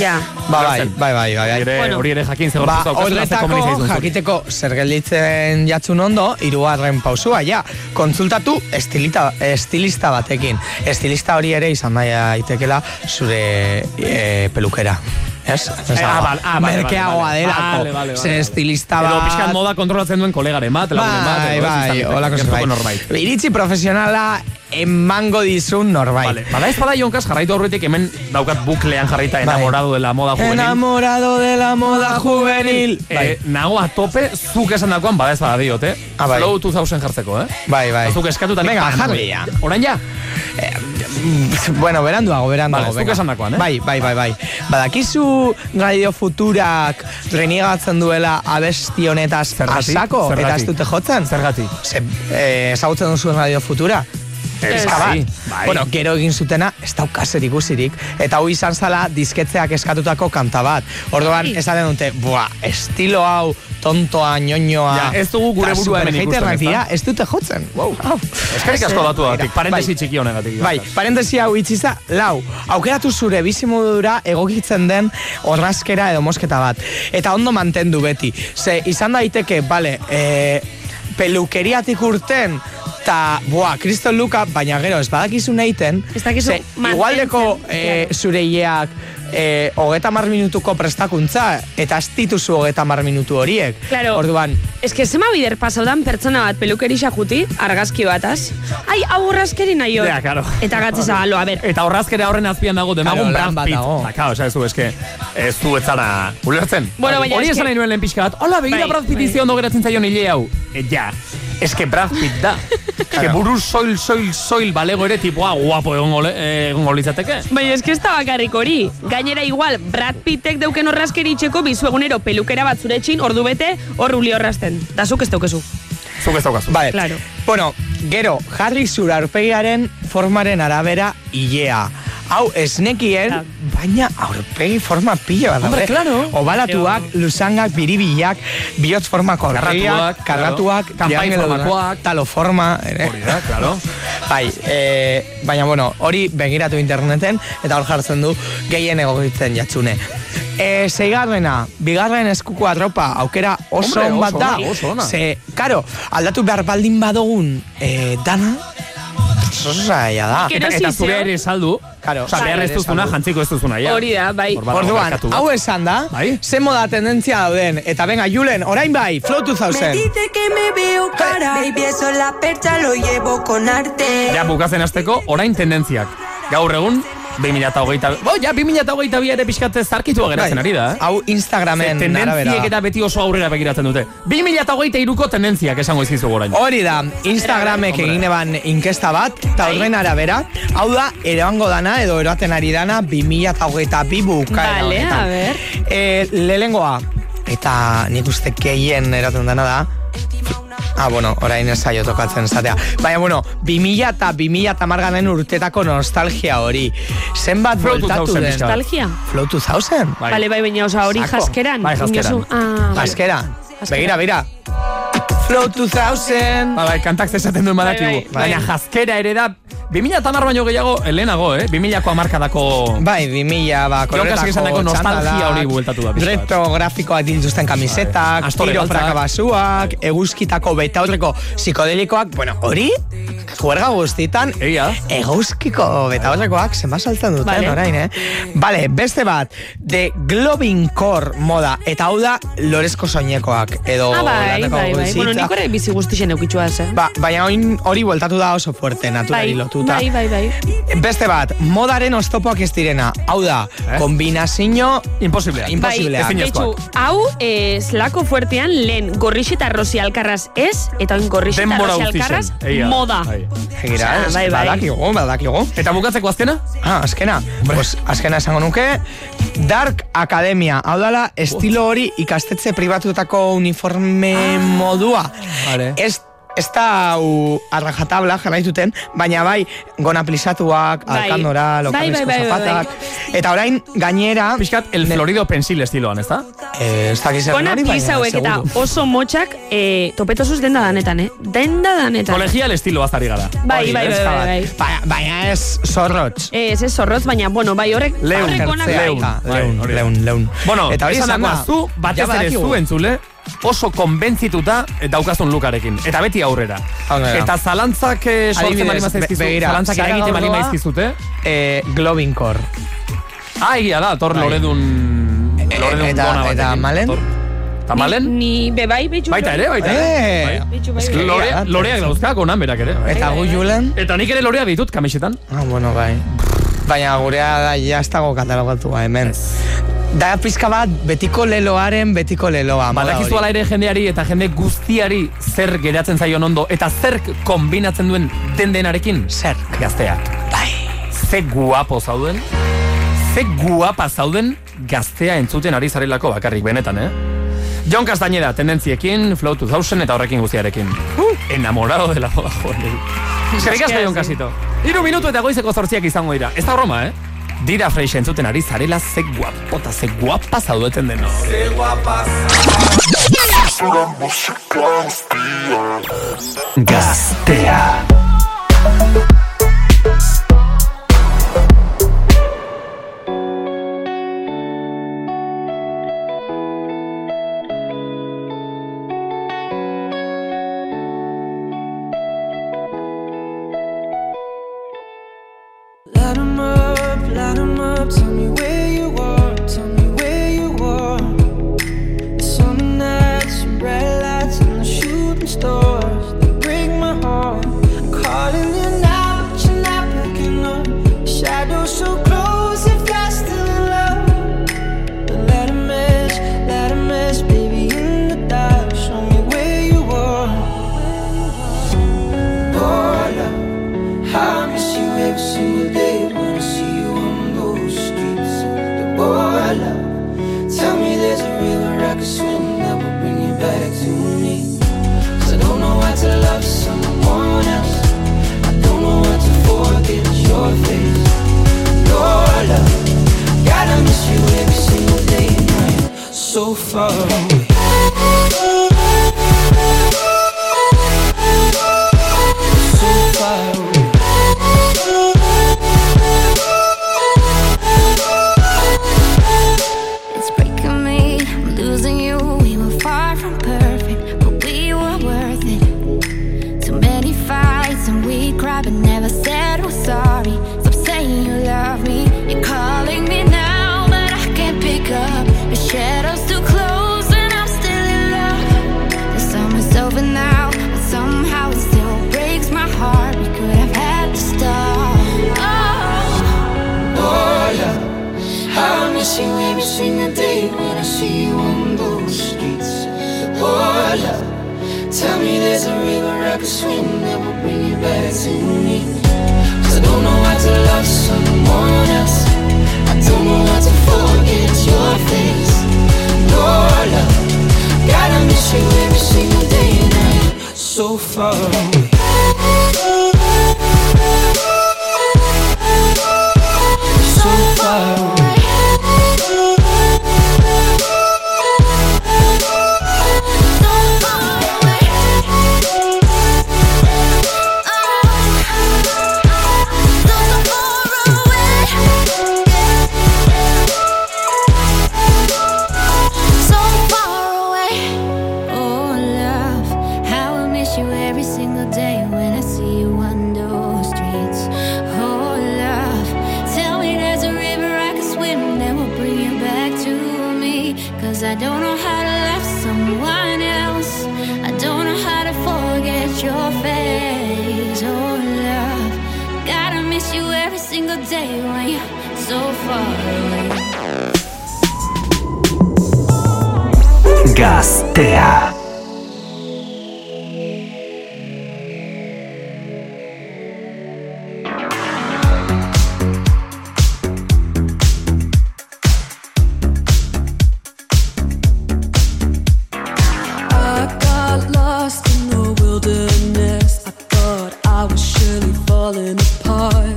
Speaker 5: Ja.
Speaker 4: Ba, bai, bai, bai, bai.
Speaker 3: Hori ere-
Speaker 4: Bueno.
Speaker 3: hori ere jakin ze
Speaker 4: Ba,
Speaker 3: gorputz daukazula, ze
Speaker 4: horretako
Speaker 3: komeni zaizun zuri.
Speaker 4: jakiteko zer gelditzen jatzun ondo, hirugarren pausua, ja. Kontsultatu estilita, estilista batekin. Estilista hori ere izan nahi daitekela zure e, pelukera. Ez? Ez
Speaker 3: ah,
Speaker 4: dago.
Speaker 3: bale, ah, bale,
Speaker 4: Merkeagoa
Speaker 3: bale, bale.
Speaker 4: delako.
Speaker 3: Bale, bale,
Speaker 4: Ze
Speaker 3: bale.
Speaker 4: estilista
Speaker 3: Edo
Speaker 4: bat...
Speaker 3: pixkat moda kontrolatzen duen kolegaren bat, lagunen bat.
Speaker 4: Bai,
Speaker 3: edo ez,
Speaker 4: bai,
Speaker 3: izan
Speaker 4: holako
Speaker 3: daiteke, gertuko
Speaker 4: zerbait.
Speaker 3: norbait.
Speaker 4: Iritzi profesionala emango dizun norbait.
Speaker 3: Vale. Bada ez bada jonkaz jarraitu aurretik hemen daukat buklean jarraita enamorado dela moda juvenil.
Speaker 4: Enamorado de la Bai. moda juvenil. Bai.
Speaker 3: Eh, nago a tope, zuk esan dakoan bada ez bada diot, eh?
Speaker 4: Ah, bai.
Speaker 3: Slow 2000 jartzeko, eh?
Speaker 4: Bai, bai.
Speaker 3: Zuk eskatuta nik
Speaker 4: Venga,
Speaker 3: pam,
Speaker 4: jarri
Speaker 3: hori.
Speaker 4: ja.
Speaker 3: Orain ja?
Speaker 4: Bueno, beranduago, beranduago.
Speaker 3: Vale, zuk
Speaker 4: venga.
Speaker 3: esan dakoan, eh?
Speaker 4: Bai, bai, bai, bai. Badakizu Radio Futurak reniegatzen duela abesti honetaz
Speaker 3: Zergatik?
Speaker 4: asako, eta ez
Speaker 3: Ah, Zergatik?
Speaker 4: dute jotzen?
Speaker 3: Zergatik?
Speaker 4: Ze, eh, ezagutzen duzu Radio Futura?
Speaker 3: Ez,
Speaker 4: Pixka bat.
Speaker 3: bai, bai.
Speaker 4: Bueno, gero egin zutena, ez dauka zer ikusirik. Eta hau
Speaker 3: Bai.
Speaker 4: izan zala disketzeak eskatutako kanta bat. Orduan, esaten dute, buah, estilo hau tontoa, ñoñoa...
Speaker 3: Ja, ez dugu gure
Speaker 4: eta
Speaker 3: burua hemen
Speaker 4: superhaterrak
Speaker 3: ikusten, ezta?
Speaker 4: dira, ez dute jotzen. Oh. Wow.
Speaker 3: Eskerrik asko datu datik, parentesi
Speaker 4: Bai.
Speaker 3: txiki honegatik.
Speaker 4: Bai, parentesi hau itxiza, lau, aukeratu zure bizimodura egokitzen den orrazkera edo mosketa bat. Eta ondo mantendu beti. Ze, izan daiteke, bale, e, pelukeriatik urten, eta, boa, kristo luka, baina gero, ez badakizun egiten,
Speaker 5: dakizu
Speaker 4: ze,
Speaker 5: mantentzen,
Speaker 4: igualdeko e, zure hileak e, hogeta mar minutuko prestakuntza, eta ez dituzu hogeta mar minutu horiek.
Speaker 5: Claro.
Speaker 4: Orduan,
Speaker 5: Ez que zema bider pasaudan pertsona bat pelukerixa juti, argazki bataz. Ai, hau horrazkeri nahi hor.
Speaker 3: Ja, claro.
Speaker 5: Eta gatzez alo, a ber.
Speaker 3: Eta horrazkera horren azpian dago demagun
Speaker 5: Claro,
Speaker 4: Bai.
Speaker 3: Brad
Speaker 5: lan bat
Speaker 3: Pitt. Ba,
Speaker 5: dago.
Speaker 3: Da, kao, esan ez du, eske, ez du etzara ulertzen.
Speaker 5: Bueno, baina
Speaker 3: Hori
Speaker 5: eske-
Speaker 3: esan nahi nuen lehen pixka bat. Hola, begira
Speaker 5: Bai,
Speaker 3: Brad Pitt izio ondo geratzen zaio nile hau. E, ja, eske Brad Pitt da. Eske buru soil, soil, soil balego ere tipoa guapo egon gole, egon litzateke.
Speaker 5: Baina eske Bai, ez da bakarrik hori. Gainera igual, Brad Pittek deuken horrazkeri itxeko bizu egunero pelukera bat zure etxin, ordu bete, hor uli horrazten. Da zuk ez daukezu.
Speaker 3: Zuk ez daukazu.
Speaker 4: Vale.
Speaker 5: Claro.
Speaker 4: Bueno, gero, jarri zura aurpegiaren formaren arabera ilea. Hau, esnekien, baina aurpegi forma pila bat.
Speaker 3: Hombre,
Speaker 4: daude.
Speaker 3: claro.
Speaker 4: Obalatuak, luzangak, biribilak, bihotz formako aurpegiak,
Speaker 3: Karratuak,
Speaker 4: karratuak,
Speaker 3: claro. Kanpai
Speaker 4: triangeludunak,
Speaker 3: formakoak.
Speaker 4: talo forma. Ere. Hori
Speaker 3: da, claro.
Speaker 4: Bai, e, baina, bueno, hori begiratu interneten, eta hor jartzen du gehien egokitzen jatzune. E, zeigarrena, bigarren eskuko arropa, aukera oso
Speaker 3: Hombre,
Speaker 4: on bat
Speaker 3: oso
Speaker 4: da.
Speaker 3: ona, oso ona.
Speaker 4: Ze, karo, aldatu behar baldin badogun eh, dana, oso zaila da.
Speaker 3: Eta, eta zure ere saldu.
Speaker 4: Claro, Bai.
Speaker 3: Osa, behar ez duzuna, jantziko ez duzuna, ja.
Speaker 5: bai.
Speaker 3: Hor badago
Speaker 4: Orduan,
Speaker 3: merkatu Bai. bat.
Speaker 4: hau esan da, ze moda tendentzia dauden, eta venga, Julen, orain bai, flow 2000.
Speaker 22: Me dice que me veo cara, baby, eso es la percha, lo llevo con arte.
Speaker 3: Ja, bukatzen hasteko, orain tendentziak. Gaur egun, 2008... Bo, ja, 2008 bi ere pixkat zarkitua geratzen
Speaker 4: Bai.
Speaker 3: ari da, eh?
Speaker 4: Hau Instagramen
Speaker 3: Ze tendentziek
Speaker 4: arabera.
Speaker 3: eta beti oso aurrera begiratzen dute. 2008 iruko tendentziak esango izkizu orain.
Speaker 4: Hori da, Instagramek egin eban inkesta bat, eta
Speaker 5: Bai.
Speaker 4: horren arabera, hau da, eroango dana, edo eroaten ari dana, 2008 bukaera
Speaker 5: Vale,
Speaker 4: honetan.
Speaker 5: a ber.
Speaker 4: Eh, lehengoa, eta nik uste keien eraten dana da, Ah, bueno, orain ez zaio tokatzen zatea. Baina, bueno, 2000 eta 2000 eta marganen urtetako nostalgia hori. Zenbat
Speaker 3: Flow
Speaker 4: voltatu
Speaker 3: 2000
Speaker 4: den.
Speaker 3: pixka bat.
Speaker 5: Nostalgia?
Speaker 4: Flow 2000?
Speaker 5: Bai. Bale, bai, baina osa hori
Speaker 4: Sako.
Speaker 5: jaskeran.
Speaker 4: Bai, jaskeran.
Speaker 5: Inozu- Ah, vale.
Speaker 4: Jaskera. Begira, begira. Flow 2000.
Speaker 3: Bai, bai, kantak zesaten duen badakigu.
Speaker 4: Bai, bai, bai.
Speaker 3: Baina jazkera ere da, 2000 eta mar baino gehiago, helenago, eh? 2000ko amarkadako...
Speaker 4: Bai, 2000, ba,
Speaker 3: Jokas
Speaker 4: koloretako
Speaker 3: egizandako nostalgia
Speaker 4: txandalak,
Speaker 3: hori bueltatu da. pixka bat. Bai,
Speaker 4: Reto grafikoak dituzten kamisetak,
Speaker 3: Astore
Speaker 4: tiro
Speaker 3: galtzak.
Speaker 4: frakabasuak,
Speaker 3: Bai.
Speaker 4: eguzkitako betaurreko psikodelikoak, bueno, hori, juerga guztitan, eguzkiko
Speaker 3: Bai.
Speaker 4: betaurrekoak zenbat saltzen duten
Speaker 5: Vale.
Speaker 4: orain, eh? Vale, beste bat, de globin core moda, eta hau da lorezko soinekoak, edo
Speaker 5: Ah, bai,
Speaker 4: landako
Speaker 5: bai, bai. Bueno,
Speaker 4: guzitza.
Speaker 5: nik horre bizi guztixen eukitxua eh?
Speaker 4: Ba, baina oin hori bueltatu da oso fuerte, naturari
Speaker 5: bai,
Speaker 4: lotuta.
Speaker 5: bai, bai, bai.
Speaker 4: Beste bat, modaren oztopoak ez direna. Hau da, eh? kombinazio...
Speaker 5: Bai,
Speaker 3: Imposibleak.
Speaker 4: Imposibleak.
Speaker 5: Betxu, hau, eh, zelako fuertean lehen gorrix eta rosi alkarraz ez, eta oin gorrix eta
Speaker 3: Denbora
Speaker 5: rosi
Speaker 3: utzi zen,
Speaker 5: alkarraz
Speaker 3: egia da,
Speaker 5: moda.
Speaker 3: bai.
Speaker 4: Egira,
Speaker 5: Osea,
Speaker 4: ez,
Speaker 5: bai, bai.
Speaker 4: badakigu, badakigu.
Speaker 3: Eta bukatzeko azkena?
Speaker 4: Ah, azkena. Pues, azkena esango nuke, Dark Academia. Hau dala, estilo hori ikastetze pribatutako uniforme
Speaker 3: Ah.
Speaker 4: modua.
Speaker 3: Vale.
Speaker 4: Ez Ez da hau arrajatabla jarraituten, baina bai gonaplisatuak,
Speaker 3: Bai.
Speaker 4: alkandora,
Speaker 3: Bai, bai,
Speaker 4: lokamizko
Speaker 3: bai, bai,
Speaker 4: zapatak, eta orain gainera... Piskat,
Speaker 3: El Florido Pensil estiloan, ez da?
Speaker 4: Eh, ez dakiz
Speaker 5: Ona pizza hauek eta oso motxak eh, topetosuz denda danetan, eh? Denda danetan.
Speaker 3: Kolegial estiloa azari gara.
Speaker 5: Bai, bai, bai, bai, bai.
Speaker 4: Baina ez zorrotz.
Speaker 5: Ez, ez zorrotz, baina, bueno, bai horrek...
Speaker 3: Leun,
Speaker 5: horrek ona-
Speaker 3: leun, leun,
Speaker 4: leun, leun.
Speaker 3: Bueno,
Speaker 4: Eta
Speaker 3: eta
Speaker 4: hori
Speaker 3: hori
Speaker 4: esan
Speaker 3: esan
Speaker 4: da,
Speaker 3: zu, batez
Speaker 4: ja
Speaker 3: ere
Speaker 4: badakigu.
Speaker 3: zu entzule, oso konbentzituta daukazun lukarekin. Eta beti aurrera.
Speaker 4: Aurrera.
Speaker 3: Eta zalantzak eh, sortzen bali mazizkizu, zalantzak eragiten bali mazizkizute.
Speaker 4: Eh, Globincor.
Speaker 3: Ah, egia da, tor loredun... Loredun
Speaker 4: eta-
Speaker 3: gona batekin.
Speaker 4: eta Malen?
Speaker 3: Tor- Eta malen?
Speaker 5: Ni, be bai, betxu.
Speaker 3: Baita ere,
Speaker 4: Eh.
Speaker 3: baita ere. Bai.
Speaker 5: Betxu, bai,
Speaker 3: Ez
Speaker 5: bai.
Speaker 3: que lore- Loreak dauzka, gonan berak ere.
Speaker 4: Eta gu julen?
Speaker 3: Eta nik ere loreak ditut, kamisetan.
Speaker 4: Ah, bueno, bai. Baina gurea da, ja ez dago katalogatua hemen. Da pizka bat, betiko leloaren, betiko leloa. moda
Speaker 3: Ba, Badakizu
Speaker 4: Ba, hori.
Speaker 3: ala ere jendeari eta jende guztiari zer geratzen zaion ondo eta zerk kombinatzen duen dendenarekin
Speaker 4: zer
Speaker 3: gazteak. Bai. Ze guapo zauden, ze guapa zauden gaztea entzuten ari zarelako bakarrik benetan, eh? Jon Castañeda, tendentziekin, Flow 2000 eta horrekin guztiarekin.
Speaker 4: Uh!
Speaker 3: Enamorado de la boda, joder. Eskerrik asko, Jon Casito. Iru minutu eta goizeko zortziak izango dira. Ez da broma, eh? Dira freixa entzuten ari zarela, ze guapota, ze guapa zaudeten deno.
Speaker 23: Ze guapaz
Speaker 9: Gaztea.
Speaker 8: Light 'em up, light 'em up. Tell me where you are, tell me where you are. The summer nights, and red lights, and the shooting stars. They break my heart. I'm calling you now, but you're not picking up. Shadows so close, if you're still in love. But let 'em mess, let 'em mess, baby, in the dark. Show me where you are. Oh, love. I miss you every single day when I see you on those streets. The boy I love. Tell me there's a river I could swim that will bring you back to me. 'Cause I don't know how to love someone else. I don't know how to forget your face. Your love. Gotta miss you every single day and night. So far away. So far away.
Speaker 16: It's breaking me, I'm losing you. We were far from perfect, but we were worth it. Too many fights and we cried, but never said we're sorry. Stop saying you love me. You're calling me now, but I can't pick up. The shadows too close, and I'm still in love. The summer's over now, but somehow it still breaks my heart. We could have had the start.
Speaker 8: Oh, love. I miss you every single day when I see you on those streets. Oh, love. Tell me there's a river I could swim that will bring you back to me. 'Cause I don't know how to love someone else. I don't know how to forget your face. No love. Gotta miss you every single day and night. So far away. So far away.
Speaker 16: So far away. Oh, love, how I miss you every single day when I see you on those streets. Oh, love, tell me there's a river I can swim that will bring you back to me. Cause I don't know how to love someone else. I don't know how to forget your face. Oh, love, gotta miss you every single day when you're so far away.
Speaker 9: Gaztea.
Speaker 8: I got lost in the wilderness. I thought I was surely falling apart.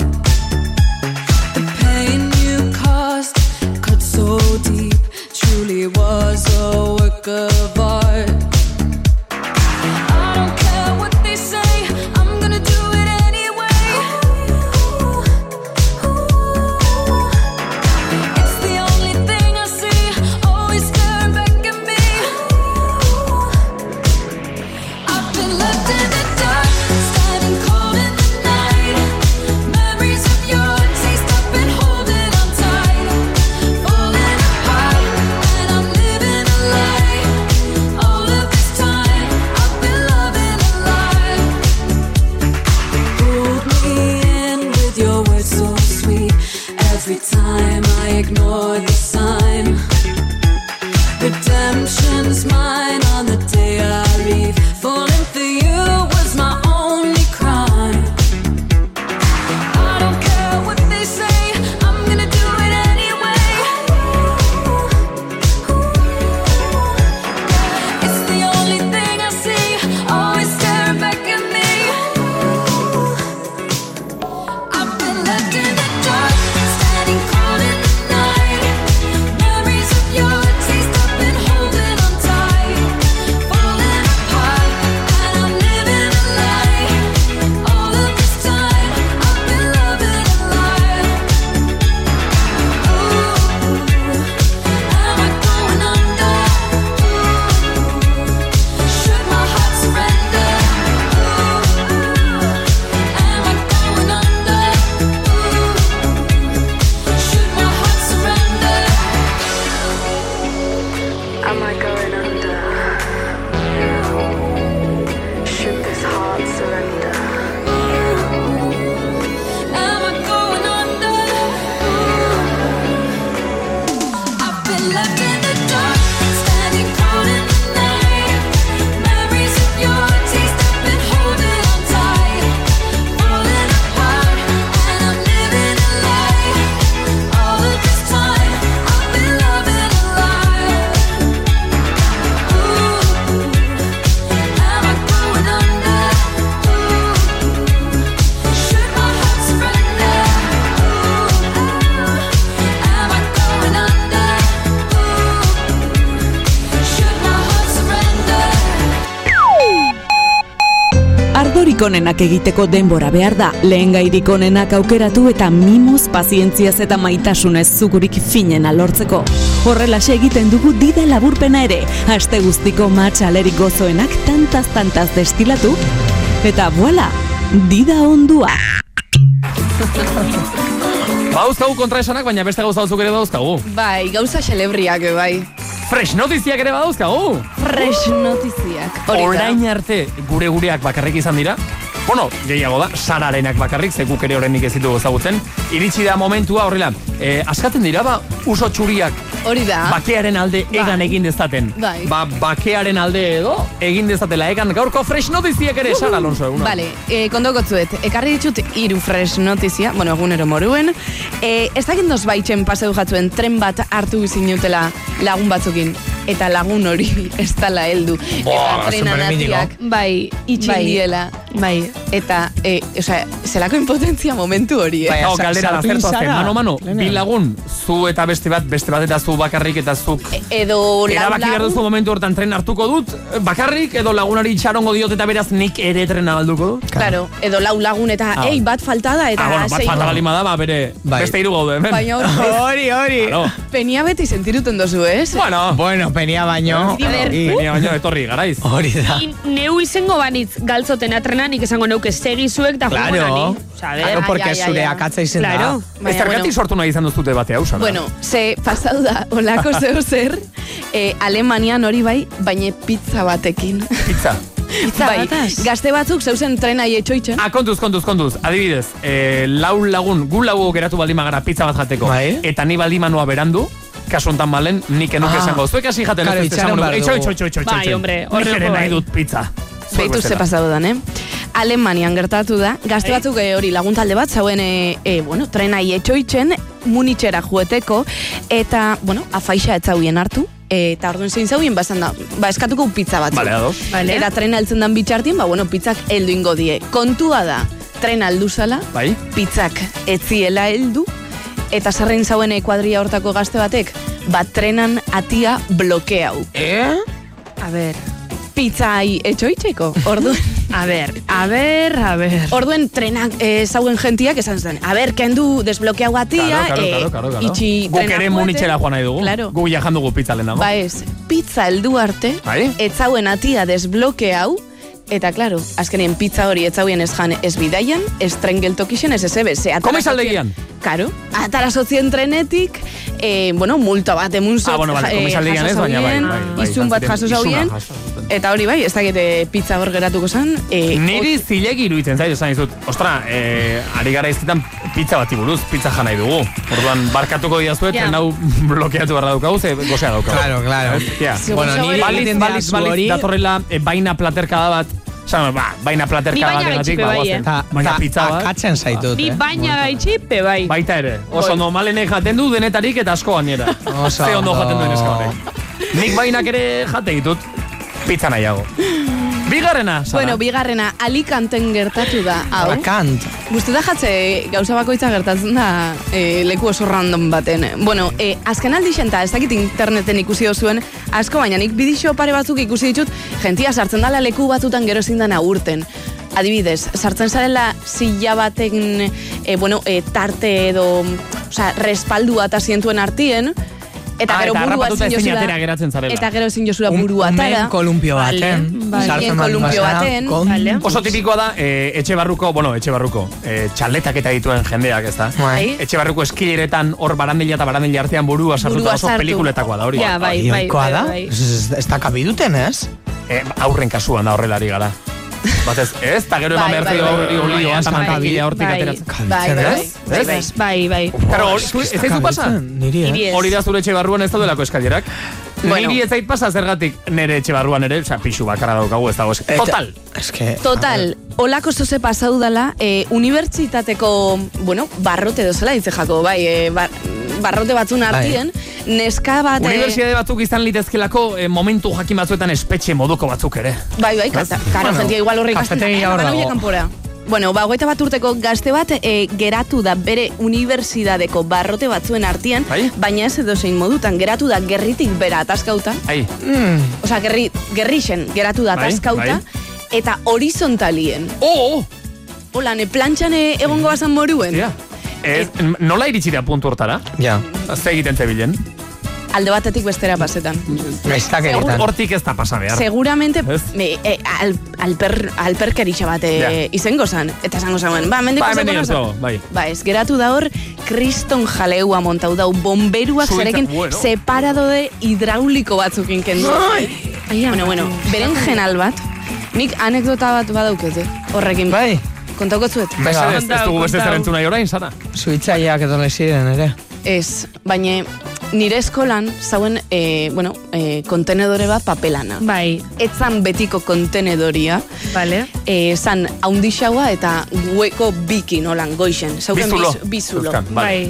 Speaker 8: The pain you caused cut so deep, truly was a work of art.
Speaker 10: Lehengairik onenak egiteko denbora behar da. Lehengairik onenak aukeratu eta mimoz, pazientziaz eta maitasunez zugurik finena lortzeko. Horrelaxe egiten dugu dida laburpena ere. Aste guztiko matxalerik gozoenak tantaz-tantaz destilatu. Eta voila, dida ondua.
Speaker 3: Bauzkagu kontraesanak, baina beste gauza batzuk ere dauzkagu.
Speaker 17: Bai, gauza xelebriak, eh, bai.
Speaker 3: Fresh notiziak ere badauzkagu.
Speaker 17: Fresh notiziak. Hori da.
Speaker 3: Orain arte gure gureak bakarrik izan dira. Bueno, gehiago da, sararenak bakarrik, ze guk ere horrenik ez ditugu ezagutzen. Iritsi da momentua horrela, eh, askatzen dira ba, uso txuriak
Speaker 17: Hori da.
Speaker 3: bakearen alde egan egin dezaten.
Speaker 17: Bai.
Speaker 3: Ba, bakearen alde edo egin dezatela egan gaurko fresh notiziak ere Sara Alonso eguna.
Speaker 17: Bale, e, kotzuet, ekarri ditut hiru fresh notizia, bueno, egunero moruen. E, ez dakit nos baitxen paseu jatzuen tren bat hartu zinutela lagun batzukin. Eta lagun hori ez dala heldu.
Speaker 5: Boa,
Speaker 17: Eta trenan
Speaker 5: supermínimo.
Speaker 17: hatiak, bai, itxin
Speaker 5: Bai.
Speaker 17: diela. Bai. Eta, e, osea, zelako impotentzia momentu hori, eh?
Speaker 3: Bai, hau galdera da zertu azken, mano, mano, bi lagun, zu eta beste bat, beste bat eta zu bakarrik eta zuk
Speaker 17: Edo Eh, lau
Speaker 3: Erabaki behar
Speaker 17: lagun,
Speaker 3: duzu momentu hortan tren hartuko dut, bakarrik edo lagunari itxarongo diot eta beraz nik ere trena balduko dut.
Speaker 17: Claro, edo lau lagun eta,
Speaker 3: Ah.
Speaker 17: ei, bat faltada, eta
Speaker 3: Ah, bueno, bat
Speaker 17: sei-
Speaker 3: falta balima da, ba, bere, beste hiru gaude, hemen.
Speaker 17: Baina hori-
Speaker 4: hori.
Speaker 3: Claro.
Speaker 17: Penia beti sentiruten dozu, ez?
Speaker 3: Bueno.
Speaker 4: Bueno, penia baino.
Speaker 5: Diver-
Speaker 3: Baina baino, etorri, garaiz.
Speaker 4: Hori da.
Speaker 5: Ni Neu izango banitz galtzotena trena, nik esango neuke segi zuek da
Speaker 3: Claro.
Speaker 4: Claro, porque zure akatza izen da.
Speaker 5: Claro.
Speaker 17: Baina,
Speaker 3: Ez zergatik
Speaker 17: bueno.
Speaker 3: sortu nahi izan duzute bate hau, Sara?
Speaker 17: Bueno, ze pasau da, olako zeo zer, eh, Alemanian hori bai, baina pizza batekin.
Speaker 3: Pizza.
Speaker 17: bai, gazte batzuk zeusen trenai etxoitzen.
Speaker 3: Ah, kontuz, kontuz, kontuz. Adibidez, eh, lau lagun, gu lau geratu baldin magara pizza bat jateko. Eta ni baldin manoa berandu, kasu hontan malen, nik enuke
Speaker 4: Bai. Ah.
Speaker 3: esango. Zuek hasi jaten
Speaker 4: Claro,
Speaker 3: ez dut
Speaker 4: itxaron
Speaker 3: esango.
Speaker 4: behar
Speaker 3: Eitxo,
Speaker 4: dugu.
Speaker 3: eitxo, eitxo, eitxo.
Speaker 5: Bai, hombre, horrela
Speaker 3: Nik ere
Speaker 5: bai.
Speaker 3: nahi dut pizza. Zuek
Speaker 17: Beitu ze
Speaker 3: bezala.
Speaker 17: pasau dan, eh? Alemanian gertatu da, gazte batzuk eh, hori laguntalde bat, zauen, eh, eh, bueno, trenai etxoitzen, munitxera jueteko, eta, bueno, afaixa ez zauien hartu, eta orduan zein zauien bazan da, ba, eskatuko pizza bat.
Speaker 3: Bale, ados.
Speaker 17: Vale. Eta trena heltzen dan bitxartien, ba, bueno, pizzak heldu ingo die. Kontua da, trena heldu zala,
Speaker 3: Bai?
Speaker 17: pizzak etziela heldu eta zerrein zauen kuadria hortako gazte batek bat trenan atia blokeau.
Speaker 4: Eh?
Speaker 17: A ber, pizzai etxoitzeko, orduen. a ber, a ber, a ber. Orduen trenak eh, zauen gentiak esan zen. A ber, kendu desblokeau atia,
Speaker 3: Claro, claro, claro, claro, claro.
Speaker 17: eh, itxi
Speaker 3: Guk
Speaker 17: trena
Speaker 3: ere
Speaker 17: joaten.
Speaker 3: munitxera joan nahi dugu.
Speaker 17: Claro.
Speaker 3: Guk jajan dugu pizza lehenago.
Speaker 17: Ba ez, pizza heldu arte,
Speaker 3: Bai.
Speaker 17: etzauen atia desbloke hau, eta claro, azkenien pizza hori etzauen ez jan ez bidaian, ez tren geltokixen ez ezebe. Ze, atara
Speaker 3: Komeiz
Speaker 17: sotzien-
Speaker 3: aldegian?
Speaker 17: Karo, atara sotzien trenetik, eh, bueno, multa bat emun zot,
Speaker 3: Ah, bueno, vale,
Speaker 17: ja- eh,
Speaker 3: komeiz aldegian
Speaker 17: jaso
Speaker 3: ez, baina bai,
Speaker 17: zaurien,
Speaker 3: bai, bai,
Speaker 17: Izun bat jaso
Speaker 3: izan ziren,
Speaker 17: zaurien,
Speaker 3: izuna jaso zuten.
Speaker 17: eta hori bai, ez dakit pizza hor geratuko zan. Eh,
Speaker 3: Niri zilegi iruditzen zait, esan dizut, ostra, eh, ari gara iztetan pizza bati buruz, pizza jana nahi dugu. Orduan, barkatuko diazuet,
Speaker 17: Ja.
Speaker 3: yeah. hau blokeatu behar daukagu, ze gozea daukagu.
Speaker 4: Claro, claro.
Speaker 3: Yeah.
Speaker 4: Bueno, niri
Speaker 3: baliz,
Speaker 4: egiten da
Speaker 3: baliz,
Speaker 4: zu
Speaker 3: baliz,
Speaker 4: hori.
Speaker 3: datorrela eh, baina platerkada bat, Sama, ba, baina
Speaker 5: Ni
Speaker 3: platerka
Speaker 5: baina
Speaker 3: bat egatik,
Speaker 5: gaitxipe
Speaker 3: ba,
Speaker 5: bai,
Speaker 3: guazen.
Speaker 5: eh.
Speaker 4: Ta-
Speaker 3: Baina
Speaker 4: ta-
Speaker 3: pizza bat.
Speaker 4: akatsen zaitut,
Speaker 5: Ni baina gaitxipe bai.
Speaker 3: Baita ere, oso ondo malenek jaten du denetarik eta asko gainera.
Speaker 4: Oso
Speaker 3: Ze ondo
Speaker 4: ondo.
Speaker 3: jaten duen eska honek. Nik bainak ere jate ditut, pizza nahiago. Bigarrena, Sara.
Speaker 17: Bueno, bigarrena, Alicanten gertatu da, hau.
Speaker 4: Bakant.
Speaker 17: Guzti da jatze, gauza bakoitza gertatzen da eh, leku oso random baten. Bueno, eh, azken aldi xenta, ez dakit interneten ikusi zuen asko, baina nik bidixo pare batzuk ikusi ditut, jentia sartzen dala leku batzutan gero ezin dana urten. Adibidez, sartzen zarela silla baten, eh, bueno, eh, tarte edo, oza, respaldua eta zientuen artien, eta
Speaker 3: Ah,
Speaker 17: gero
Speaker 3: eta
Speaker 17: burua
Speaker 3: harrapatuta
Speaker 17: ezin
Speaker 3: ezin
Speaker 17: jozula-
Speaker 3: atera geratzen zarela.
Speaker 17: Eta gero ezin jozula burua
Speaker 4: umen
Speaker 17: atara.
Speaker 4: kolumpio baten, sartzen baldin
Speaker 17: Umen kolumpio
Speaker 4: bazara,
Speaker 17: baten.
Speaker 4: kon- Vale.
Speaker 3: Oso tipikoa da, eh, etxe barruko, bueno, etxe barruko, eh, txaletak eta dituen jendeak, ez da?
Speaker 4: Bai.
Speaker 3: Etxe barruko eskileretan hor barandila eta barandila artean burua sartuta
Speaker 4: Burua
Speaker 3: oso
Speaker 4: sartu.
Speaker 3: pelikuletakoa da hori.
Speaker 4: Ja, bai, Hori bai, ohikoa bai, da? bai. Ez- ez da kapiduten, ez?
Speaker 3: Eh, aurren kasuan da horrelari gara. Batez, ez, eta gero
Speaker 5: Bai,
Speaker 3: eman behar
Speaker 5: bai,
Speaker 3: dio
Speaker 5: bai.
Speaker 3: hori olioa eta
Speaker 5: Bai,
Speaker 3: mantakila hortik
Speaker 5: bai,
Speaker 3: ateratzen.
Speaker 5: Bai, bai,
Speaker 3: Ez?
Speaker 5: bai,
Speaker 3: Ez?
Speaker 5: bai, bai, bai.
Speaker 3: Claro, hori- zu- ez zaizu pasa?
Speaker 5: Niri ez.
Speaker 3: Hori da zure etxe barruan ez daudelako eskailerak.
Speaker 17: Bueno.
Speaker 3: Niri ez zait pasa zergatik nire etxe barruan ere, osea, pixu bakarra daukagu ez dago. esk- Total. Eh,
Speaker 4: Eske,
Speaker 17: Total, olako zoze pasau dala, e, unibertsitateko, bueno, barrote dozela dice jako, bai, e, bar- barrote batzun
Speaker 3: Bai.
Speaker 17: artien, neska bat... e,
Speaker 3: Unibertsitate batzuk izan litezkelako eh, momentu jakin batzuetan espetxe moduko batzuk ere.
Speaker 17: Bai, bai, kata, karo,
Speaker 3: Bueno,
Speaker 17: jentia igual horre ikasten.
Speaker 3: kafetegia hor
Speaker 17: Baina
Speaker 3: dago.
Speaker 17: bila kanpora. Bueno, ba, hogeita bat urteko gazte bat e, geratu da bere unibertsidadeko barrote batzuen artian,
Speaker 3: Bai.
Speaker 17: baina ez edozein modutan, geratu da gerritik bera ataskauta.
Speaker 3: Ai.
Speaker 17: Osea, gerri, gerrixen geratu da
Speaker 3: Bai,
Speaker 17: ataskauta.
Speaker 3: bai.
Speaker 17: eta horizontalien.
Speaker 3: Oh! Bai.
Speaker 17: Hola, ne plantxan eh, egongo bazan moruen.
Speaker 3: Ez, nola iritsi da puntu hortara?
Speaker 4: Ja.
Speaker 3: Ze egiten zebilen?
Speaker 17: Alde batetik bestera pasetan.
Speaker 4: Gaiztakeritan.
Speaker 3: Hortik ez da pasa behar.
Speaker 17: Seguramente
Speaker 3: Ez?
Speaker 17: me, e, al, alper, alperkerixa bat e,
Speaker 3: Ja.
Speaker 17: izango zan. Eta esango zan, ba, mendik
Speaker 3: Ba,
Speaker 17: pasako
Speaker 3: hemen
Speaker 17: nosa.
Speaker 3: dago, bai.
Speaker 17: Ba, ez, geratu da hor, kriston jaleua montau dau, bomberuak
Speaker 3: Zuentzat,
Speaker 17: zerekin
Speaker 3: bueno.
Speaker 17: separadode hidrauliko batzukin kendu.
Speaker 3: Ai!
Speaker 17: Aia, bueno, bueno, beren jenal bat, nik anekdota bat badaukete, horrekin.
Speaker 4: Bai.
Speaker 17: Kontauko zuet.
Speaker 3: Mesedez, ez dugu beste zer entzun nahi orain, Sara.
Speaker 4: Suitzaileak etorri ziren ere.
Speaker 17: Ez, baina nire eskolan zauen, e, bueno, e, kontenedore bat papelana.
Speaker 5: Bai.
Speaker 17: Etzan betiko kontenedoria.
Speaker 5: Vale.
Speaker 17: E, zan haundixaua eta hueko bikin olan goixen. Zauken
Speaker 5: Bizulo.
Speaker 17: biz- bizulo.
Speaker 5: Zeuzkan, vale.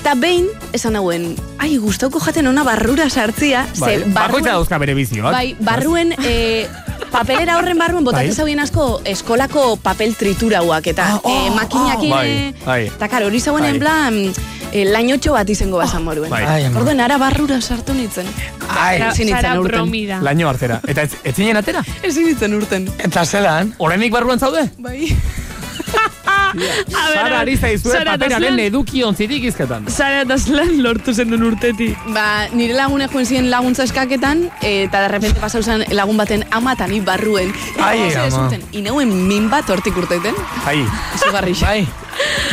Speaker 17: Eta behin, esan hauen, ai, gustauko jaten ona barrura sartzia,
Speaker 3: Bai.
Speaker 17: ze barruen,
Speaker 3: Bakoitza dauzka bere bizioak.
Speaker 17: bai, barruen e, papelera horren barruen botatzen
Speaker 3: Bai.
Speaker 17: zauen asko eskolako papel triturauak eta
Speaker 5: Eh,
Speaker 17: e, makinakin
Speaker 3: Ah, Bai,
Speaker 17: e,
Speaker 3: bai.
Speaker 17: Eta karo, hori zauen en plan, eh, lainotxo bat izango
Speaker 4: Oh,
Speaker 17: bazan moruen.
Speaker 3: bai. Ai, ama.
Speaker 17: Orduan, ara barrura sartu nitzen.
Speaker 4: Ai.
Speaker 17: Ezin nintzen urten.
Speaker 3: Laino hartzera. Eta ez, ez zinen atera?
Speaker 17: Ezin nintzen urten.
Speaker 4: Eta zelan?
Speaker 3: Oraindik barruan zaude?
Speaker 17: Bai.
Speaker 3: Sara ari zaizue paperaren eduki ontzitik izketan.
Speaker 5: Zara eta zelan lortu zen duen urtetik.
Speaker 17: Ba, nire lagune joen ziren laguntza eskaketan, eta de repente pasau zen lagun baten amatan barruen. Eta
Speaker 3: Ai,
Speaker 17: hau zer
Speaker 3: ama.
Speaker 17: zuten, Inauen min bat hortik urteiten.
Speaker 3: Ai,
Speaker 17: Zugarrixa. Bai.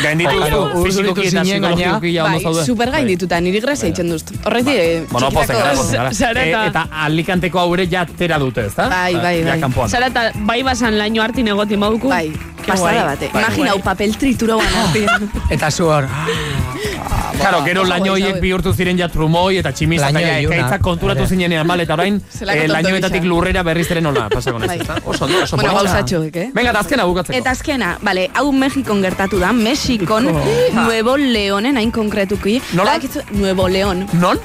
Speaker 3: gainditu
Speaker 4: Ai, ama.
Speaker 3: zu, fizikoki
Speaker 4: Urduritu
Speaker 3: eta
Speaker 4: Bai, zinen, gainera.
Speaker 3: psikologikoki ja ondo zaude. Bai.
Speaker 17: Bai, super gain dituta, niri grazia itxen duztu. Horretik, eh,
Speaker 3: Bueno, pozen gara, pozen gara.
Speaker 5: Sara
Speaker 3: E,
Speaker 5: eta-
Speaker 3: eta alikanteko aure ja tera dute, ezta?
Speaker 17: Bai,
Speaker 3: Ja,
Speaker 17: bai, bai.
Speaker 3: Ja kanpoan.
Speaker 5: Zara eta bai basan laino hartin egotin bauku. Bai,
Speaker 17: pasada bate. Imagina, hau papel tritura
Speaker 5: Ah.
Speaker 17: guan artean.
Speaker 4: Eta zu hor.
Speaker 3: Claro, gero laino horiek bihurtu ziren ja trumoi eta tximista eta
Speaker 4: Laino
Speaker 3: ja,
Speaker 4: iluna.
Speaker 3: ekaitzak konturatu
Speaker 4: Ere.
Speaker 3: zinenean, bale, eta orain
Speaker 17: Zelako
Speaker 3: eh,
Speaker 17: tonto
Speaker 3: lainoetatik
Speaker 17: gisa.
Speaker 3: lurrera berriz ere nola pasako naiz,
Speaker 17: Bai.
Speaker 3: ezta? Oso, ondo, oso.
Speaker 17: Bueno,
Speaker 3: polita.
Speaker 17: gauzatxoek, eh?
Speaker 3: Venga, eta azkena bukatzeko.
Speaker 17: Eta azkena, bale, hau Mexikon gertatu da, Mexikon, Nuevo Leonen hain konkretuki.
Speaker 3: Nola?
Speaker 17: Badakizu, Nuevo Leon.
Speaker 3: Non?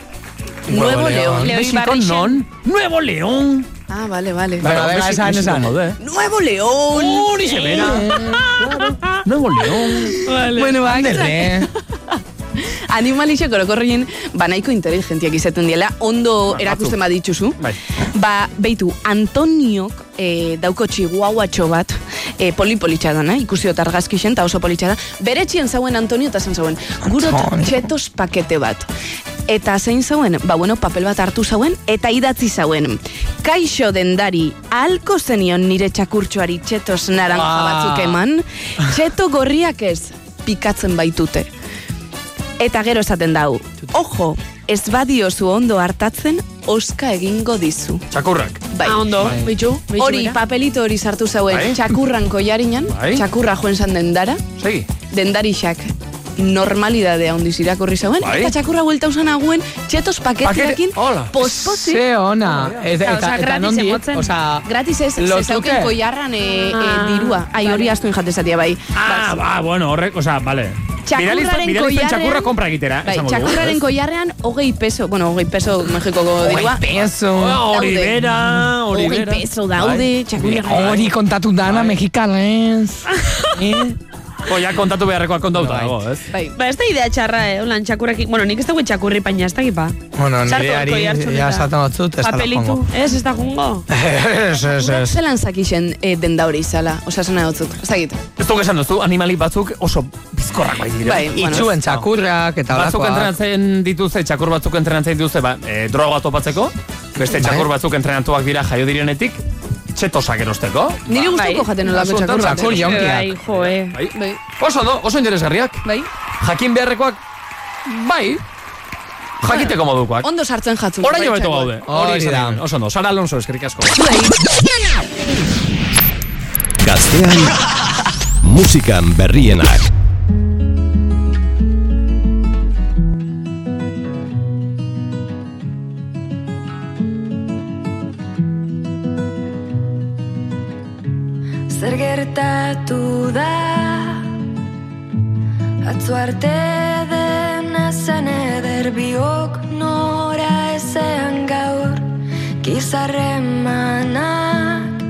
Speaker 17: Nuevo León.
Speaker 3: Mexikon non? Nuevo León.
Speaker 17: Ah, vale, vale.
Speaker 3: Venga, venga, esan, esan.
Speaker 17: Nuevo León.
Speaker 3: Hori bera. Nuevo León.
Speaker 17: Bueno, ba,
Speaker 3: Ándale.
Speaker 17: Animalixek orokorrien banaiko inteligentiak izaten diela, ondo
Speaker 3: batzuk.
Speaker 17: erakusten badituzu.
Speaker 3: Bai.
Speaker 17: Ba, beitu, Antoniok e, dauko txiguauatxo bat, e, polipolitxa da, eh? ikusi dut argazkixen, eta oso politxa da. Bere txien zauen Antonio eta zen zauen, gurot txetos pakete bat. Eta zein zauen, ba bueno, papel bat hartu zauen, eta idatzi zauen. Kaixo dendari, ahalko zenion nire txakurtxoari txetos naranja batzuk eman, txeto gorriak ez, pikatzen baitute. Eta gero esaten dau, ojo, ez badiozu ondo hartatzen, oska egingo dizu.
Speaker 3: Txakurrak.
Speaker 17: Bai.
Speaker 5: Ah, ondo.
Speaker 17: Bai.
Speaker 5: Bitxu, bitxu,
Speaker 17: Hori,
Speaker 5: bera.
Speaker 17: papelito hori sartu zauen
Speaker 5: Bai.
Speaker 17: txakurran koiarinan,
Speaker 3: Bai.
Speaker 17: txakurra joen zan dendara,
Speaker 3: Segi.
Speaker 17: dendarixak normalidadea ondiz irakurri zauen,
Speaker 4: Bai.
Speaker 17: eta txakurra huelta usan aguen txetos paketiakin pospozik.
Speaker 4: Ze ona. Eta, eta, eta nondik, osea,
Speaker 17: gratis ez,
Speaker 4: lotute.
Speaker 17: zezauken koiarran e, e, dirua. Ai, hori astuin jatezatia bai.
Speaker 3: Ah, ba, bueno, horrek, osea, vale.
Speaker 17: Txakurraren
Speaker 3: Bidalizten- bidalizten
Speaker 17: koiarren-
Speaker 3: txakurra kompra egitera,
Speaker 17: Bai,
Speaker 3: esango dugu,
Speaker 17: txakurraren
Speaker 3: ez?
Speaker 17: koiarrean hogei peso, bueno, hogei peso Mexikoko dirua.
Speaker 4: peso.
Speaker 3: Hori
Speaker 17: Daude.
Speaker 3: bera, hori
Speaker 17: Hogei
Speaker 3: bera.
Speaker 17: peso daude, txakurra.
Speaker 4: Hori kontatu dana mexikanez. Eh?
Speaker 3: O, ja kontatu beharrekoa kontauta dago, ez?
Speaker 17: Bai.
Speaker 5: Ba, ez da idea txarra, eh? Olan, txakurrekin. Bueno, nik ez dago txakurri paina, ez ba. da gipa.
Speaker 4: Bueno,
Speaker 5: Sartu
Speaker 4: nireari,
Speaker 5: horko jartzen
Speaker 4: ja,
Speaker 5: eta-
Speaker 4: esaten batzut, ez da
Speaker 5: Papelitu. Ez, ez da jungo.
Speaker 4: Ez, ez, ez.
Speaker 17: Zelan zakixen eh, denda hori izala, osea, zena dutzut, ezagit.
Speaker 3: Ez dugu esan duzu, animali batzuk oso bizkorrak bai dira.
Speaker 17: Bai, bueno.
Speaker 4: Itzuen txakurrak eta
Speaker 3: Batzuk
Speaker 4: olakoak.
Speaker 3: entrenatzen dituzte, txakur batzuk entrenatzen dituzte, ba, e, droga topatzeko, beste
Speaker 4: Bai.
Speaker 3: txakur batzuk entrenatuak dira jaio direnetik, txetosak erosteko.
Speaker 17: Niri gustauko jaten olako
Speaker 3: Asunto,
Speaker 17: txakurra.
Speaker 3: txakur jaunkiak. Bai,
Speaker 5: jo, eh.
Speaker 17: Bai.
Speaker 3: Oso do, oso interesgarriak.
Speaker 17: Bai.
Speaker 3: Jakin beharrekoak, bai, jakiteko modukoak.
Speaker 17: Bai. Ondo sartzen bai, jatzen.
Speaker 3: Bai. Orain hobeto gaude. Hori
Speaker 4: Hori da.
Speaker 3: izan, oso ondo. Sara Alonso, eskerrik asko.
Speaker 17: Bai.
Speaker 1: Gaztean musikan berrienak.
Speaker 18: Zer gertatu da Atzo arte dena zen eder biok nora ezean gaur Gizarremanak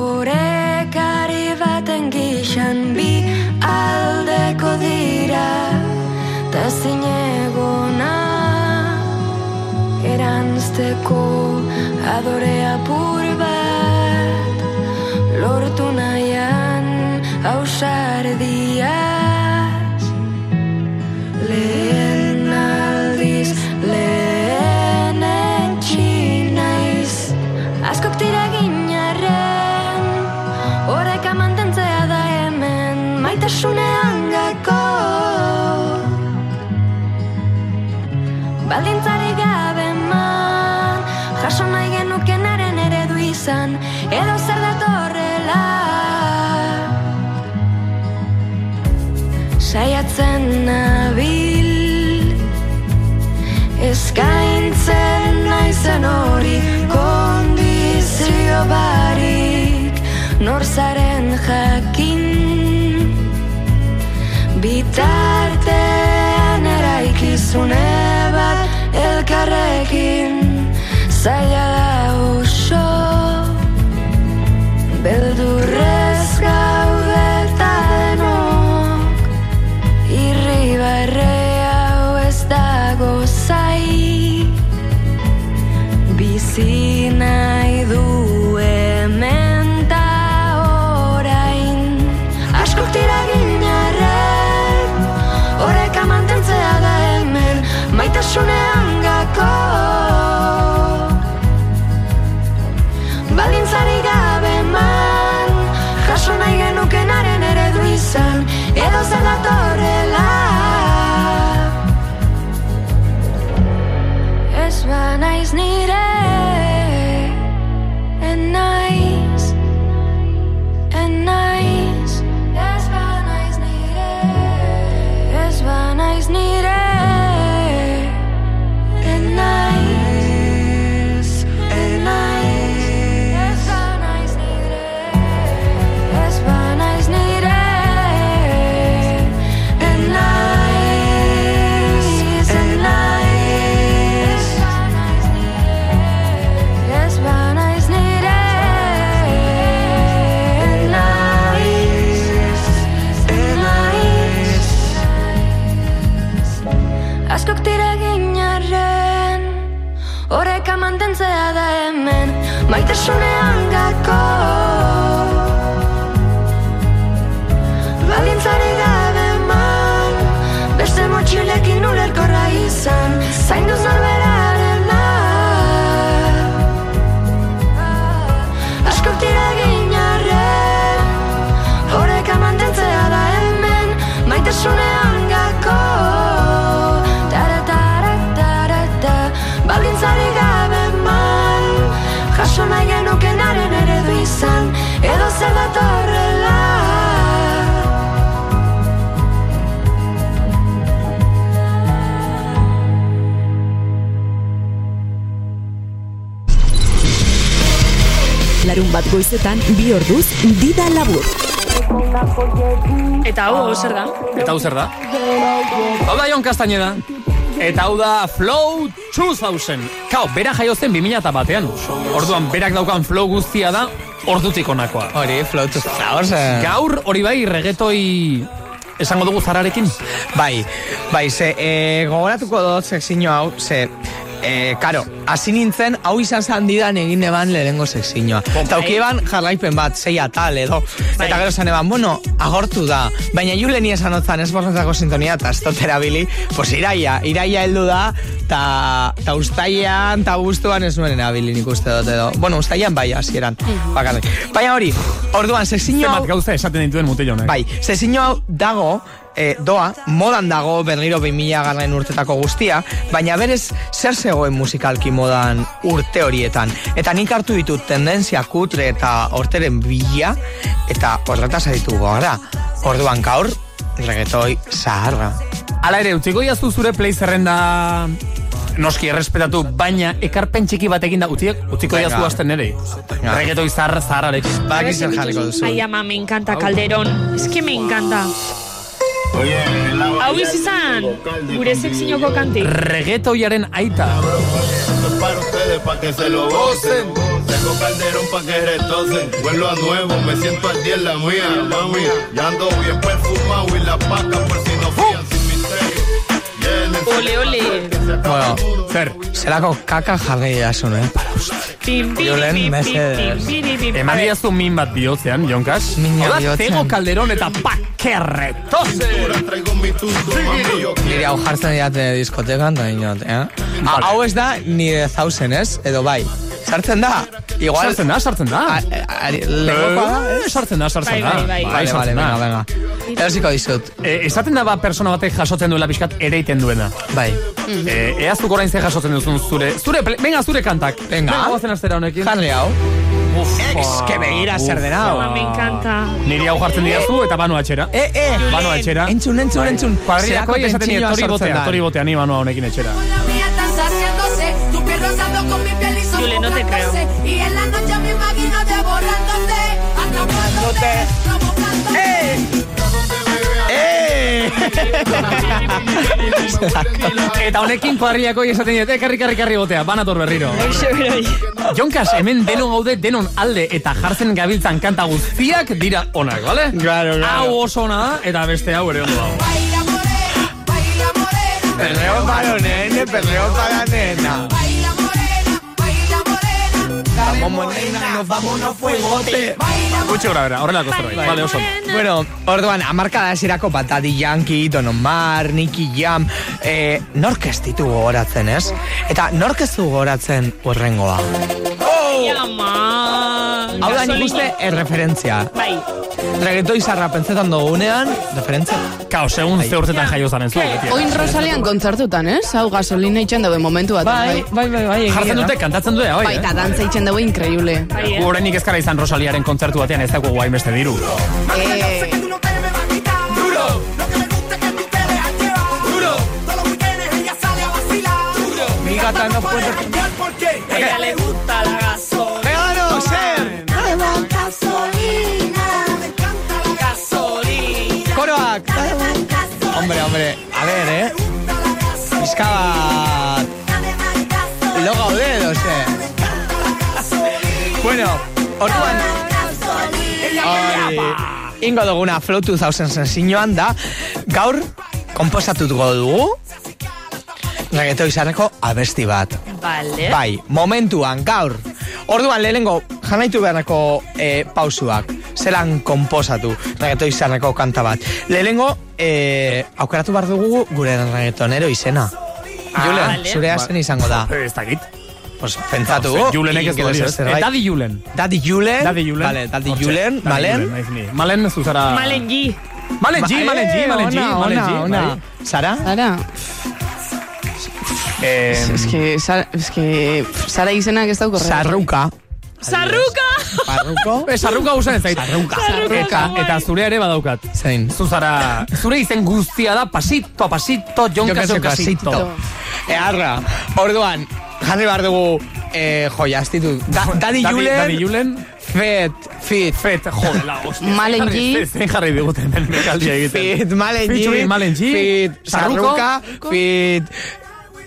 Speaker 18: Orekari baten gixan bi aldeko dira Ta zinegona Eranzteko adore apur bat
Speaker 15: wish une hangako Baldintzari gabe eman Jaso nahi genukenaren eredu izan Edo zer datorrela Saiatzen nabil Eskaintzen naizen hori Kondizio barik Nor zaren jakin Bitartean eraikizune bat elkarrekin Zaila da oso Beldurrez gaude eta denok Irribarre hau ez dago zai Bizi nahi du hemen ta orain Askok tira ginarren Horreka mantentzea da hemen Maitasunean gako Balintzari gabe man Jaso nahi genukenaren eredu izan Edo zer datorrela Ez ba naiz nire En naiz En naiz Ez ba naiz nire Ez ba naiz nire En naiz En naiz Ez ba naiz nire Ez ba naiz nire En naiz En naiz Ez ba naiz nire En naiz En naiz Askok tira ginarren Horeka mantentzea da hemen Maitasunean gako Balintzari gabe man Beste motxilekin ulerkorra izan Zaindu zorberaren Askok tira ginarren Horeka mantentzea da hemen Maitasunean gako Tara tara tara ta Baldintzari gabe man Jaso nahi genukenaren eredu izan Edo zer datorrela
Speaker 10: Larun bat goizetan bi orduz dida labur.
Speaker 5: Eta hau, hau zer da?
Speaker 3: Eta hau zer da? Hau da Jon Castañeda. Eta hau da Flow 2000. Kau, bera jaio zen 2000 batean. Orduan, berak daukan flow guztia da, ordutik honakoa.
Speaker 4: Hori, flow 2000.
Speaker 3: Gaur, hori bai, regetoi esango dugu zararekin?
Speaker 4: Bai, bai, ze e, gogoratuko dut sekzio hau, ze E, karo, hasi nintzen, hau izan zan didan egin eban lehenengo sekzioa.
Speaker 3: Bai.
Speaker 4: Eta auki eban jarraipen bat, zei atal edo. Eta gero zan eban, bueno, agortu da. Baina juleni esan otzan, ez borrezako sintonia, eta ez dut erabili, pues iraia, iraia heldu da, eta ustaian, eta guztuan ez nuen erabili nik uste dut edo. Bueno, ustaian bai, hasieran. Bakarrik. Baina hori, orduan, sekzio hau...
Speaker 3: gauza esaten dituen mutelonek.
Speaker 4: Bai, sesiño hau dago, eh, doa, modan dago berriro 2000 garren urtetako guztia, baina berez zer zegoen musikalki modan urte horietan. Eta nik hartu ditut tendentzia kutre eta horteren bila, eta horretaz aditu gara. Orduan gaur, regetoi zaharra.
Speaker 3: Hala ere, utziko jaztu zure play zerrenda noski errespetatu, baina ekarpen txiki batekin da utziek, utziko
Speaker 4: Venga.
Speaker 3: jaztu hasten ere.
Speaker 4: Venga.
Speaker 3: Regetoi zahar, zaharrarekin.
Speaker 4: Badakit zer jarriko duzu.
Speaker 5: Ai, ama, me encanta Calderón. Es que me encanta. Hau izan, gure sekzinoko kanti.
Speaker 3: Regetoiaren aita.
Speaker 7: para ustedes pa' que se lo gocen. Tengo calderón pa' que retocen. Vuelvo a nuevo, me siento al día en la mía, mami. Ya ando bien perfumado y la paca por si no fían sin misterio.
Speaker 5: Ole, ole.
Speaker 4: Bueno, zer. Zelako kaka jarri jasun, eh? Para usted.
Speaker 5: Pim, pim,
Speaker 4: Julen,
Speaker 5: pim, pim,
Speaker 4: mesedez.
Speaker 5: pim, pim, pim, pim.
Speaker 3: Eman diaztu min eh, bat bihotzean, Jonkas. Min
Speaker 4: bihotzean.
Speaker 3: Tego Calderón eta Paquerretozen.
Speaker 4: Nire hau Ah, jartzen diate diskotekan, da inot, eh? Hau ez da nire zauzen, ez? Edo bai. Sartzen da. Igual sartzen
Speaker 3: da, sartzen da.
Speaker 4: Legokoa da.
Speaker 3: Eh, sartzen da, sartzen da.
Speaker 4: Bai, bai, bai. Vale,
Speaker 3: sartzen
Speaker 4: vale,
Speaker 3: da.
Speaker 4: venga, Erosiko dizut.
Speaker 3: Eh, esaten da ba persona batek jasotzen duela pixkat ereiten duena.
Speaker 4: Bai.
Speaker 3: Eh, eaztuk orain ze jasotzen duzun zure... Zure, ple- venga, zure kantak. Venga. Venga, guazen astera honekin.
Speaker 4: Jarri hau.
Speaker 3: Ex,
Speaker 4: que begira zer den hau.
Speaker 5: Me encanta.
Speaker 3: Niri hau jartzen dira zu eta banoa etxera.
Speaker 4: Eh, eh.
Speaker 3: Banoa etxera.
Speaker 4: Entzun, entzun, entzun.
Speaker 3: Kuadrilako
Speaker 4: Zerako
Speaker 3: Bai. esaten dira,
Speaker 4: tentsioa
Speaker 3: tori
Speaker 4: sortzen
Speaker 3: botea,
Speaker 4: da.
Speaker 3: tori botea, ni banoa honekin etxera.
Speaker 9: mía están saciándose. Tu piel rozando con mi piel y
Speaker 5: Yule, no te creo.
Speaker 9: sofocándose. Y en la noche me imagino devorándote, atrapándote, provocándote.
Speaker 5: ¡Eh!
Speaker 3: Eta honekin kuadrilako esaten dira, ekarri, karri, karri botea, banator berriro. Jonkas, hemen denon gaude, denon alde eta jartzen gabiltzan kanta guztiak dira onak, bale? Claro, claro. Hau oso ona da, eta beste hau ere ondo dago.
Speaker 5: ¡Eh!
Speaker 4: Perreo para nene, perreo para nena. Vamos morena, nos vamos a fuegote.
Speaker 3: Gutxi gora bera, horrelako zerbait. Vale, oso. ondo.
Speaker 4: Bueno, orduan, amarkada esirako bat Daddy Yankee, Don Omar, Nicky Jam, eh, nork ez ditu gogoratzen, ez? Eta nork ez du gogoratzen urrengoa.
Speaker 5: ¡Oh!
Speaker 4: Hau da, nik uste erreferentzia.
Speaker 5: Bai.
Speaker 4: Regeto izarra pentsetan dugunean, referentzia.
Speaker 3: Kao, segun ze urtetan jaio zaren zu.
Speaker 17: Oin Rosalian kontzertutan, ez? Hau gasolina itxen dauen momentu bat. Bai,
Speaker 4: bai, bai, bai.
Speaker 3: Jartzen dute, eh? kantatzen dute, hau,
Speaker 17: Bai, eta dantza itxen daue inkreíble.
Speaker 3: Gu oraindik ez gara izan Rosaliaren kontzertu batean ez dago guain beste diru.
Speaker 17: Eh,
Speaker 4: Mi gata no puede
Speaker 9: porque
Speaker 4: ella le
Speaker 9: gusta la gasolina.
Speaker 4: ¡Déjanos ser!
Speaker 9: Nueva gasolina. Me encanta la gasolina.
Speaker 4: Coroac. Hombre, hombre, a ver, eh? Pizka bat... Lo gaude, edo, ze? Bueno, orduan... Hori, ingo duguna Flow 2000 sensinoan da, gaur komposatutuko dugu reggaeton izaneko abesti bat.
Speaker 5: Vale.
Speaker 4: Bai, momentuan, gaur. Orduan lehenengo janaitu beharreko e, pausuak. Zeran konposatu, reggaeton izaneko kanta bat. Lehenengo, e, aukeratu behar dugu gure reggaetonero izena.
Speaker 3: Ah,
Speaker 4: Julen,
Speaker 3: vale.
Speaker 4: zurea zen izango da.
Speaker 3: Ez dakit.
Speaker 4: Pues pentsatu.
Speaker 3: Ba- Julenek ez du hori, ez? Eh, Daddy Julen.
Speaker 4: Daddy Julen.
Speaker 3: Daddy Julen.
Speaker 4: Vale, Daddy
Speaker 3: Hortxe,
Speaker 4: Julen,
Speaker 3: Daddy
Speaker 4: Malen.
Speaker 3: Julen, naiz ni. Malen zuzara...
Speaker 5: Malen G.
Speaker 3: Malen G,
Speaker 4: Ma-
Speaker 3: Malen G,
Speaker 4: eh,
Speaker 3: Malen G,
Speaker 4: ona,
Speaker 3: Malen G,
Speaker 4: ona, ona.
Speaker 5: Ah,
Speaker 3: bai.
Speaker 4: Sara?
Speaker 17: Sara.
Speaker 3: Eh,
Speaker 17: Es que, Sara, es que, pff, Sara izenak ez daukorre.
Speaker 4: Sarruka.
Speaker 5: Sarruka!
Speaker 4: Sarruko?
Speaker 3: Eh, sarruka usan ez zait.
Speaker 5: Sarruka.
Speaker 3: Eta, eta zure ere badaukat.
Speaker 4: Zein.
Speaker 3: Zuzara, zure izen guztia da, pasito, pasito, jonkas
Speaker 4: Jokaso
Speaker 3: jokasito.
Speaker 4: kasito. Earra, Eh, orduan, jarri behar dugu eh, joia, astitu. Da, Daddy
Speaker 3: Daddy-
Speaker 4: Julen.
Speaker 3: Daddy Julen.
Speaker 4: Fet, fit.
Speaker 3: Fet, joder, la hostia.
Speaker 4: Malen G.
Speaker 3: Jarri- Zein jarri diguten hemen mekaldia egiten.
Speaker 4: Fit, Malen G.
Speaker 3: Featuring Malen G.
Speaker 4: Fit,
Speaker 3: Sarruko.
Speaker 4: Sarruka. Fit,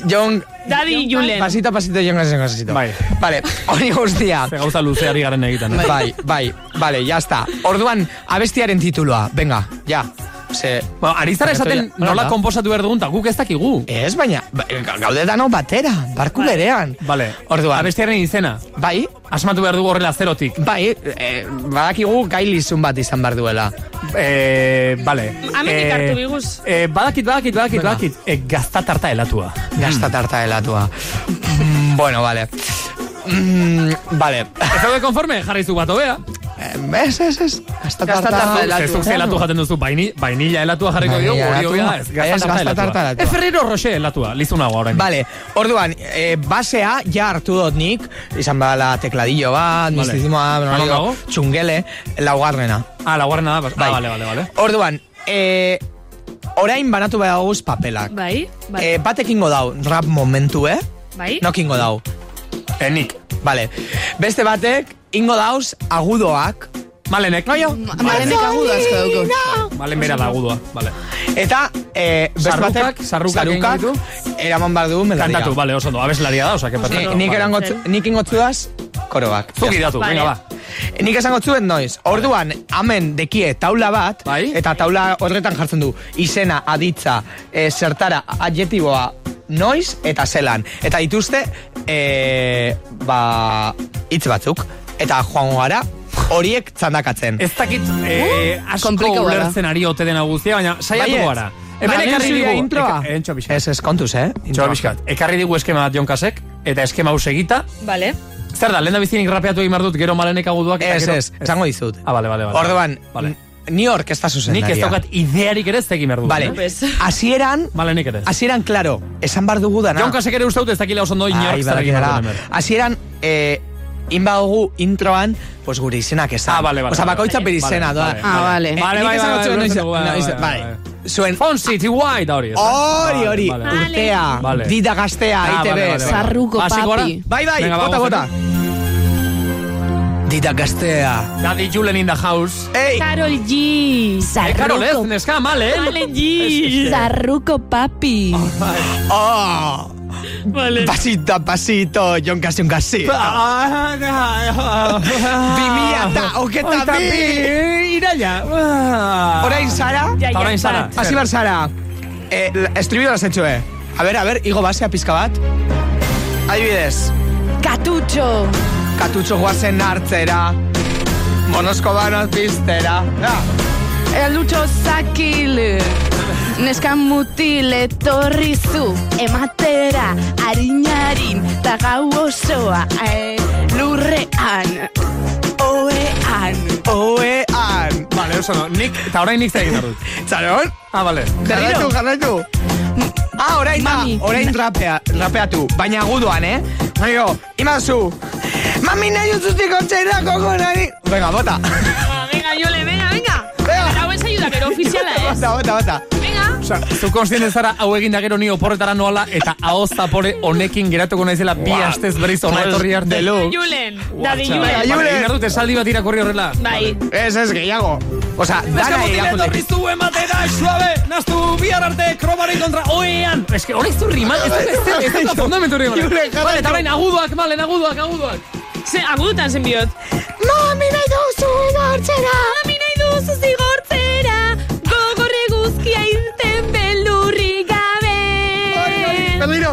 Speaker 4: Jon...
Speaker 5: Daddy Julen.
Speaker 4: Pasito, pasito, Jon Gasen Gasito. Bai. Vale, hori guztia.
Speaker 3: Ze gauza luzeari garen egiten. eh?
Speaker 4: Bai, bai, vale, ya está. Orduan, abestiaren tituloa, venga, ja. Se...
Speaker 3: Bueno, Ari zara esaten nola konposatu behar dugun, eta guk ez dakigu.
Speaker 4: Ez, baina, ba- gaude dano batera, barku berean.
Speaker 3: Vale,
Speaker 4: Orduan.
Speaker 3: abestiaren izena.
Speaker 4: Bai.
Speaker 3: Asmatu behar dugu horrela zerotik.
Speaker 4: Bai, eh, badakigu gailizun bat izan behar duela.
Speaker 3: Eh, vale.
Speaker 4: Hemendik
Speaker 3: Eh,
Speaker 4: hartu
Speaker 3: eh, badakit, badakit, badakit, badakit. Eh, gazta tarta helatua.
Speaker 4: Gazta tarta helatua. Mm, bueno, vale. Mm, vale.
Speaker 3: Ez daude konforme, jarri zu bat hobea.
Speaker 4: Ez, ez, ez. Gazta tarta,
Speaker 3: Ez zuk ze helatu jaten duzu, baini, bainilla helatua jarriko
Speaker 4: Bainilla
Speaker 3: dio, hori
Speaker 4: helatua.
Speaker 3: hobea ez.
Speaker 4: Ez,
Speaker 3: Gazta
Speaker 4: gazta
Speaker 3: tarta
Speaker 4: tarta
Speaker 3: helatua.
Speaker 4: helatua.
Speaker 3: Ez Ferrero Rocher helatua, lizunago orain.
Speaker 4: Vale, orduan, eh, basea ja hartu dut nik, izan badala tekladillo bat,
Speaker 3: Vale.
Speaker 4: mistizimoa,
Speaker 3: Non dago?
Speaker 4: txungele, laugarrena. Bai.
Speaker 3: Ah, laugarrena da, bas- ah, vale, vale, vale.
Speaker 4: Orduan, eh, orain banatu behar dagoz papelak.
Speaker 5: Bai, bai.
Speaker 4: Eh, bat ekingo dau, rap momentu, eh?
Speaker 5: Bai.
Speaker 4: Nok ingo dau.
Speaker 3: Enik.
Speaker 4: Vale. Beste batek, ingo dauz agudoak.
Speaker 3: Malenek.
Speaker 4: No, jo?
Speaker 17: Malenek agudo asko dauko.
Speaker 3: Malen bera da agudua, vale.
Speaker 4: Eta, eh, beste
Speaker 3: Sarrukak,
Speaker 4: batek,
Speaker 3: sarrukak egingo ditu?
Speaker 4: eraman behar du melodia.
Speaker 3: Kantatu, vale, oso ondo, abeslaria da, osa, que
Speaker 4: Eh,
Speaker 3: perfecto.
Speaker 4: nik,
Speaker 3: Vale.
Speaker 4: erango, nik ingotzu daz, koroak.
Speaker 3: Zuk idatu, Vale. venga, ba.
Speaker 4: Nik esango zuen noiz. Orduan, hemen dekie taula bat,
Speaker 3: Bai.
Speaker 4: eta taula horretan jartzen du. Izena, aditza, eh, zertara, adjetiboa, noiz eta zelan. Eta dituzte, eh, ba, hitz batzuk. Eta joan gara, horiek txandakatzen.
Speaker 3: Ez dakit, eh, asko ulertzen ari ote dena guztia, baina saiatu
Speaker 4: Baietz.
Speaker 3: gara. Hemen
Speaker 4: Ba,
Speaker 3: ekarri
Speaker 4: lehen
Speaker 3: digu...
Speaker 4: zuria introa?
Speaker 3: eka- Entxo pixkat.
Speaker 4: Ez, ez kontuz, eh?
Speaker 3: Entxo pixkat. Ekarri digu eskema bat jonkasek, eta eskema hau segita,
Speaker 5: Vale.
Speaker 3: Zer da, lehen da bizinik rapeatu egin behar dut, gero malenek aguduak... eta
Speaker 4: Ez,
Speaker 3: gero-
Speaker 4: ez, esango dizut.
Speaker 3: Ah, bale, bale, bale.
Speaker 4: Orduan,
Speaker 3: Vale.
Speaker 4: ni hor, ez da zuzendaria.
Speaker 3: Nik ez daukat idearik ere ez egin behar dut.
Speaker 4: Vale. Hasieran,
Speaker 3: malenek ere.
Speaker 4: Hasieran, claro, esan bar dugu dana.
Speaker 3: Jon Kasek ere uste dut ez dakila oso ondo
Speaker 4: Ai,
Speaker 3: inork zer egin
Speaker 4: badakidala.
Speaker 3: behar duen behar.
Speaker 4: Hasieran, eh, inbagogu introan, pues gure izenak esan. Ah, vale,
Speaker 3: vale,
Speaker 4: Osa,
Speaker 3: vale,
Speaker 4: bakoitza
Speaker 3: vale.
Speaker 4: bere izena
Speaker 3: Vale,
Speaker 4: doa.
Speaker 3: vale. Ah, vale.
Speaker 4: Eh,
Speaker 3: Vale,
Speaker 4: nik
Speaker 3: bai,
Speaker 4: esango
Speaker 3: bai,
Speaker 4: zuen
Speaker 3: bai,
Speaker 4: noiz-
Speaker 3: bai, bai,
Speaker 4: noiz-
Speaker 3: bai,
Speaker 4: Vale.
Speaker 3: Zuen... Fonsi, T.Y. da hori. ez da?
Speaker 4: Hori, hori,
Speaker 3: Vale, vale.
Speaker 4: urtea,
Speaker 3: Vale.
Speaker 4: dida gaztea,
Speaker 3: Ah, vale,
Speaker 4: ITB.
Speaker 3: vale, vale. Sarruko Hasiko papi. gara?
Speaker 4: Bai, bai,
Speaker 3: Venga,
Speaker 4: bota,
Speaker 3: vamos, eh.
Speaker 4: bota. Dida gaztea.
Speaker 3: Daddy Julen in the house.
Speaker 4: Ei!
Speaker 5: Karol G.
Speaker 3: Eh, Karol ez, neska, male, eh?
Speaker 5: Male G.
Speaker 17: Zarruko papi.
Speaker 4: Oh!
Speaker 5: Vale.
Speaker 4: Pasito a pasito, Jon kasi un kasi.
Speaker 3: Ah. Bi
Speaker 4: mila eta hogeta
Speaker 3: Hogeita
Speaker 4: bi!
Speaker 3: bi, Iraia. Ah.
Speaker 4: Orain Sara?
Speaker 3: Ja, ja, Orain Sara. bat.
Speaker 4: Hasi bar Sara. Eh, estribido las hecho, eh. A ver, a ver, igo basea pizka bat. Adibidez.
Speaker 17: Katutxo.
Speaker 4: Katutxo guazen hartzera. Monosko banot piztera. Ah.
Speaker 17: Eldutxo zakil. Neska mutil etorri zu ematera harinarin ta gau osoa eh, lurrean oean
Speaker 4: oean
Speaker 3: Vale, oso no. Nik, eta orain nik zegin behar dut.
Speaker 4: Txaron?
Speaker 3: Ah, vale.
Speaker 4: Jarraitu, jarraitu. Ah, orain da, orain rapea, rapeatu. Baina agudoan, eh? Baina, imazu. Mami nahi utzutiko txera koko nahi. Venga, bota.
Speaker 5: Ah, Venga, Jole, venga, venga. Hau ez ayuda, pero ofiziala ez.
Speaker 4: Bota, bota, bota.
Speaker 5: Venga.
Speaker 3: Osa, zu konstiente zara hau egin da gero ni oporretara noala eta ahoz zapore honekin geratuko naizela bi
Speaker 4: Wow.
Speaker 3: astez berriz ona
Speaker 4: Pues,
Speaker 3: etorri arte.
Speaker 4: deluxe.
Speaker 5: Julen. Daddy
Speaker 3: Txau.
Speaker 5: Julen.
Speaker 3: Vale, egin behar dut esaldi bat irakurri horrela.
Speaker 5: Bai.
Speaker 4: Ez, ez, gehiago. Osa,
Speaker 3: Neska
Speaker 4: dana
Speaker 3: mutile
Speaker 4: irakurri.
Speaker 3: etorri zu eh, ematera, suabe, naztu bihar arte kromaren kontra oean. Ez que hori ez du rima, ez du- ez du- ez du fundamentu hori.
Speaker 5: Jule, jarraitu.
Speaker 3: Vale, eta orain aguduak, malen, aguduak, aguduak.
Speaker 5: Ze, agudutan zen bihot. Mami nahi duzu zigortzera. Mami nahi duzu zigortzera. Gogorre guzkia inten belurri gabe.
Speaker 4: Berlino.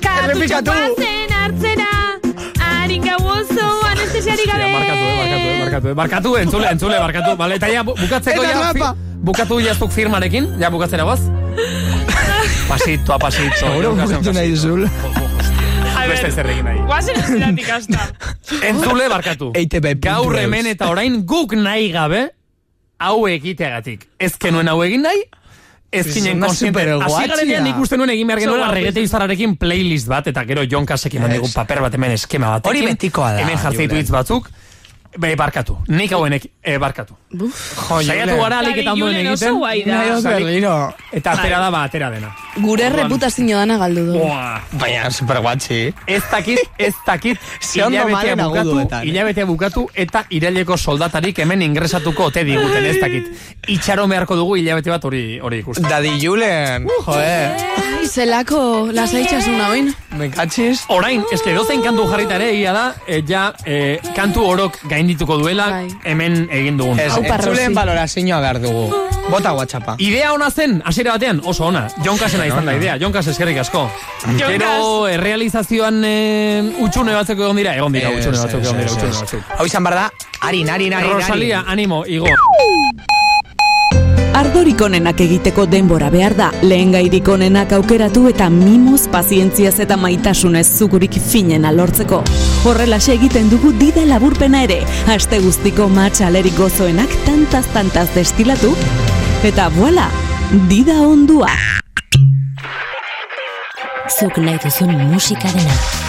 Speaker 5: Katutxo
Speaker 4: Errepikatu.
Speaker 5: pazen hartzera. Harin gau oso anestesiari gabe.
Speaker 3: Barkatu, eh, barkatu, eh, barkatu, eh. barkatu, entzule, entzule, barkatu. Vale, eta ja, bu- bukatzeko
Speaker 5: Eta
Speaker 3: ja,
Speaker 5: trapa.
Speaker 3: fi- bukatu jaztuk firmarekin, ja bukatzera goaz. Pasito a pasito.
Speaker 4: Seguro bukatu nahi duzul.
Speaker 5: A
Speaker 3: Beste zer egin nahi.
Speaker 5: Guazen eskiratik hasta.
Speaker 3: Entzule barkatu.
Speaker 4: EITB.
Speaker 3: Gaur hemen eta orain guk nahi gabe hau egiteagatik. Ez kenuen hau egin nahi, ez
Speaker 4: Pues
Speaker 3: ginen
Speaker 4: una
Speaker 3: konsiente. Hasi
Speaker 4: superguatxia.
Speaker 3: garenean ikusten nuen egin behar genuela
Speaker 4: Oso guapo.
Speaker 3: reggaete izarrarekin playlist bat, eta gero Jon Kasekin mandigu paper bat hemen eskema batekin.
Speaker 4: Hori betikoa da,
Speaker 3: Hemen jartzeitu
Speaker 4: Julen.
Speaker 3: hitz batzuk. Be, barkatu. Nik hauenek eh, barkatu.
Speaker 4: Jo,
Speaker 3: Saiatu
Speaker 4: Julen.
Speaker 3: gara alik eta ondoen
Speaker 5: Julen, oso
Speaker 3: egiten.
Speaker 5: guai da.
Speaker 4: Nahi dut
Speaker 3: Salik-
Speaker 4: berriro.
Speaker 3: Eta atera da, ba, atera dena.
Speaker 17: Gure
Speaker 3: Orduan-
Speaker 17: reputazio dana galdu du.
Speaker 3: Buah.
Speaker 4: Baina, super guatxi.
Speaker 3: Ez dakit, ez dakit,
Speaker 4: Ze ondo
Speaker 3: hilabetea
Speaker 4: malen
Speaker 3: bukatu,
Speaker 4: aguduetan.
Speaker 3: hilabetea bukatu eta iraileko soldatarik hemen ingresatuko ote diguten, ez dakit. Itxaro beharko dugu hilabete bat hori hori Uh, ikusten.
Speaker 4: Dadi Julen, joe.
Speaker 17: Ai, zelako lasaitasuna oin.
Speaker 4: Me katxiz?
Speaker 3: Orain, eske dozein kantu jarrita ere, egia da, e, ja, e, kantu orok gaindituko duela,
Speaker 4: Bai.
Speaker 3: hemen egin dugun.
Speaker 4: Ez, entzulen balorazioa behar dugu. Bota whatsappa.
Speaker 3: Idea ona zen, hasiera batean, oso ona. Jonkasena izan da idea, Jonkas eskerrik asko. Gero, errealizazioan e, utxune batzuk egon dira, egon dira,
Speaker 4: Ez,
Speaker 3: utxune batzuk
Speaker 4: ez,
Speaker 3: egon dira,
Speaker 4: ez,
Speaker 3: utxune
Speaker 4: ez.
Speaker 3: batzuk.
Speaker 4: Hau izan behar da, harin, harin, harin,
Speaker 3: Rosalia, animo, igo.
Speaker 10: Ardorik onenak egiteko denbora behar da, lehengairik onenak aukeratu eta mimoz, pazientziaz eta maitasunez zugurik finena lortzeko. Horrelaxe egiten dugu dida laburpena ere, aste guztiko matxalerik gozoenak tantaz-tantaz destilatu, eta voila, dida ondua.
Speaker 20: Zuk nahi duzun musika dena.